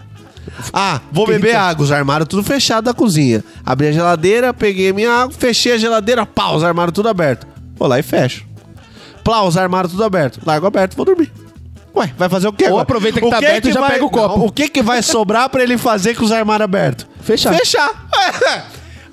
D: Ah, vou beber água. Os armários tudo fechado da cozinha. Abri a geladeira, peguei a minha água, fechei a geladeira, pá, os armários tudo aberto. Vou lá e fecho. Plá, os armários tudo aberto. Largo aberto, vou dormir. Ué, vai fazer o quê
E: Ou
D: agora?
E: aproveita que tá aberto e já
D: vai-
E: pega o copo.
D: Não, o que que vai sobrar pra ele fazer com os armários abertos?
E: Fechar.
D: Fechar.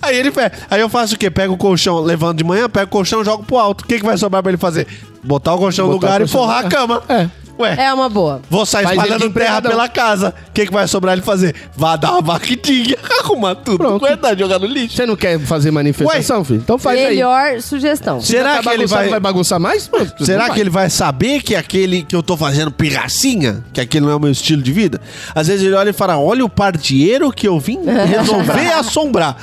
D: Aí ele fe- Aí eu faço o quê? Pego o colchão, levanto de manhã, pego o colchão, jogo pro alto. O que que vai sobrar pra ele fazer? Botar o colchão no
E: Botar o
D: lugar e
E: colchão no
D: forrar a cama.
E: É.
D: Ué.
C: É uma boa.
D: Vou sair
E: Faz
D: espalhando
E: ele de
D: terra
E: empregadão.
D: pela casa. O que, que vai sobrar ele fazer? Vai dar uma vaquidinha, arrumar tudo.
E: Pronto.
D: Aguentar jogar no lixo.
E: Você não quer fazer manifestação, filho? Então faz aí.
C: Melhor sugestão.
D: Cê-
E: tá
D: Será que ele
E: bagunçado,
D: vai-
E: vai bagunçar mais? Mano,
D: Será
E: não
D: que ele vai saber que aquele que eu tô fazendo pirracinha, que aquele não é o meu estilo de vida? Às vezes ele olha e fala: olha o pardieiro que eu vim resolver assombrar.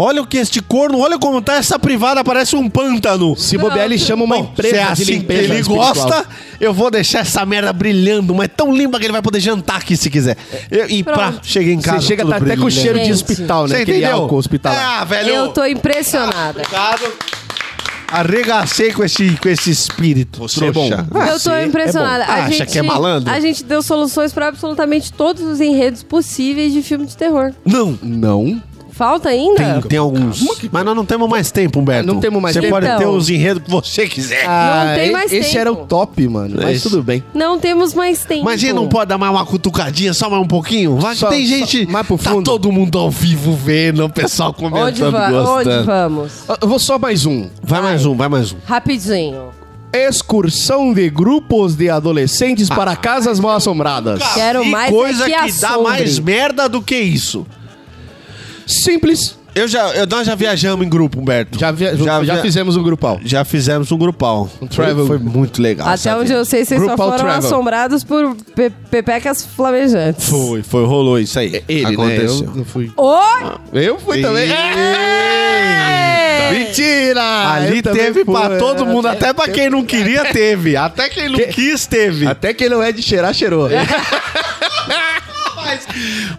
D: Olha o que este corno, olha como tá essa privada, parece um pântano.
E: Se bobear, ele chama uma
D: Bom, se
E: empresa
D: é
E: de
D: assim que
E: limpeza
D: ele
E: espiritual.
D: gosta, eu vou deixar essa merda brilhando, mas é tão limpa que ele vai poder jantar aqui se quiser. Eu- e pra,
C: Pronto.
D: cheguei em casa.
E: Você chega
D: tudo
E: tá até com
D: brilhando.
E: cheiro de
C: Gente.
E: hospital, né?
D: Você
E: Aquele
D: entendeu?
E: álcool hospitalar.
D: Ah, velho.
C: Eu tô impressionada.
D: Obrigado. Arregacei com esse, com esse espírito.
E: Você é
D: trouxa.
E: bom.
C: eu tô
E: Você é
C: impressionada.
D: Ah, bom.
C: a
D: Acha
C: gente,
D: que é malandro?
C: A gente deu soluções pra absolutamente todos os enredos possíveis de filme de terror.
D: Não.
E: Não.
C: Falta ainda?
D: Tem, tem alguns. Mas nós não temos mais tempo, Humberto.
E: Não temos mais
D: você
E: tempo.
D: Você pode
C: Então.
D: ter os enredos que você quiser.
E: Ah,
C: tem mais
E: Esse
C: tempo.
E: era o top, mano. Mas
D: Esse.
E: tudo bem.
C: Não temos mais tempo.
D: Imagina, um não pode dar mais uma cutucadinha, só mais um pouquinho? Vai, que
E: Só-
D: tem
E: só-
D: gente.
E: mais pro
D: Tá
E: fundo.
D: todo mundo ao vivo vendo, o pessoal
C: Onde,
D: comentando,
C: va- onde
D: gostando.
C: vamos?
E: Eu vou só mais um.
D: Vai mais um, vai mais um.
C: Rapidinho.
E: Excursão de grupos de adolescentes para casas mal assombradas.
C: Quero
D: E
C: mais é
D: coisa
C: que
D: que dá
C: assombre.
D: mais merda do que isso.
E: Simples.
D: Eu já, eu- nós já viajamos em grupo, Humberto.
E: Já, via-
D: Já
E: já,
D: via-
E: fizemos um grupal.
D: Já fizemos um grupal.
E: Um travel.
D: Foi muito legal.
C: Até
D: sabe?
C: onde eu sei, vocês só
E: Grupal
C: foram
E: Travel.
C: assombrados por pe- pepecas flamejantes.
D: Foi, foi, rolou isso aí.
E: Aconteceu. É né? Eu,
D: Aconteceu.
E: não fui.
C: Ô!
E: Eu fui também. É! Mentira!
D: Ali
E: Ah, Eu também
D: teve
E: fui. é,
D: pra todo mundo, até pra quem não queria, teve. Até quem não
E: Que-
D: quis, teve.
E: Até quem não é de cheirar, cheirou.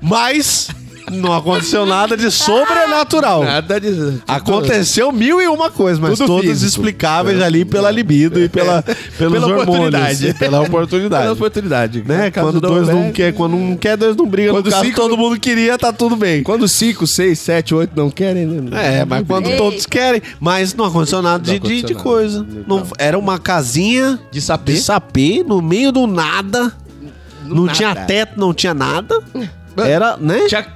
D: Mas não aconteceu nada de sobrenatural.
E: Nada de.
D: Aconteceu mil e uma coisa, mas
E: Ah, Tudo
D: todas
E: físico. É.
D: explicáveis ali pela libido e pela, pelos
E: Pela
D: hormônios.
E: oportunidade.
D: Pela oportunidade.
E: Pela oportunidade.
D: Né?
E: Caso
D: Quando dois não
E: né?
D: quer, quando um quer, dois não briga.
E: Quando
D: no caso,
E: cinco-
D: todo mundo queria, tá tudo bem.
E: Quando 5, 6, 7, 8 não querem, né?
D: É, mas quando
C: Ei.
D: todos querem. Mas não aconteceu nada de,
E: Não aconteceu
D: de- de
E: nada.
D: coisa. Não, era uma casinha
E: De sapê.
D: de sapê, no meio do nada. não tinha teto, não tinha nada. Era, né?
E: Hum. Tinha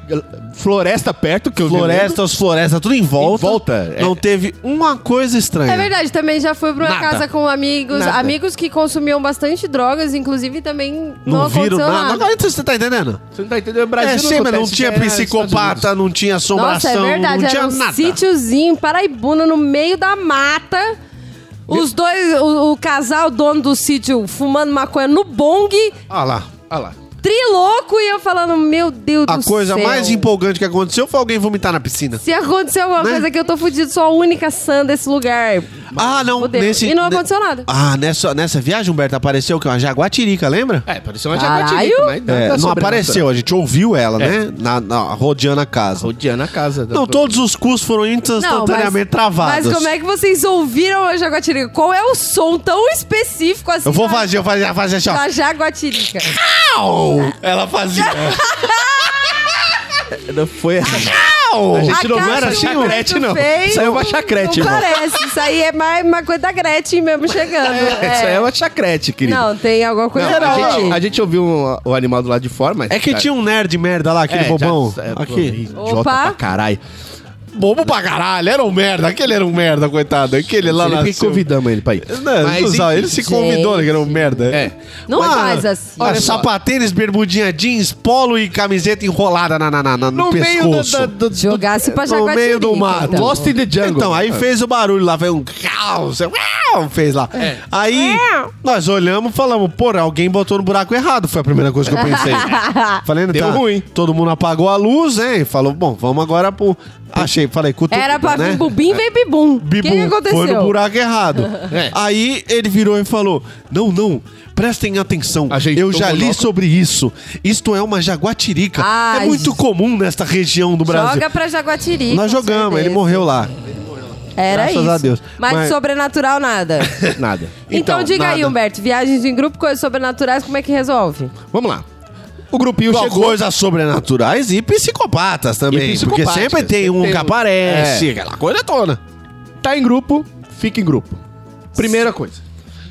E: floresta perto que eu vi.
D: Florestas, florestas, tudo em volta.
E: Em volta, é.
D: Não teve uma coisa estranha.
C: É verdade, também já fui pra uma
D: Nada.
C: casa com amigos,
D: Nada.
C: amigos que consumiam bastante drogas, inclusive também não,
D: Não,
C: aconteceu
D: viram nada.
C: nada.
D: Agora você tá entendendo?
E: Você não tá entendendo? O
D: é,
E: Brasil
D: sim, mas não
E: acontece,
D: tinha
E: né?
D: psicopata, não tinha
C: Nossa,
D: assombração,
C: é verdade,
D: não
C: era
D: tinha
C: um
D: nada.
C: sítiozinho, paraibuna, no meio da mata. Os dois, o, o casal, dono do sítio, fumando maconha no bong,
D: Olha lá.
E: Olha lá.
C: triloco, e eu falando, meu Deus
D: A
C: do
D: coisa
C: céu.
D: mais empolgante que aconteceu foi alguém vomitar na piscina.
C: Se acontecer alguma
D: Né?
C: coisa que eu tô fudido, sou a única sã desse lugar.
D: Ah, não.
C: Fudeu.
D: Nesse,
C: E não
D: ne-
C: aconteceu nada.
D: Ah, nessa, nessa viagem, Humberto, apareceu o quê? Uma jaguatirica, lembra?
E: É, pareceu uma
C: Caralho.
E: jaguatirica, mas nada
D: É, não
E: sobrenatural.
D: apareceu, a gente ouviu ela,
E: É.
D: né? Na, na- rodeando a casa.
E: Rodeando a casa.
D: Não, todos os cursos foram instantaneamente travados.
C: Mas como é que vocês ouviram a jaguatirica? Qual é o som tão específico assim?
D: Eu vou
C: da-
D: fazer, eu fazer, eu fazer assim, ó.
C: Da jaguatirica.
D: Au! Ela fazia.
E: Não foi errado.
D: Não! A gente não,
C: Cássio
D: era chacrete,
C: Cato
D: não.
C: fez-
D: Isso aí é uma chacrete,
C: Não
D: irmão.
C: parece, isso aí é mais uma coisa da Gretchen mesmo chegando.
E: É, Isso aí é uma chacrete, querido.
C: Não, tem alguma coisa
E: Não, a,
C: errada aí.
E: gente, a gente ouviu um- o animal do lado de fora, mas.
D: É que tinha um nerd merda lá, aquele
E: É,
D: bobão.
E: já- é, pô,
D: Aqui.
E: Idiota
C: Opa.
E: pra caralho.
D: Bobo pra caralho, era um merda. Aquele era um merda, coitado. Aquele lá
E: Por que
D: nasceu.
E: convidamos ele pra ir?
D: Não,
E: Mas,
D: não usava, ele
E: enfim,
D: se convidou, né, que era um merda.
E: É.
C: Não
D: Mano,
C: faz assim.
D: Olha,
E: Olha só.
D: sapatênis, bermudinha jeans, polo e camiseta enrolada na, na, na- na- no,
E: No meio do,
D: pescoço.
E: da, do, do-
C: Jogasse pra
D: no
C: Jaguatirica.
D: meio do mato.
C: então.
E: Lost in the Jungle. Ah.
D: Então, aí fez o barulho lá, foi um caos, um miau, fez lá.
E: É.
D: Aí nós olhamos e falamos, porra, alguém botou no buraco errado, foi a primeira coisa que eu pensei. Falei,
E: Deu
D: tá,
E: ruim.
D: Todo mundo apagou a luz, hein? E Falou, bom, vamos agora pro. Achei, falei, cutuca,
C: Era pra
D: né?
C: vir bubim, veio bibum. O que,
D: Bibu,
C: que aconteceu?
D: foi no buraco errado.
E: É.
D: Aí ele virou e falou: Não, não, prestem atenção.
E: Ajeitou
D: eu já
E: o
D: li
E: monóculo.
D: sobre isso. Isto é uma jaguatirica.
C: Ai,
D: é muito comum nesta região do Brasil.
C: Ah, Joga pra Jaguatirica.
D: Nós
C: com
D: jogamos,
C: certeza.
D: ele morreu lá.
C: Era
D: Graças
C: isso.
D: a Deus.
C: Mas,
D: Mas-
C: sobrenatural nada.
E: Nada.
C: Então,
D: Então,
C: diga aí,
D: nada.
C: Humberto, viagens em grupo, coisas sobrenaturais, como é que resolve?
E: Vamos lá. O grupinho
D: Bom,
E: chegou.
D: coisas sobrenaturais e psicopatas também.
E: E
D: porque
E: psicopatas.
D: sempre tem um
E: Tem
D: que
E: um-
D: aparece,
E: É.
D: aquela coisa toda.
E: Tá em grupo, fica em grupo. Primeira coisa.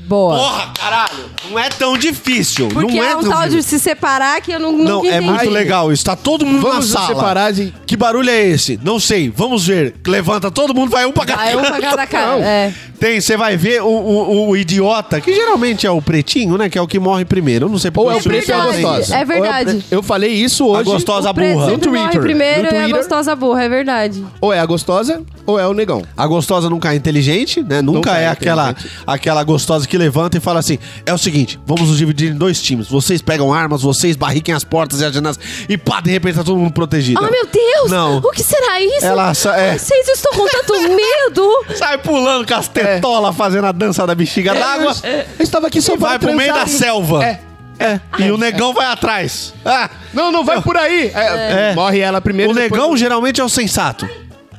C: Boa.
D: Porra, caralho, não é tão difícil.
C: Porque
D: não é,
C: é um
D: tão
C: tal de
D: difícil.
C: se separar que eu não,
D: Não,
C: nunca
D: é
C: entendi.
D: muito legal isso. Tá todo mundo
E: Vamos nos
D: na sala.
E: separar de-
D: Que barulho é esse? Não sei. Vamos ver. Levanta todo mundo, vai um pra cada
C: Vai um pra cada cara,
D: Não.
C: é.
D: Tem, você vai ver o, o- o idiota, que geralmente é o pretinho, né? Que é o que morre primeiro. Eu não sei por
E: Ou é
D: que
E: o
D: isso
E: preto
D: não
E: ou é
D: tem.
C: verdade,
E: gostosa.
C: é
E: Ou o
C: verdade.
E: preto- Eu falei isso hoje.
D: A gostosa
C: O preto
D: burra.
C: sempre
E: No
C: morre
E: Twitter.
C: primeiro
E: No
C: e a
E: Twitter.
C: gostosa burra, é verdade.
E: Ou é a gostosa, ou é o negão.
D: A gostosa nunca é inteligente, né? Nunca,
E: Nunca
D: é,
E: é
D: aquela,
E: inteligente.
D: aquela gostosa que levanta e fala assim: é o seguinte, vamos nos dividir em dois times. Vocês pegam armas, vocês barriquem as portas e as janelas e pá, de repente tá todo mundo protegido.
C: Ah, meu Deus!
D: Não.
C: O que será isso?
D: Ela sa- é.
C: Vocês estão com tanto medo!
D: Sai pulando
E: É.
D: com as tetolas fazendo a dança da bexiga d'água.
E: Eu estava aqui só
D: Você É, vai
E: para
D: pro meio da
E: transar.
D: selva.
E: É.
D: É. E o negão vai atrás. Ah,
E: Não, não vai por aí. É,
D: É.
E: Morre ela primeiro.
D: o
E: depois-
D: negão geralmente é o sensato.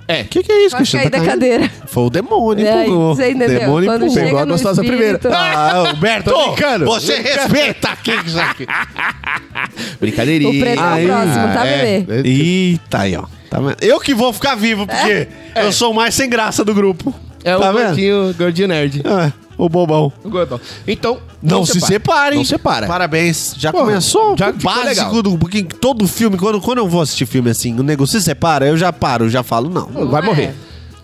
E: É.
D: O que, que é isso,
C: Vai
D: Cristiano?
C: cair da
D: caindo?
C: cadeira.
D: Foi o demônio,
C: É,
D: empurrou.
C: você entendeu?
D: demônio
C: Quando
D: empurrou.
C: chega
E: Pegou a
C: no
E: gostosa
C: espírito.
E: primeiro.
D: Ah, Humberto,
E: é Tô brincando.
D: você respeita quem já...
E: Brincadeirinha.
C: O preto é o
E: Aí.
C: próximo, tá,
E: é.
C: bebê?
D: Eita, aí, ó. Tá vendo? Eu que vou ficar vivo, porque
C: É?
D: eu sou o mais sem graça do grupo.
E: É o
D: tá vendo?
E: gordinho, gordinho nerd.
D: É, o bobão.
E: O gordão. Então,
D: Não, se separem.
E: Não separa.
D: Parabéns. Já
E: Pô,
D: começou
E: já
D: o
E: ficou
D: um básico
E: legal.
D: do porque todo filme. Quando, quando eu vou assistir filme assim, o nego se separa, eu já paro, eu já falo, não.
E: Vai
C: Não é.
E: morrer.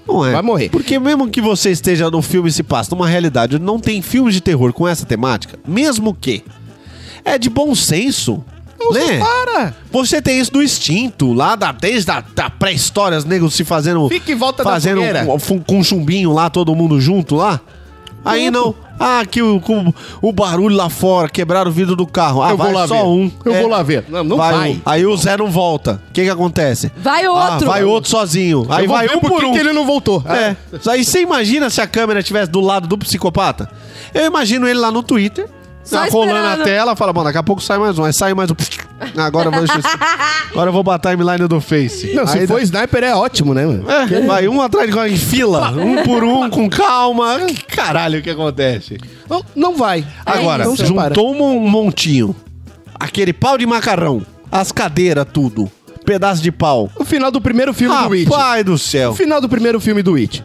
D: Não é.
E: Vai morrer.
D: Porque mesmo que você esteja num filme e se passa numa realidade onde não tem filmes de terror com essa temática, mesmo que é de bom senso. né?
E: separa.
D: Você tem isso do instinto, lá da, desde a da pré-história, os negros se fazendo.
E: Fica em volta da
D: fazendo
E: fogueira.
D: com- com, com um chumbinho lá, todo mundo junto lá. Aí não. Ah, que o, com- o barulho lá fora, quebraram o vidro do carro. Ah,
E: Eu vou
D: vai
E: lá
D: só
E: ver.
D: um.
E: Eu vou lá ver. Não, não vai.
D: um. Aí o Zé não volta. O que que acontece?
C: Vai
D: Ah,
C: outro.
D: vai outro sozinho. Aí
E: Eu vou
D: vai
E: ver
D: um
E: por
D: por
E: que
D: um.
E: que ele não voltou.
D: É. Aí você imagina se a câmera estivesse do lado do psicopata? Eu imagino ele lá no Twitter,
C: Só
D: tá rolando
C: esperando.
D: a tela, fala, bom, daqui a pouco sai mais um, aí sai mais um. Agora eu vou, agora eu vou botar a timeline do Face.
E: Não, se
D: Aí-
E: for sniper é ótimo, né, mano?
D: É, vai um atrás de em fila, um por um, com calma. Que Caralho, o que acontece?
E: Não, não vai.
D: Agora,
E: Então separa.
D: juntou um montinho. Aquele pau de macarrão, as cadeiras, tudo. Pedaço de pau.
E: O final do primeiro filme do It.
D: Pai do
E: O
D: céu.
E: final do primeiro filme do It.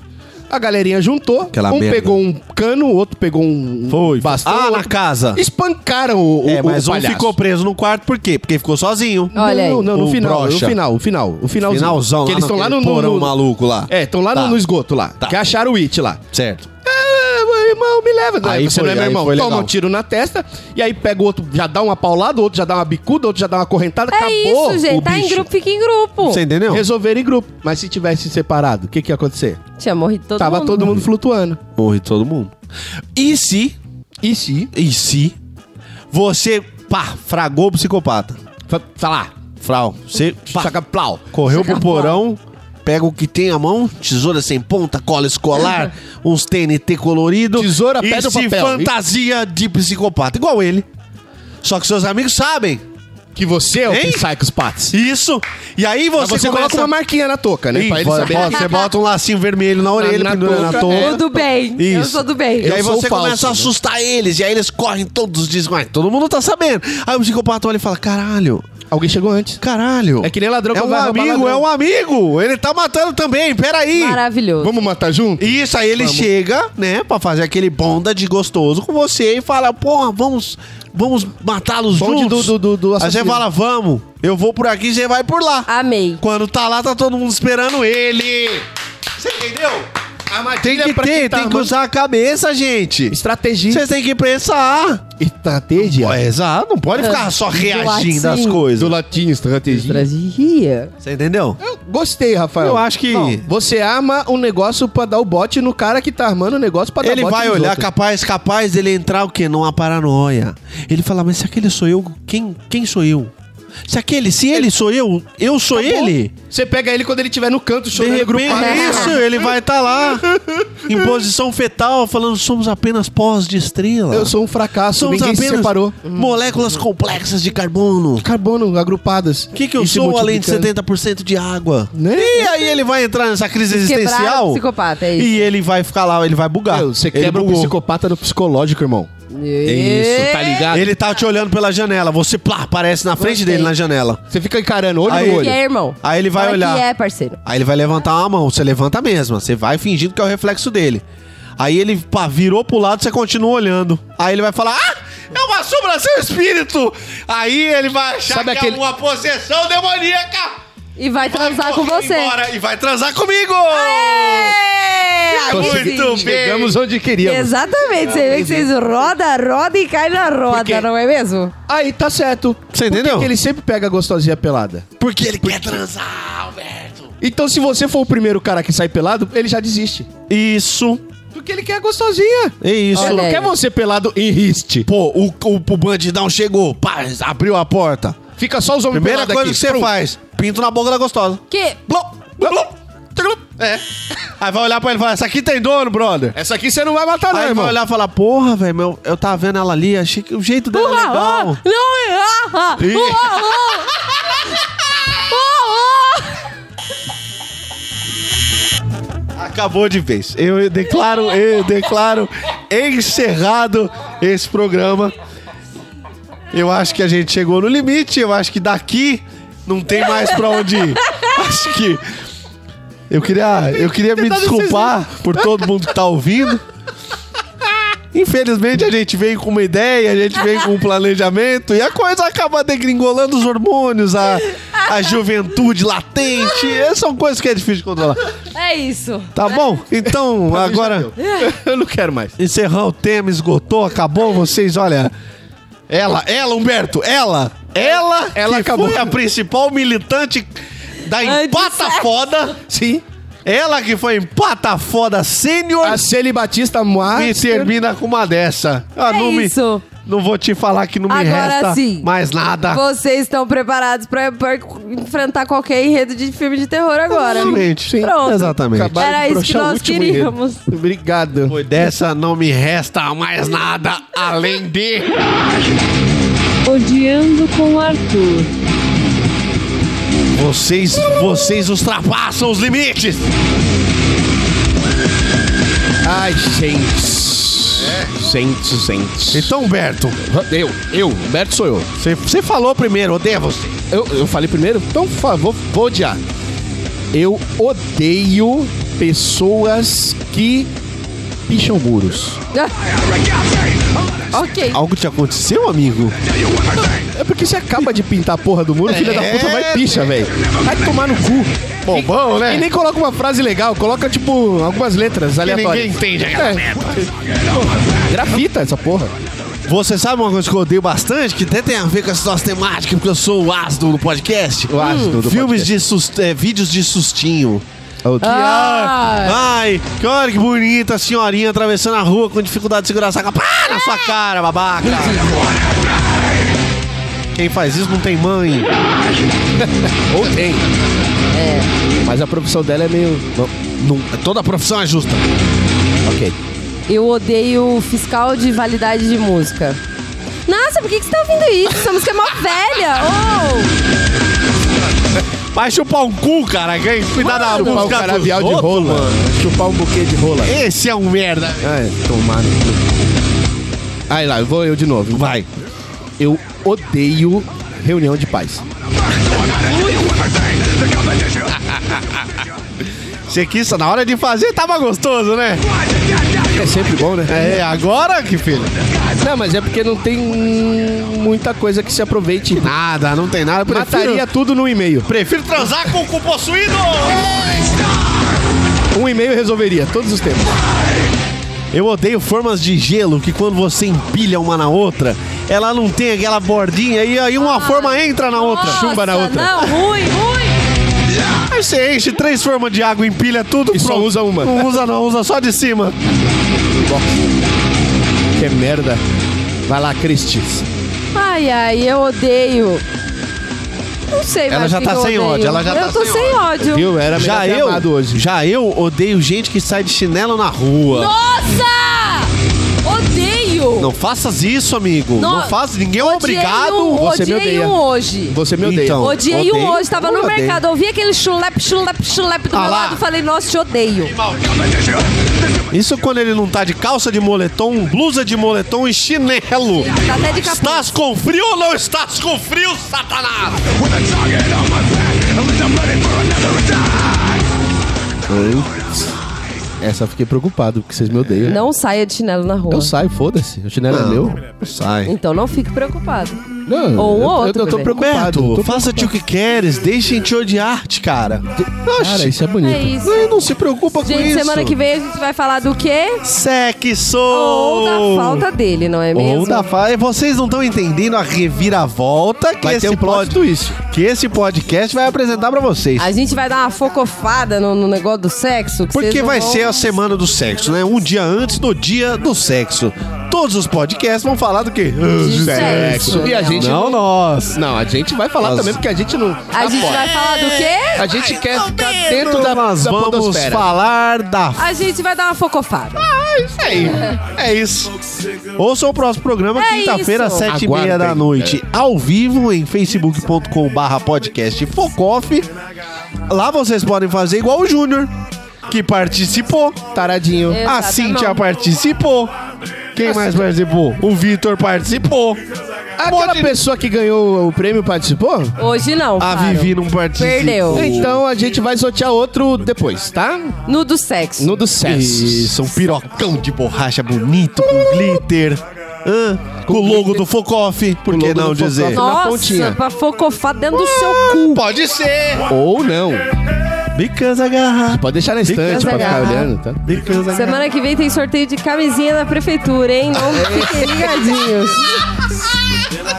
E: A galerinha juntou,
D: Aquela
E: um
D: merda.
E: pegou um cano, o outro pegou um
D: Foi.
E: bastão.
D: Ah,
E: o
D: na
E: outro-
D: casa.
E: Espancaram o, o
D: É, mas
E: o
D: um
E: palhaço.
D: ficou preso no quarto, por quê? Porque ficou sozinho.
C: Olha aí.
E: não, não, no
D: O
E: final,
D: brocha.
E: no final, o final, o finalzinho.
D: Finalzão,
E: que
D: lá
E: eles estão lá no,
D: naquele
E: no,
D: porão
E: no-
D: maluco lá.
E: É, estão lá
D: Tá.
E: no, no esgoto lá.
D: Tá.
E: Que acharam o It lá.
D: Certo.
E: É, meu irmão, me leva. Não,
D: Aí
E: você
D: foi,
E: não é meu
D: aí
E: irmão.
D: foi
E: Toma
D: legal.
E: um tiro na testa, e aí pega o outro, já dá uma paulada, o outro já dá uma bicuda, o outro já dá uma correntada,
C: É isso,
E: acabou o
C: gente. Tá em
E: bicho.
C: grupo, fica em grupo.
D: Você entendeu?
E: Resolveram em grupo. Mas se tivesse separado, o que, que ia acontecer?
C: Tinha morrido todo
E: Tava
C: mundo.
E: todo mundo flutuando.
D: Morre todo mundo. E se,
E: E se...
D: e se você, pá, fragou o psicopata?
E: Fa- Falar.
D: Frau, você, pá,
E: Saca plau.
D: correu pro porão, pega o que tem à mão, tesoura sem ponta, cola escolar, uns TNT colorido.
E: Tesoura,
D: e
E: pedra,
D: se
E: papel.
D: tá, fantasia de psicopata, igual ele. Só que seus amigos sabem.
E: Que você é o
D: Hein?
E: que sai com os patos.
D: Isso. E aí você,
E: Mas você coloca
D: começa-
E: uma marquinha na touca, né?
D: Ih,
E: pra ele
D: bota-
E: saber.
D: bota- você bota um lacinho vermelho na orelha,
E: na
D: pendura na
E: touca,
D: touca.
E: é.
C: Tudo bem. Eu
D: Isso.
C: sou do bem.
D: E aí
E: Eu sou
D: você
E: o falso,
D: começa a
E: né?
D: assustar eles, e aí eles correm todos os dias, mas todo mundo tá sabendo. Aí o psicopata olha e fala: caralho,
E: Alguém chegou antes.
D: Caralho.
E: É que nem ladrão
D: É
E: que
D: um
E: vai roubar
D: amigo,
E: ladrão.
D: é um amigo. Ele tá matando também, peraí.
C: Maravilhoso.
F: Vamos matar junto?
D: Isso, aí ele chega, né, pra fazer aquele bonda de gostoso com você e fala, porra, vamos, vamos matá-los
E: Bonde
D: juntos.
E: do- do- do- do
D: aí você
E: assassino.
D: fala, vamos, eu vou por aqui, você vai por lá.
C: Amei.
D: Quando tá lá, tá todo mundo esperando ele. Você entendeu? é Tem que ter, tem que usar a cabeça, gente.
E: Estratégia.
D: tá Vocês têm que pensar.
E: Estratégia?
D: Ó, exato, não pode ficar só reagindo às
C: latim.
F: Do
D: coisas.
F: latim, estratégia.
C: Estratégia.
D: Você entendeu?
E: Gostei, Rafael.
D: Eu acho que-
E: Não, você arma um negócio pra dar o bote no cara que tá armando o negócio pra dar
D: Ele
E: bote
D: vai
E: nos
D: olhar,
E: outros.
D: capaz, capaz dele entrar o quê? Numa paranoia. Ele fala, mas se aquele sou eu, quem, quem sou eu? Se aquele, se ele sou eu, eu sou ele.
E: Você pega ele quando ele tiver no canto
D: De
E: chorando
D: repente, é
E: agrupado.
D: isso, ele vai estar lá, em posição fetal, falando, somos apenas pós de estrela.
E: Eu sou um fracasso,
D: somos um
E: ninguém se separou.
C: Hum.
D: moléculas complexas de carbono.
E: Carbono agrupadas.
D: O que, que eu
E: E se
D: sou além de
E: é multiplicando.
D: 70% de água?
E: Né?
D: E aí ele vai entrar nessa crise
C: Quebrado,
D: existencial
C: psicopata, é isso.
D: e ele vai ficar lá, ele vai bugar.
E: Meu, Você
D: Ele
E: quebra o
D: bugou.
E: psicopata do psicológico, irmão.
F: Isso,
C: É.
F: tá ligado?
D: Ele tá te olhando pela janela, você plá, aparece na frente
C: Gostei.
D: dele na janela.
E: Você fica encarando olho
D: Aí-
E: no
C: E
E: olho.
C: aí, é, irmão?
D: Aí ele vai
C: Fala
D: olhar.
C: que é, parceiro.
D: Aí ele vai levantar uma mão, você levanta a mesma, você vai fingindo que é o reflexo dele. Aí ele pá, virou pro lado, você continua olhando. Aí ele vai falar: Ah, é uma assombração espírito! Aí ele vai achar
E: Sabe
D: que
E: aquele-
D: é uma possessão demoníaca!
C: E vai transar
D: Vai
C: com
D: correr
C: você.
D: embora e vai transar comigo!
C: É, aí
D: Muito
C: sim.
D: bem.
E: Chegamos onde queríamos.
C: Exatamente, você vê que vocês roda, roda e cai na roda,
E: quê?
C: não é mesmo?
E: Aí tá certo.
D: Você
E: Por que
D: entendeu?
E: que ele sempre pega a gostosinha pelada.
D: Porque ele quer transar, Alberto!
E: Então se você for o primeiro cara que sai pelado, ele já desiste.
D: Isso,
E: Porque ele quer a gostosinha.
D: é isso.
E: Ele não
C: aí.
E: quer você pelado em riste.
D: Pô, o, o, o bandidão chegou, pá, abriu a porta.
E: Fica só os homens
D: Primeira
E: pelados
D: coisa
E: aqui.
D: que você
E: Prum.
D: faz, pinto na boca da gostosa.
C: Que?
D: Blum, blum, blum, tchurum. É. Aí vai olhar pra ele e falar, essa aqui tem dono, brother.
E: Essa aqui você não vai matar, não,
D: Aí vai
E: irmão.
D: olhar e falar, porra, velho, meu, eu tava vendo ela ali, achei que o jeito dela é
C: Uá,
D: legal.
C: uá, não é, ah, ah,
D: Ih.
C: uá, uá. Uá, uá.
D: Acabou de vez. Eu declaro, eu declaro encerrado esse programa. Eu acho que a gente chegou no limite. Eu acho que daqui não tem mais pra onde ir. Acho que eu queria, eu queria me desculpar por todo mundo que tá ouvindo. Infelizmente a gente vem com uma ideia, a gente vem com um planejamento e a coisa acaba degringolando os hormônios, a, a juventude latente. Essas são coisas que é difícil de controlar.
C: É isso.
D: Tá bom? Então, agora
E: Eu não quero mais.
D: encerrar o tema, esgotou, acabou. Vocês, olha. Ela, ela, Humberto, ela, ela,
E: Ela
D: que
E: acabou.
D: foi a principal militante da
C: Antes- é
D: empata Tá foda.
E: Sim.
D: Ela que foi empata foda sênior
E: A Celi Batista
D: e
E: Master.
D: termina com uma dessa. Ah,
C: É
D: não me-
C: isso.
D: não vou te falar que não me
C: Agora
D: resta
C: sim.
D: mais nada.
C: Vocês estão preparados pra, pra enfrentar qualquer enredo de filme de terror agora.
D: Exatamente, sim.
C: Pronto.
D: Exatamente.
E: Acabaram de
C: Era isso que
E: broxar o
C: nós
E: último enredo.
C: queríamos.
E: Obrigado.
D: Depois dessa não me resta mais nada além de...
B: Odiando com Arthur.
D: Vocês, vocês ultrapassam os limites.
E: Ai, gente. Gente, gente.
D: Então, Humberto,
E: É. Eu, eu, Humberto sou eu.
D: você- você falou primeiro, odeia você.
E: Eu, eu falei primeiro? Então, por favor, vou odiar. Eu odeio pessoas que picham muros.
C: ok.
D: Algo te aconteceu, amigo?
E: É porque você acaba de pintar a porra do muro, filha da
D: É.
E: puta vai e picha, velho. Vai tomar no cu.
D: Bobão, né?
E: E nem coloca uma frase legal, coloca, tipo, algumas letras aleatórias.
D: entende
E: É. Pô, Grafita essa porra.
D: Você sabe uma coisa que eu odeio bastante, que até tem a ver com essa nossa temática, porque eu sou o ácido do podcast? Hum,
E: O ácido do
D: Filmes
E: podcast. é?
D: de sus- é, vídeos de sustinho.
C: Ah,
D: Ai, que olha que bonita a senhorinha atravessando a rua com dificuldade de segurar a saca. Pá na sua cara, babaca! Quem faz isso não tem mãe.
E: Ou tem. É. Mas a profissão dela é meio...
D: Não- toda profissão é justa.
E: Ok.
C: eu odeio fiscal de validade de música. Nossa, por que, que você tá ouvindo isso? Essa música é mó velha. Oh.
D: Vai chupar um cu, cara. Quem cuidar da
E: Chupar um
D: música dos
E: caravial de
D: outros,
E: rola.
D: mano.
E: Chupar um buquê de rola.
D: Esse é um merda.
E: Ai, tomar no cu. Aí lá, eu vou eu de novo.
D: Vai.
E: Eu odeio reunião de paz.
D: Você quis, na hora de fazer, tava gostoso, né?
E: É sempre bom, né?
D: É, agora que filho.
E: Não, mas é porque não tem hum, muita coisa que se aproveite.
D: Nada, não tem nada. Prefiro,
E: Mataria tudo no e-mail.
D: prefiro transar com o cu possuído.
E: Um e-mail resolveria todos os temas.
D: Eu odeio formas de gelo que quando você empilha uma na outra, ela não tem aquela bordinha e aí uma forma entra na outra.
C: Nossa, Não, ruim, ruim.
D: Aí você enche três formas de água, empilha tudo
E: E só
D: pronto.
E: usa uma.
D: Não usa não, usa só de cima.
E: Que merda. Vai lá, Cristis.
C: Ai, ai, eu odeio. Não sei,
D: Ela
C: mais
D: já
C: o que
D: tá
C: que eu
D: sem
C: odeio.
D: ódio, ela já
C: eu
D: tá
C: tô
D: sem
C: sem ódio.
E: Viu? Era
D: Já
E: melhor ter
D: eu,
E: amado hoje.
D: já eu odeio gente que sai de chinelo na rua.
C: Nossa! Odeio!
D: Não faças isso, amigo. Não,
C: No-
D: faça, ninguém é
C: Odiei
D: obrigado.
C: Um,
E: você me
C: odiei
E: odeia.
C: um hoje.
E: Você me odeia.
D: Então.
C: Odiei um
D: odeio,
C: hoje, tava no
E: odeio.
C: mercado, ouvi aquele chulepe, chulepe, chulepe do
D: Ah
C: meu
D: lá.
C: lado, falei, nossa, te odeio.
D: Isso quando ele não tá de calça de moletom, blusa de moletom e chinelo.
C: Tá até de capuz.
D: Estás com frio ou não estás com frio, Satanás?
E: Essa eu fiquei preocupado, porque vocês me odeiam.
C: Não saia de chinelo na rua.
E: Eu saio, foda-se. O chinelo é meu.
D: Sai.
C: Então não fique preocupado.
E: Não,
C: Ou um
E: eu,
C: outro,
E: eu, eu tô
C: bebê.
E: preocupado.
D: Beto,
E: eu tô
D: faça-te o que queres, deixem te odiar-te, cara.
E: Cara, isso é bonito.
C: É isso.
D: Não, não se preocupa com
C: Gente,
D: isso.
C: semana que vem a gente vai falar do quê?
D: Sexo!
C: Ou da falta dele, não é mesmo?
D: Ou da falta. Vocês não estão entendendo a reviravolta que
E: Vai
D: esse
E: ter um plot
D: pod-
E: twist.
D: que esse podcast vai apresentar pra vocês.
C: A gente vai dar uma focofada no, no negócio do sexo. que vocês
D: Porque
C: não
D: vai
C: vão-
D: ser a semana do sexo, né? Um dia antes do dia do sexo. Todos os podcasts vão falar do quê? Ah,
C: De sexo.
E: E a
C: Não.
E: gente
D: Não nós.
E: Não, a gente vai falar
D: Nós-
E: também, porque a gente não. tá
C: A gente vai falar do quê?
E: A gente quer ficar dentro da,
D: nós
E: da
D: vamos
E: podosfera.
D: falar da
C: A gente vai dar uma focofada.
D: Aí, é isso. Ouça o próximo programa,
C: É
D: quinta-feira,
C: isso.
D: sete e meia da
E: Aguardem. É.
D: noite, ao vivo em facebook.com barra podcast Focoff. Lá vocês podem fazer igual o Júnior, que participou.
E: Taradinho.
D: A
C: Exatamente.
D: Cíntia participou. Quem mais participou? O Vitor participou.
E: Aquela pessoa que ganhou o prêmio participou?
C: Hoje não.
D: A
C: claro.
D: Vivi não participou.
C: Perdeu.
E: Então a gente vai sortear outro depois, tá?
C: No do sexo.
E: No do Cess.
D: Isso, um pirocão de borracha bonito, com glitter. hã? com o logo do Focoff, por
E: O
D: que
E: logo
D: não
E: do
D: dizer?
E: Focoff. na
C: Nossa,
E: pontinha.
C: pra focofar dentro do seu cu.
F: Pode ser.
E: Ou não.
D: Bicas agarrar.
E: Pode deixar na estante
D: Fica
E: pra ficar
C: legal.
E: olhando, tá?
D: Bicas agarrar.
C: Semana que vem tem sorteio de camisinha da prefeitura, hein? Não fiquem ligadinhos.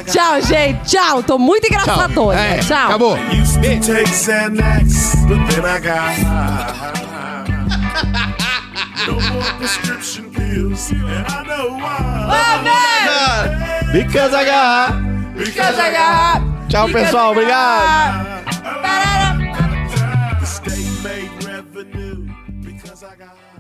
C: Tchau, gente. Tchau. Tô muito engraçadona.
E: É,
C: Tchau.
E: Acabou.
G: Used to take Xanax, but then I got high. No more prescription pills, and I know why.
D: Bicas agarrar.
G: Because I
D: Tchau, pessoal. Obrigado.
G: the state made revenue because I got high.